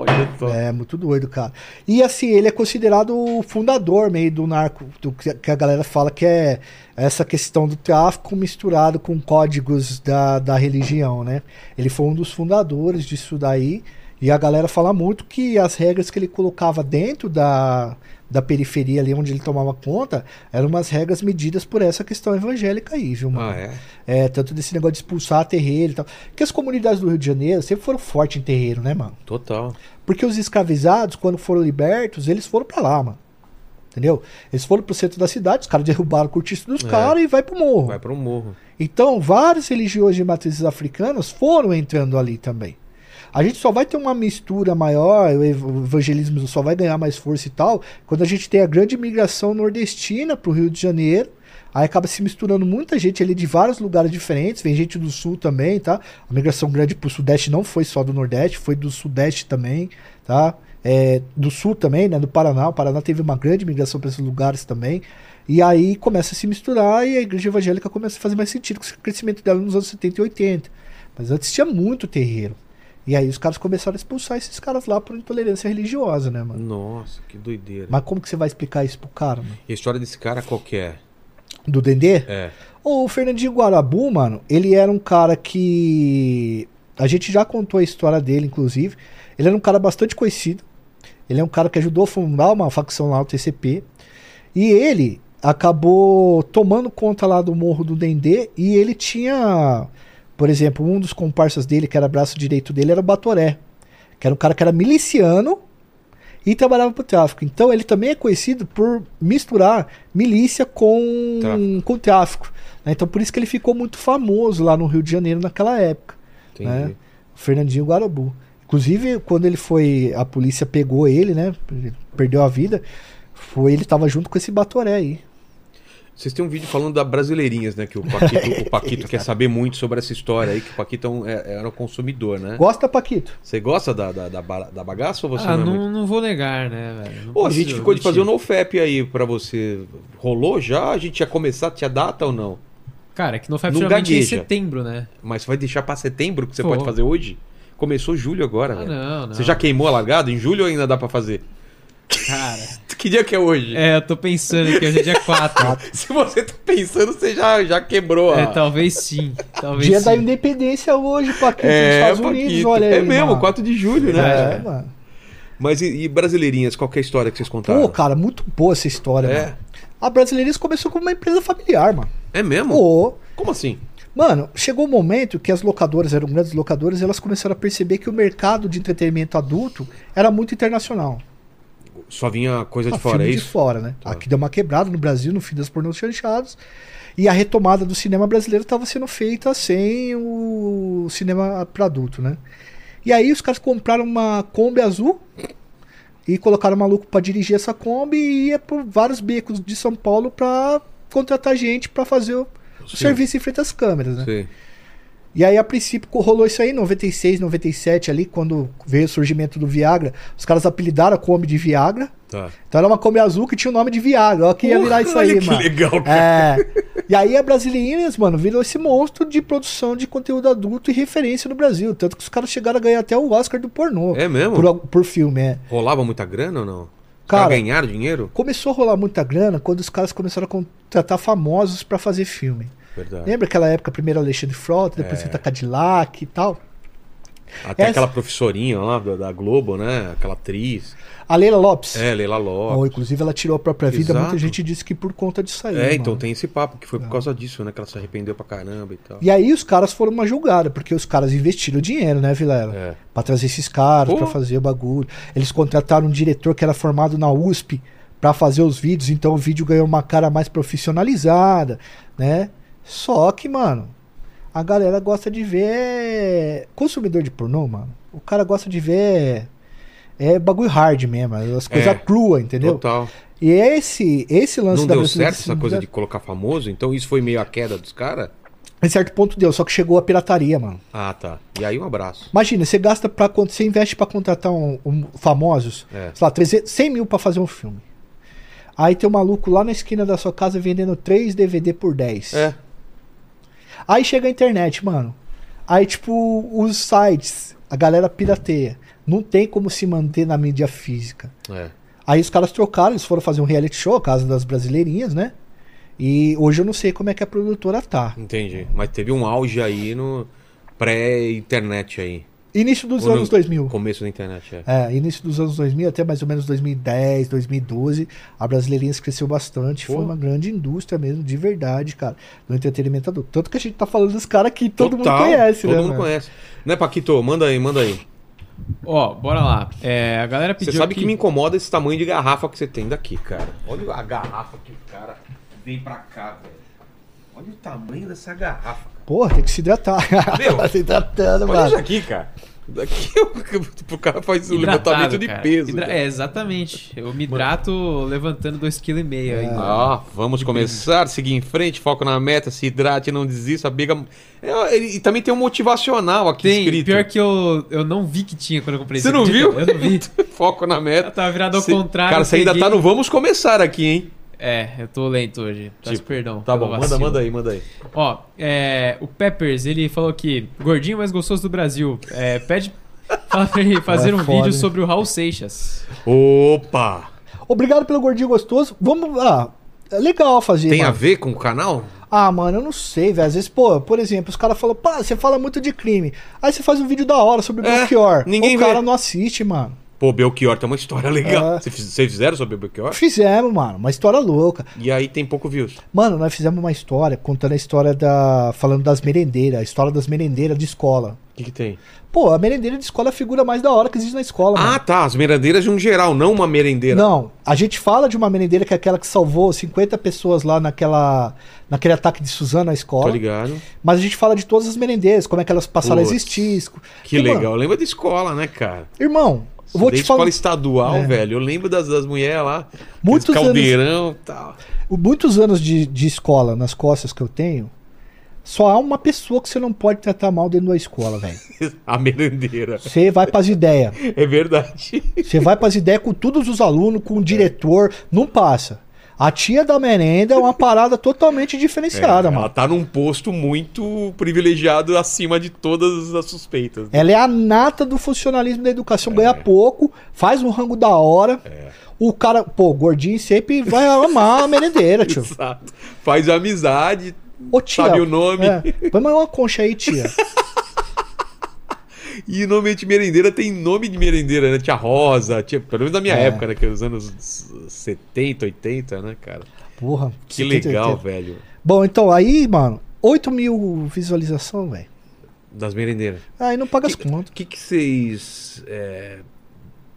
Olha só. É, muito doido, cara. E assim, ele é considerado o fundador meio do narco, do que que a galera fala que é essa questão do tráfico misturado com códigos da, da religião, né? Ele foi um dos fundadores disso daí. E a galera fala muito que as regras que ele colocava dentro da, da periferia ali onde ele tomava conta eram umas regras medidas por essa questão evangélica aí, viu, mano? Ah, é? É, tanto desse negócio de expulsar terreiro e tal. Porque as comunidades do Rio de Janeiro sempre foram fortes em terreiro, né, mano? Total. Porque os escravizados, quando foram libertos, eles foram pra lá, mano. Entendeu? Eles foram pro centro da cidade, os caras derrubaram o cortiço dos É. caras e vai pro morro. Vai para um morro. Então, várias religiões de matrizes africanas foram entrando ali também. A gente só vai ter uma mistura maior, o ev- o evangelismo só vai ganhar mais força e tal, quando a gente tem a grande migração nordestina pro Rio de Janeiro. Aí acaba se misturando muita gente ali de vários lugares diferentes, vem gente do sul também, tá? A migração grande pro sudeste não foi só do nordeste, foi do sudeste também, tá? É, do sul também, né? Do Paraná. O Paraná teve uma grande migração para esses lugares também. E aí começa a se misturar e a igreja evangélica começa a fazer mais sentido com o crescimento dela nos anos 70 e 80. Mas antes tinha muito terreiro. E aí os caras começaram a expulsar esses caras lá por intolerância religiosa, né, mano? Nossa, que doideira. Mas como que você vai explicar isso pro cara, mano? E a história desse cara qual que é? Do Dendê? É. O Fernandinho Guarabu, mano, ele era um cara que. A gente já contou a história dele, inclusive. Ele era um cara bastante conhecido. Ele é um cara que ajudou a fundar uma facção lá, o TCP. E ele acabou tomando conta lá do Morro do Dendê. E ele tinha, por exemplo, um dos comparsas dele, que era braço direito dele, era o Batoré. Que era um cara que era miliciano e trabalhava pro tráfico. Então ele também é conhecido por misturar milícia com Tráfico. com tráfico. né? Então por isso que ele ficou muito famoso lá no Rio de Janeiro naquela época. Entendi. Fernandinho Guarabu. Inclusive, quando ele foi. A polícia pegou ele, né? ele Perdeu a vida. Foi, ele tava junto com esse Batoré aí. Vocês têm um vídeo falando da Brasileirinhas, né? Que o Paquito, o Paquito quer saber muito sobre essa história aí, que o Paquito é um- é- era um consumidor, né? Gosta, Paquito? Você gosta da, da, da, ba- da bagaça ou você ah, não é não, muito? não vou negar, né, velho? Não Pô, a gente posso ficou de fazer o mentir. NoFap aí pra você. Rolou já? A gente ia começar? Tinha data ou não? Cara, é que NoFap Não geralmente é em um gagueja. setembro, né? Mas vai deixar pra setembro que você Pô. pode fazer hoje? Começou julho agora, Ah, velho. não, não. É. Você já queimou a largada? Em julho ainda dá pra fazer? Cara. Que dia que é hoje? É, eu tô pensando que hoje é dia 4. Se você tá pensando, você já, já quebrou a... é, talvez sim. Talvez Dia sim. da independência hoje, Paquito. nos É, Estados Paquito. Unidos, olha aí. é mesmo, mano. 4 de julho, né? É, mano. Mas e, e brasileirinhas, qual que é a história que vocês contaram? Pô, cara, muito boa essa história, É. mano. A Brasileiris começou como uma empresa familiar, mano. É mesmo? Pô. Como assim? Mano, chegou um momento que as locadoras eram grandes locadoras e elas começaram a perceber que o mercado de entretenimento adulto era muito internacional. Só vinha coisa de Ah, fora, é filme isso? de fora, né? Tá. Aqui deu uma quebrada no Brasil, no fim das pornôs chanchados. E a retomada do cinema brasileiro estava sendo feita sem o cinema para adulto, né? E aí os caras compraram uma Kombi azul e colocaram o maluco para dirigir essa Kombi e ia por vários becos de São Paulo para contratar gente para fazer o, o Sim. serviço em frente às câmeras, né? Sei. E aí, a princípio, co- rolou isso aí, 96, 97, ali, quando veio o surgimento do Viagra. Os caras apelidaram a Kombi de Viagra. Tá. Então era uma Kombi azul que tinha o nome de Viagra. Olha que ia virar isso Olha aí, que mano. legal, cara. É. E aí a Brasileirinhas, mano, virou esse monstro de produção de conteúdo adulto e referência no Brasil. Tanto que os caras chegaram a ganhar até o Oscar do pornô. É mesmo? Por, al- por filme, é. Rolava muita grana ou não? Cara- pra ganhar dinheiro? Começou a rolar muita grana quando os caras começaram a contratar famosos pra fazer filme. Verdade. Lembra aquela época, primeiro Alexandre Frota, É. depois Rita Cadillac e tal? Até Essa- aquela professorinha lá da, da Globo, né? Aquela atriz. A Leila Lopes. É, Leila Lopes. Bom, inclusive ela tirou a própria vida, Exato. muita gente disse que por conta disso aí. é, mano. É. então tem esse papo, que foi por causa disso, né? Que ela se arrependeu pra caramba e tal. E aí os caras foram uma julgada, porque os caras investiram dinheiro, né, Vilela? É. Pra trazer esses caras, Pô. pra fazer o bagulho. Eles contrataram um diretor que era formado na USP pra fazer os vídeos, então o vídeo ganhou uma cara mais profissionalizada, né? Só que, mano, a galera gosta de ver consumidor de pornô, mano. O cara gosta de ver é bagulho hard mesmo, as coisas É. cruas, entendeu? Total. E é esse esse lance Não da deu versão certo essa coisa da- de colocar famoso? Então isso foi meio a queda dos caras? Em certo ponto deu, só que chegou a pirataria, mano. Ah, tá. E aí um abraço. Imagina, você gasta para você investe pra contratar um, um- famosos, É. sei lá, 300, 100 mil pra fazer um filme. Aí tem um maluco lá na esquina da sua casa vendendo 3 DVD por 10. É. Aí chega a internet, mano. Aí, tipo, os sites, a galera pirateia. Não tem como se manter na mídia física. É. Aí os caras trocaram, eles foram fazer um reality show, Casa das Brasileirinhas, né? E hoje eu não sei como é que a produtora tá. Entendi. Mas teve um auge aí no pré-internet aí. Início dos Ou no- anos 2000. Começo da internet, é. É, início dos anos 2000 até mais ou menos 2010, 2012, a Brasileirinhas cresceu bastante, foi Pô. uma grande indústria mesmo, de verdade, cara, do entretenimento adulto. Tanto que a gente tá falando dos caras que todo Total, mundo conhece, Todo né? mundo mano? conhece. Né, Paquito? Manda aí, manda aí. Ó, bora lá. É, a galera Você pediu sabe aqui- que me incomoda esse tamanho de garrafa que você tem daqui, cara. Olha a garrafa que o cara veio pra cá, velho. Olha o tamanho dessa garrafa. cara. Porra, tem que se hidratar. Meu, tá se hidratando, Olha isso mano. aqui, cara. Daqui o, o cara faz o Hidratado, levantamento de cara. peso. Hidra- cara. É, exatamente. Eu me hidrato levantando 2,5kg ainda. Ah, vamos começar, seguir em frente, foco na meta, se hidrate, não desista, briga. É, ele- E também tem um motivacional aqui Tem, escrito. pior que eu, eu não vi que tinha quando eu comprei Você esse não aqui, viu? Eu não vi. Foco na Eu meta. tava virado ao Se- contrário. Cara, você ainda peguei- tá no vamos começar aqui, hein? É, eu tô lento hoje. Peço Tipo, perdão. Tá pelo bom, manda, vacilo. manda aí, manda aí. Ó, é, o Peppers, ele falou aqui, gordinho mais gostoso do Brasil, é, pede fala pra ele fazer É um foda. vídeo sobre o Raul Seixas. Opa! Obrigado pelo gordinho gostoso. Vamos. Ah, é legal fazer. Tem a mano. ver com o canal? Ah, mano, eu não sei, velho. Às vezes, pô, por exemplo, os caras falam, pá, você fala muito de crime. Aí você faz um vídeo da hora sobre É, Belchior. ninguém o vê. cara não assiste, mano. Pô, Belchior tem uma história legal. É. Vocês fiz- vocês fizeram sobre o Belchior? Fizemos, mano, uma história louca. E aí tem pouco views. Mano, nós fizemos uma história contando a história da. falando das merendeiras, a história das merendeiras de escola. O que, que tem? Pô, a merendeira de escola é a figura mais da hora que existe na escola, Ah, mano. tá. As merendeiras de um geral, não uma merendeira. Não, a gente fala de uma merendeira que é aquela que salvou 50 pessoas lá naquela, naquele ataque de Suzano na Tá escola. ligado? Mas a gente fala de todas as merendeiras, como é que elas passaram Putz, a existir. esco- Que E, mano, legal. Lembra de escola, né, cara? irmão, eu vou Estudei te falar. escola estadual, É. velho. Eu lembro das, das mulheres lá. Muitos aqueles caldeirão e tal. Muitos anos de, de escola nas costas que eu tenho, só há uma pessoa que você não pode tratar mal dentro da escola, velho. A merendeira. Você vai pras ideias. É verdade. Você vai pras ideias com todos os alunos, com o diretor, não passa. A tia da merenda é uma parada totalmente diferenciada, ela mano. tá num posto muito privilegiado acima de todas as suspeitas. Ela é a nata do funcionalismo da É. educação, ganha pouco, faz um rango da hora. O cara, pô, o gordinho sempre vai amar a merendeira, tio. Exato. Faz amizade. Ô, tia. Sabe o nome? É, põe mais uma concha aí, tia. E normalmente merendeira tem nome de merendeira, né? Tia Rosa, tia, pelo menos na minha É. época, né? Que é os anos 70, 80, né, cara? Porra. Que 70, legal, 80. velho. Bom, então aí, mano, 8 mil visualização, velho. Das merendeiras. Aí não paga as Que- contas. O que, que vocês. é,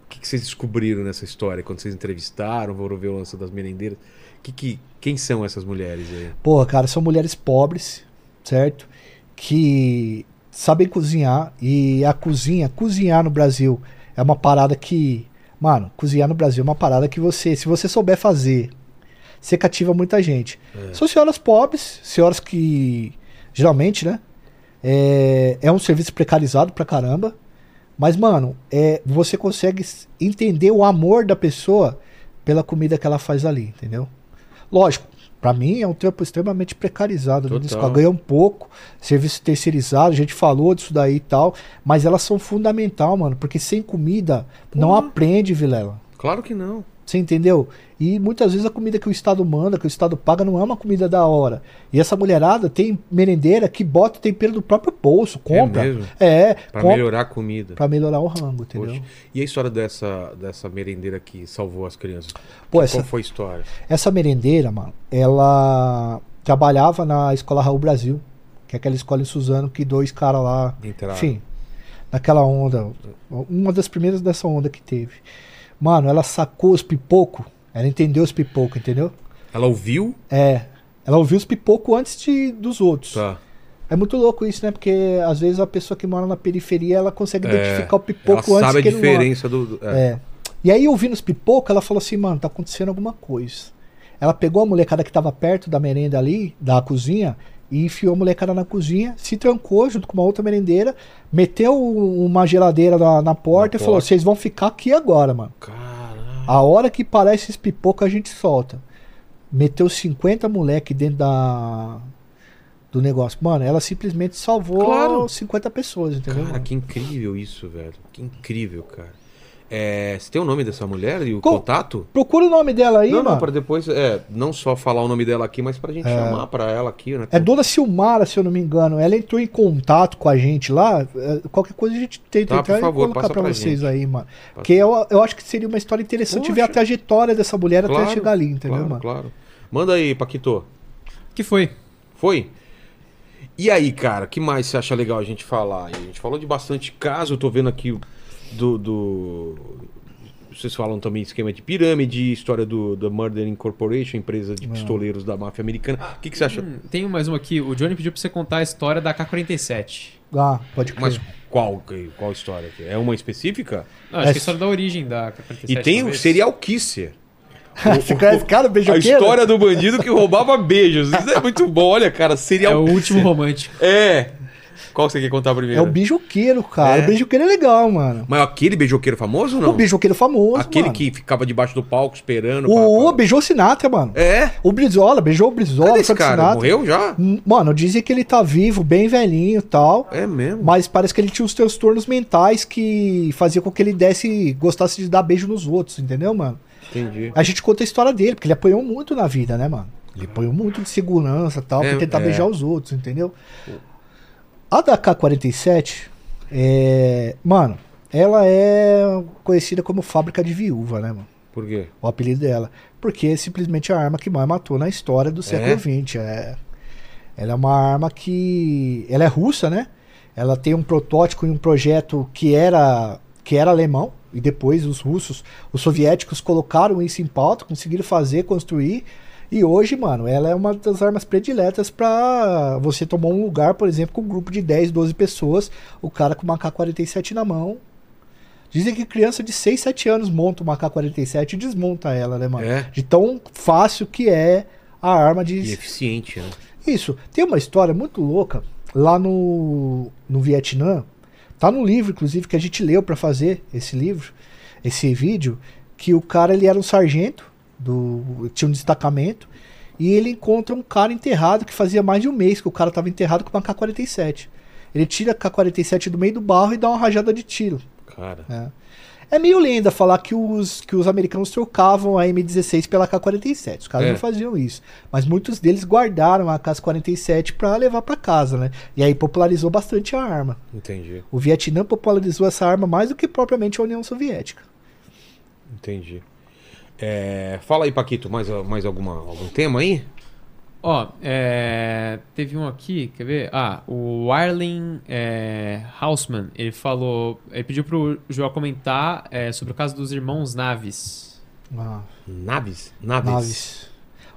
o que, que vocês descobriram nessa história? Quando vocês entrevistaram, foram ver o lance das merendeiras. Que, que, quem são essas mulheres aí? Porra, cara, são mulheres pobres, certo? Que sabem cozinhar e a cozinha, cozinhar no Brasil é uma parada que, mano, cozinhar no Brasil é uma parada que você, se você souber fazer, você cativa muita gente. São senhoras pobres, senhoras que geralmente, né? É, é um serviço precarizado pra caramba. Mas, mano, é, você consegue s- entender o amor da pessoa pela comida que ela faz ali, entendeu? Lógico, pra mim é um trampo extremamente precarizado. Né? Total. Eles ganham um pouco, serviço terceirizado, a gente falou disso daí e tal. Mas elas são fundamental, mano, porque sem comida não aprende, Vilela. Claro que não. Você entendeu? E muitas vezes a comida que o Estado manda, que o Estado paga, não é uma comida da hora. E essa mulherada tem merendeira que bota o tempero do próprio bolso, compra. mesmo? É, Pra compra melhorar a comida. pra melhorar o rango, entendeu? Poxa. E a história dessa, dessa merendeira que salvou as crianças? Pô, Qual essa, foi a história? essa merendeira, mano, ela trabalhava na escola Raul Brasil, que é aquela escola em Suzano que dois caras lá Entrar. Enfim, naquela onda, uma das primeiras dessa onda que teve. Mano, ela sacou os pipoco, ela entendeu os pipoco, entendeu? Ela ouviu? É, ela ouviu os pipoco antes de, dos outros. Tá. É muito louco isso, né? Porque às vezes a pessoa que mora na periferia, ela consegue É, identificar o Ela pipoco antes sabe a que ele mora. diferença do. do- É. É. E aí, ouvindo os pipoca, ela falou assim, mano, tá acontecendo alguma coisa. Ela pegou a molecada que tava perto da merenda ali, da cozinha, e enfiou a molecada na cozinha, se trancou junto com uma outra merendeira, meteu uma geladeira na, na porta e porta. falou: vocês vão ficar aqui agora, mano. Caralho. A hora que parar esses pipoca, a gente solta. Meteu 50 moleque dentro da. Do negócio. Mano, ela simplesmente salvou Claro. 50 pessoas, entendeu? Cara, mano? que incrível isso, velho. Que incrível, cara. É, você tem o nome dessa mulher e o Co- contato? Procura o nome dela aí, não, mano. não, pra depois. É, não só falar o nome dela aqui, mas pra gente chamar pra ela aqui, né? É Dona Silmara, se eu não me engano. Ela entrou em contato com a gente lá. É, Qualquer coisa a gente tenta Tá, entrar por favor, e colocar passa pra pra vocês gente. aí, mano. Porque eu, eu acho que seria uma história interessante ver a Poxa. trajetória dessa mulher até chegar ali, entendeu, claro, mano? Claro. Manda aí, Paquito. Que foi? Foi? E aí, cara, que mais você acha legal a gente falar? A gente falou de bastante caso, eu tô vendo aqui o- do. do... Vocês falam também esquema de pirâmide, história do, da Murder Incorporation, empresa de pistoleiros da máfia americana. O que, que você acha? Hum, tem mais uma aqui. O Johnny pediu pra você contar a história da K-47. Ah, pode crer. Mas qual, qual história? aqui? É uma específica? Não, acho É. que a história da origem da K-47. E tem o é talvez. serial Kisser. Você conhece, cara, A beijoqueira? história do bandido que roubava beijos. Isso é muito bom, olha, cara. É Serial o último romântico. É. Qual você quer contar primeiro? É o beijoqueiro, cara. É. O beijoqueiro é legal, mano. Mas aquele beijoqueiro famoso ou O não? beijoqueiro famoso, Aquele mano. que ficava debaixo do palco esperando. pra- O, o pra- beijou o Sinatra, mano. É? O Brizola, beijou o Brizola, Cadê o esse Frank cara? Sinatra. Morreu já? Hum, Mano, dizem que ele tá vivo, bem velhinho e tal. É mesmo. Mas parece que ele tinha os transtornos mentais que fazia com que ele desse, gostasse de dar beijo nos outros, entendeu, mano? Entendi. A gente conta a história dele, porque ele apanhou muito na vida, né, mano? Ele apanhou muito de segurança e tal, É, pra tentar é. beijar os outros, entendeu? A da K-47, é... mano, ela é conhecida como fábrica de viúva, né, mano? Por quê? o apelido dela. Porque é simplesmente a arma que mais matou na história do século É? XX. É. Ela é uma arma que. Ela é russa, né? Ela tem um protótipo e um projeto que era, que era alemão. E depois os russos, os soviéticos colocaram isso em pauta, conseguiram fazer, construir. E hoje, mano, ela é uma das armas prediletas pra você tomar um lugar, por exemplo, com um grupo de 10, 12 pessoas, o cara com uma K-47 na mão. Dizem que criança de 6, 7 anos monta uma K-47 e desmonta ela, né, mano? É. De tão fácil que é a arma de. E eficiente, né? Isso. Tem uma história muito louca lá no, no Vietnã. Tá no livro, inclusive, que a gente leu pra fazer esse livro, esse vídeo, que o cara ele era um sargento, do, tinha um destacamento, e ele encontra um cara enterrado que fazia mais de um mês que o cara tava enterrado com uma K-47. Ele tira a K-47 do meio do barro e dá uma rajada de tiro. Cara. É meio lenda falar que os, que os americanos trocavam a M16 pela K-47. Os caras É. não faziam isso. Mas muitos deles guardaram a K-47 pra levar pra casa, né? E aí popularizou bastante a arma. Entendi. O Vietnã popularizou essa arma mais do que propriamente a União Soviética. Entendi. É, Fala aí, Paquito, mais, mais alguma, algum tema aí? Ó, é, teve um aqui, quer ver? Ah, o Arlen é, Hausman, ele falou, ele pediu pro Joel comentar é, sobre o caso dos irmãos Naves. Ah, Naves? Naves. naves.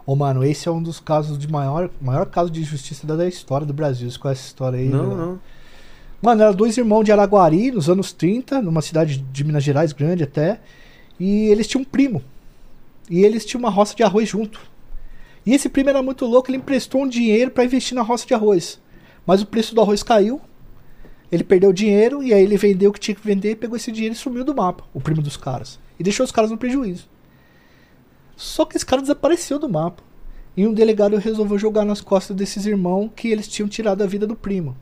Ô, mano, esse é um dos casos de maior, maior caso de injustiça da da história do Brasil. Você conhece essa história aí? né? Não, Bruno? não. Mano, eram dois irmãos de Araguari, nos anos 30, numa cidade de Minas Gerais, grande até. E eles tinham um primo. E eles tinham uma roça de arroz junto. E esse primo era muito louco, ele emprestou um dinheiro pra investir na roça de arroz. Mas o preço do arroz caiu. Ele perdeu o dinheiro e aí ele vendeu o que tinha que vender, pegou esse dinheiro e sumiu do mapa, o primo dos caras. E deixou os caras no prejuízo. Só que esse cara desapareceu do mapa. E um delegado resolveu jogar nas costas desses irmãos que eles tinham tirado a vida do primo.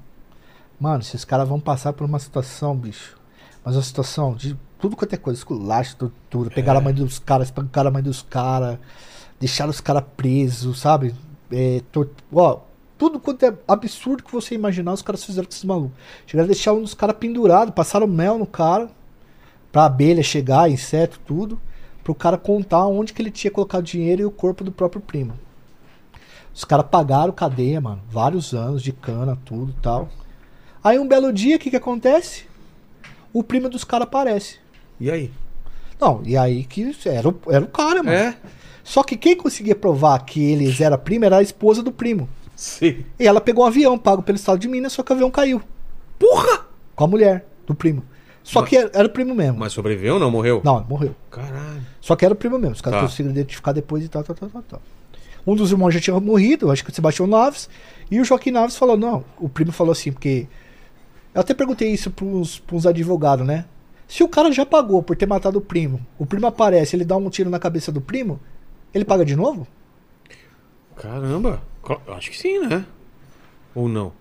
Mano, esses caras vão passar por uma situação, bicho. Mas uma situação de tudo quanto é coisa, esculacho, tortura, pegaram a mãe dos caras, espancaram a mãe dos caras, deixaram os caras presos, sabe? É, tor- ó, tudo quanto é absurdo que você imaginar, os caras fizeram com esses malucos. Chegaram a deixar um dos caras pendurado, passaram mel no cara, pra abelha chegar, inseto, tudo, pro cara contar onde que ele tinha colocado dinheiro e o corpo do próprio primo. Os caras pagaram cadeia, mano, vários anos de cana, tudo e tal. Aí um belo dia, o que que acontece? O primo dos caras aparece. E aí? Não, e aí que era o, era o cara, mano. É? Só que quem conseguia provar que eles eram primo era a esposa do primo. Sim. E ela pegou um avião pago pelo estado de Minas, só que o avião caiu. Porra! Com a mulher do primo. Só que era, era o primo mesmo. Mas sobreviveu ou não? Morreu? Não, morreu. Caralho. Só que era o primo mesmo. Os caras Tá. conseguiram identificar depois e tal, tal, tal, tal, tal. Um dos irmãos já tinha morrido, acho que o Sebastião Naves. E o Joaquim Naves falou, não. O primo falou assim, porque. Eu até perguntei isso pros, pros advogados, né? Se o cara já pagou por ter matado o primo, o primo aparece, ele dá um tiro na cabeça do primo, ele paga de novo? Caramba. Cla- eu Acho que sim, né? Ou não?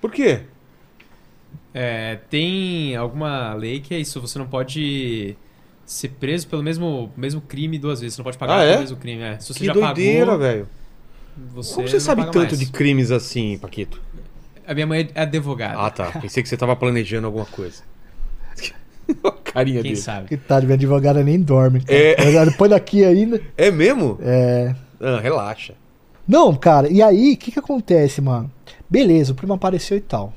Por quê? É, tem alguma lei que é isso, você não pode ser preso pelo mesmo, mesmo crime duas vezes, você não pode pagar Ah, é? pelo mesmo crime. É. Se você que já doideira, pagou, velho. você Como você não sabe paga tanto mais. de crimes assim, Paquito? A minha mãe é advogada, Ah, tá. Pensei que você tava planejando alguma coisa. A Carinha quem dele. sabe. Que tarde, tá, minha advogada nem dorme. cara. É. Mas ela Depois daqui ainda. É mesmo? É. Ah, relaxa. Não, cara, e aí, o que que acontece, mano? Beleza, o primo apareceu e tal.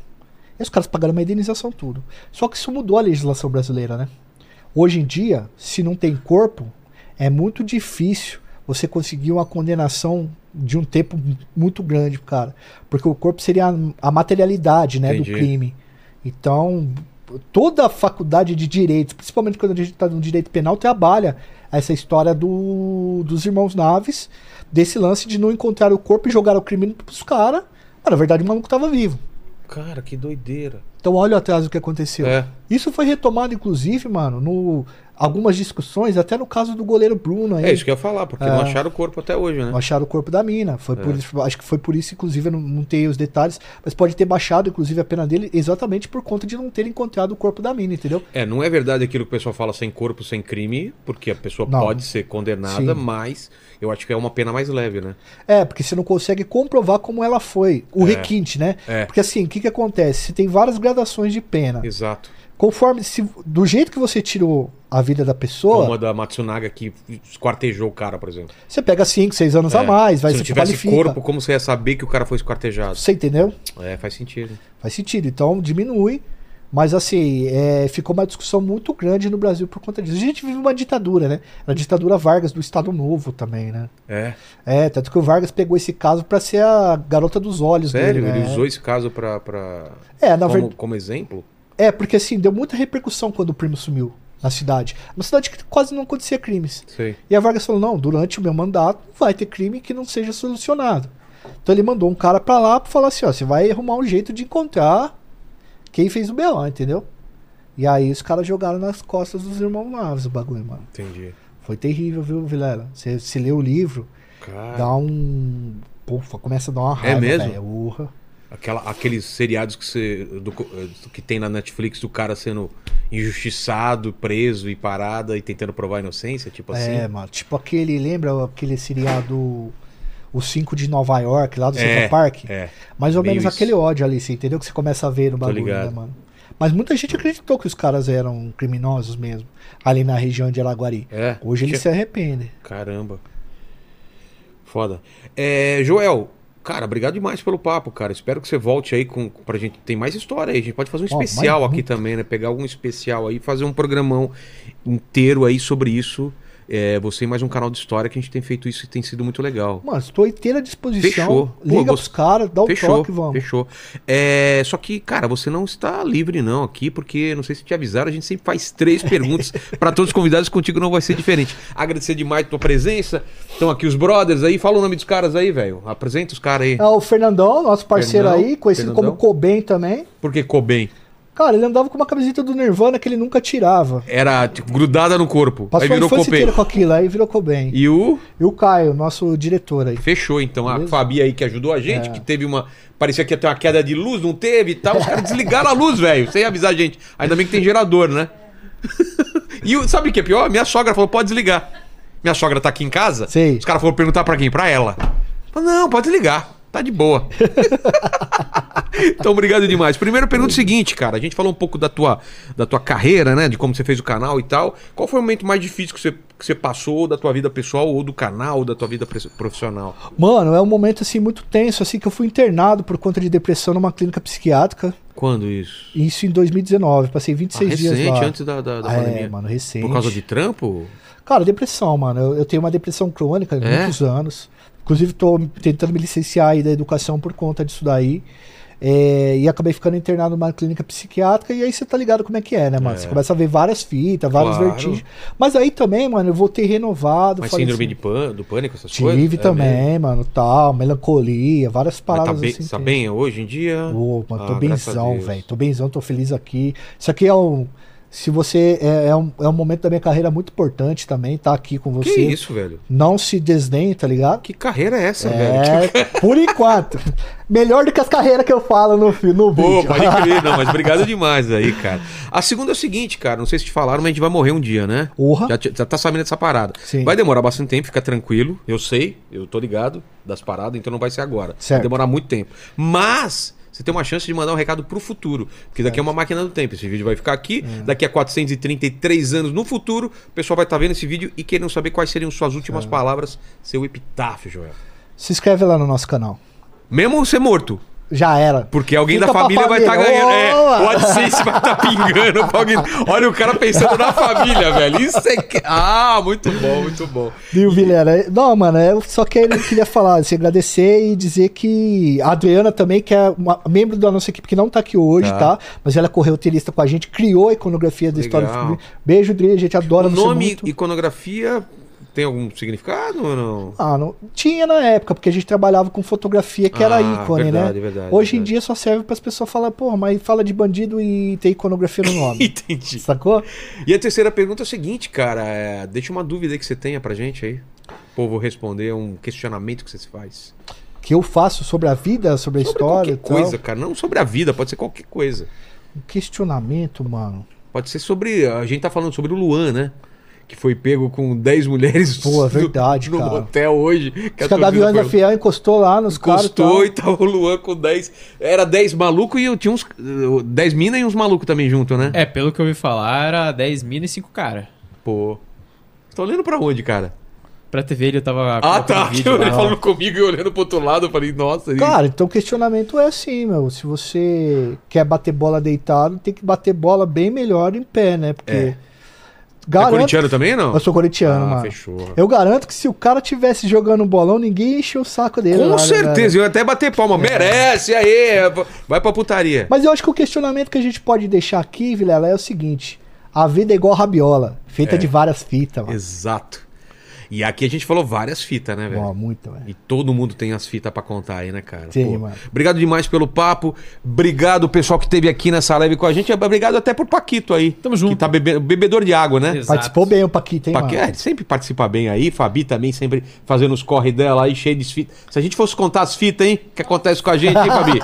E os caras pagaram uma indenização tudo. Só que isso mudou a legislação brasileira, né? Hoje em dia, se não tem corpo, é muito difícil você conseguir uma condenação de um tempo mu- muito grande, cara. Porque o corpo seria a- a materialidade, né, Entendi. do crime. Então, toda a faculdade de direito, principalmente quando a gente está no direito penal, trabalha essa história do, dos irmãos Naves, desse lance de não encontrar o corpo e jogar o crime pros caras. Mas, na verdade, o maluco tava vivo. Cara, que doideira. Então olha atrás o que aconteceu. É. Isso foi retomado, inclusive, mano, no algumas discussões, até no caso do goleiro Bruno aí. Ah. É isso que eu ia falar, porque não acharam o corpo até hoje, né? Não acharam o corpo da mina. Foi É. por isso- acho que foi por isso, inclusive, eu não, não tenho os detalhes, mas pode ter baixado, inclusive, a pena dele exatamente por conta de não ter encontrado o corpo da mina, entendeu? É, não é verdade aquilo que o pessoal fala sem corpo, sem crime, porque a pessoa Não. pode ser condenada, Sim. mas eu acho que é uma pena mais leve, né? É, porque você não consegue comprovar como ela foi. O É. requinte, né? É. Porque assim, o que, que acontece? Você tem várias gradações de pena. Exato. Conforme. Se, do jeito que você tirou a vida da pessoa, Uma da Matsunaga que esquartejou o cara, por exemplo. você pega 5, 6 anos a É. mais, vai Se se não tivesse qualifica. corpo, como você ia saber que o cara foi esquartejado? Você entendeu? É, faz sentido. Faz sentido. Então diminui. Mas assim, é, ficou uma discussão muito grande no Brasil por conta disso. A gente vive uma ditadura, né? A ditadura Vargas do Estado Novo também, né? É. É, tanto que o Vargas pegou esse caso pra ser a garota dos olhos Sério, dele. ele né? usou esse caso pra. pra... É, na como, verdade. como exemplo? É, porque assim, deu muita repercussão quando o primo sumiu na cidade. Uma cidade que quase não acontecia crimes. Sei. E a Vargas falou: não, durante o meu mandato vai ter crime que não seja solucionado. Então ele mandou um cara pra lá pra falar assim: ó, você vai arrumar um jeito de encontrar quem fez o B.O., entendeu? E aí os caras jogaram nas costas dos irmãos Naves o bagulho, mano. Entendi. Foi terrível, viu, Vilela? Você se lê o livro, Cara, dá um. Pô, começa a dar uma raiva. É. mesmo? velho. Urra. aquela- aqueles seriados que, você, do co- eh, que tem na Netflix do cara sendo injustiçado, preso e parada e tentando provar a inocência, tipo assim. É, mano. Tipo aquele, lembra aquele seriado O 5 de Nova York, lá do É, Central Park? é. Mais ou meio menos isso. aquele ódio ali, você entendeu? Que você começa a ver no bagulho, né, ligado. mano? Mas muita gente acreditou que os caras eram criminosos mesmo, ali na região de Araguari. É. Hoje eles Tinha- se arrependem. Caramba. Foda. É, Joel, cara, obrigado demais pelo papo, cara. Espero que você volte aí com, pra gente. Tem mais história aí. A gente pode fazer um Ó, mais especial aqui muito. também, né? Pegar algum especial aí, fazer um programão inteiro aí sobre isso. É, você e mais um canal de história que a gente tem feito isso e tem sido muito legal. Mano, estou inteira à disposição. Fechou. Pô, Liga gost- pros caras, dá o fechou, toque, vamos. fechou. É, só que, cara, você não está livre não aqui, porque não sei se te avisaram, a gente sempre faz três perguntas para todos os convidados, contigo não vai ser diferente. Agradecer demais a tua presença. Estão aqui os brothers aí, fala o nome dos caras aí, velho. Apresenta os caras aí. É o Fernandão, nosso parceiro Fernão, aí, conhecido Fernandão. como Coben também. Porque Coben Cara, ele andava com uma camiseta do Nirvana que ele nunca tirava. era tipo, grudada no corpo, Passou aí a virou infância Coben. inteira com aquilo, aí virou Coben. E o E o Caio, nosso diretor aí. fechou então, a Beleza. É. Fabi aí que ajudou a gente, que teve uma parecia que ia ter uma queda de luz, não teve e tal, os caras desligaram a luz, velho, sem avisar a gente. Ainda bem que tem gerador, né? E o- sabe o que é pior? Minha sogra falou: pode desligar. Minha sogra tá aqui em casa. Sei. Os caras foram perguntar pra quem? Pra ela. Falei, não, pode desligar. Tá de boa. então, obrigado demais. Primeiro, pergunta o seguinte, cara. A gente falou um pouco da tua, da tua carreira, né? De como você fez o canal e tal. Qual foi o momento mais difícil que você, que você passou da tua vida pessoal, ou do canal, ou da tua vida pres- profissional? Mano, é um momento assim muito tenso, assim que eu fui internado por conta de depressão numa clínica psiquiátrica. Quando isso? Ah, Isso em 2019, passei 26 dias lá. antes da, da, da Ah, pandemia. é, mano, recente. Por causa de trampo? Cara, depressão, mano. Eu, eu tenho uma depressão crônica há É? muitos anos. Inclusive, tô tentando me licenciar aí da educação por conta disso daí. É, e acabei ficando internado numa clínica psiquiátrica. E aí você tá ligado como é que é, né, mano? Você começa a ver várias fitas, vários Claro. vertigens. Mas aí também, mano, eu voltei renovado. Mas falei síndrome assim, de pan, do pânico, essas coisas? Tive É mesmo? também, mano, tal. Melancolia, várias Mas paradas tá bem, assim. tá tem. bem hoje em dia? Ô, mano, tô Ah, graças a benzão, Deus. velho. Tô benzão, tô feliz aqui. Isso aqui é um. Se você. É, é um, é um momento da minha carreira muito importante também, tá aqui com que você. isso, velho? Não se desdenhe, tá ligado? Que carreira é essa, velho? É, por enquanto. Melhor do que as carreiras que eu falo no, fi- no Pô, vídeo. pode crer, não, mas obrigado demais aí, cara. A segunda é o seguinte, cara, não sei se te falaram, mas a gente vai morrer um dia, né? Porra. Já, te- já tá sabendo dessa parada. Sim. Vai demorar bastante tempo, fica tranquilo. Eu sei, eu tô ligado das paradas, então não vai ser agora. Certo. Vai demorar muito tempo. Mas você tem uma chance de mandar um recado pro futuro. Porque daqui é uma máquina do tempo. Esse vídeo vai ficar aqui. Hum. Daqui a 433 anos no futuro, o pessoal vai estar vendo esse vídeo e querendo saber quais seriam suas É. últimas palavras, seu epitáfio, Joel. Se inscreve lá no nosso canal. Mesmo ser morto. Já era. Porque alguém Fica da pra família, vai estar família. ganhando. É, Boa! o AdSense vai estar pingando pra alguém. Olha o cara pensando na família, velho. Isso é. que- Ah, muito bom, muito bom. Viu, Vilera? é, Não, mano, eu só que ele queria falar, assim, agradecer e dizer que a Adriana também, que é uma membro da nossa equipe, que não tá aqui hoje, tá? Tá. Mas ela correu roteirista com a gente, criou a iconografia da Legal. história do filme. Beijo, Adri, a gente adora o você nome muito. iconografia tem algum significado ou não? Ah, não tinha na época, porque a gente trabalhava com fotografia que Ah, era ícone, verdade, né? verdade, Hoje em verdade. dia só serve para as pessoas falar, porra, mas fala de bandido e tem iconografia no nome. Entendi. sacou? E a terceira pergunta é o seguinte, cara. é, Deixa uma dúvida aí que você tenha pra gente aí. O povo responder é um questionamento que você se faz. Que eu faço sobre a vida, sobre Sobre a história e qualquer coisa, tal. cara. Não sobre a vida, pode ser qualquer coisa. Um questionamento, mano. Pode ser sobre. A gente tá falando sobre o Luan, né? Que foi pego com 10 mulheres Pô, é verdade, no, no cara. hotel hoje. Que Os caras da torcida Gaviões da tá. foi- Fiel encostou lá nos caras. e Encostou tal. e tava o Luan com 10. Era 10 maluco e eu tinha uns. eh, 10 mina e uns malucos também junto, né? É, pelo que eu ouvi falar, era 10 mil e 5 cara. Pô. Tá olhando pra onde, cara? Pra TV ele tava. Ah, colocando tá. vídeo ele lá. falando comigo e olhando pro outro lado. Eu falei, nossa. ele- Cara, então o questionamento é assim, meu. Se você quer bater bola deitado, tem que bater bola bem melhor em pé, né? Porque. É. é Garanto. corintiano também, não? eu sou corintiano, Ah, mano. fechou. Eu garanto que se o cara tivesse jogando um bolão, ninguém ia encher o saco dele. Com lá, né, É. velho? certeza. Eu ia até bater palma. Merece, aí. Vai pra putaria. Mas eu acho que o questionamento que a gente pode deixar aqui, Vilela, é o seguinte: a vida é igual rabiola, feita de várias fitas, mano. É. Exato. E aqui a gente falou várias fitas, né, velho? Ó, muito, velho. E todo mundo tem as fitas pra contar aí, né, cara? Sim, mano. Obrigado demais pelo papo. Obrigado, pessoal, que esteve aqui nessa live com a gente. Obrigado até por Paquito aí. Tamo junto. Que tá bebe- bebedor de água, né? Exato. Participou bem o Paquito, hein, Paquito, mano? é, sempre participa bem aí. Fabi também sempre fazendo os corre dela aí, cheio de fitas. Se a gente fosse contar as fitas, hein? O que acontece com a gente, hein, Fabi?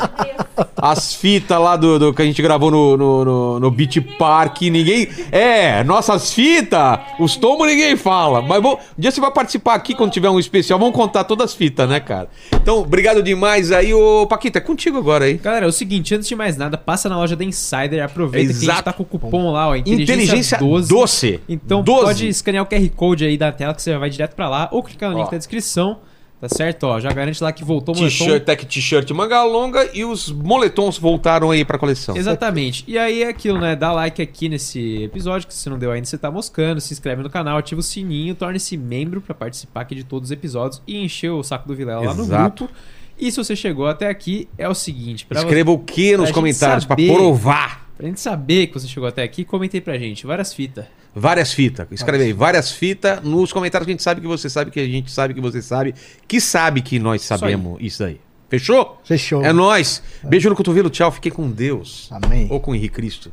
As fitas lá do, do que a gente gravou no, no, no, no Beach Park, ninguém. É, nossas fitas, os tomos ninguém fala. Mas bom, um dia você vai participar aqui quando tiver um especial, vamos contar todas as fitas, né, cara? Então, obrigado demais aí, ô Paquita, é contigo agora aí. Galera, é o seguinte, antes de mais nada, passa na loja da Insider, aproveita que a Exato. gente tá com o cupom lá, ó, Inteligência, inteligência, 12. doce. Então 12. pode escanear o QR Code aí da tela que você vai direto pra lá ou clicar no Ó. link da descrição, tá certo? Ó, já garante lá que voltou o moletom. T-shirt, tech t-shirt manga longa e os moletons voltaram aí pra coleção. Exatamente. E aí é aquilo, né? Dá like aqui nesse episódio, que se não deu ainda, você tá moscando, se inscreve no canal, ativa o sininho, torne-se membro pra participar aqui de todos os episódios e encher o saco do Vilela lá no Exato. grupo. E se você chegou até aqui, é o seguinte, pra você Escreva o que pra nos gente comentários pra saber. provar Pra gente saber que você chegou até aqui, comentei pra gente. Várias fitas. várias fitas. Escreve aí várias fitas nos comentários que a gente sabe que você sabe, que a gente sabe que você sabe, que sabe que nós aí. É. sabemos isso aí. Fechou? Fechou. É nóis. Beijo no cotovelo, tchau. Fiquei com Deus. Amém. Ou com o Henrique Cristo.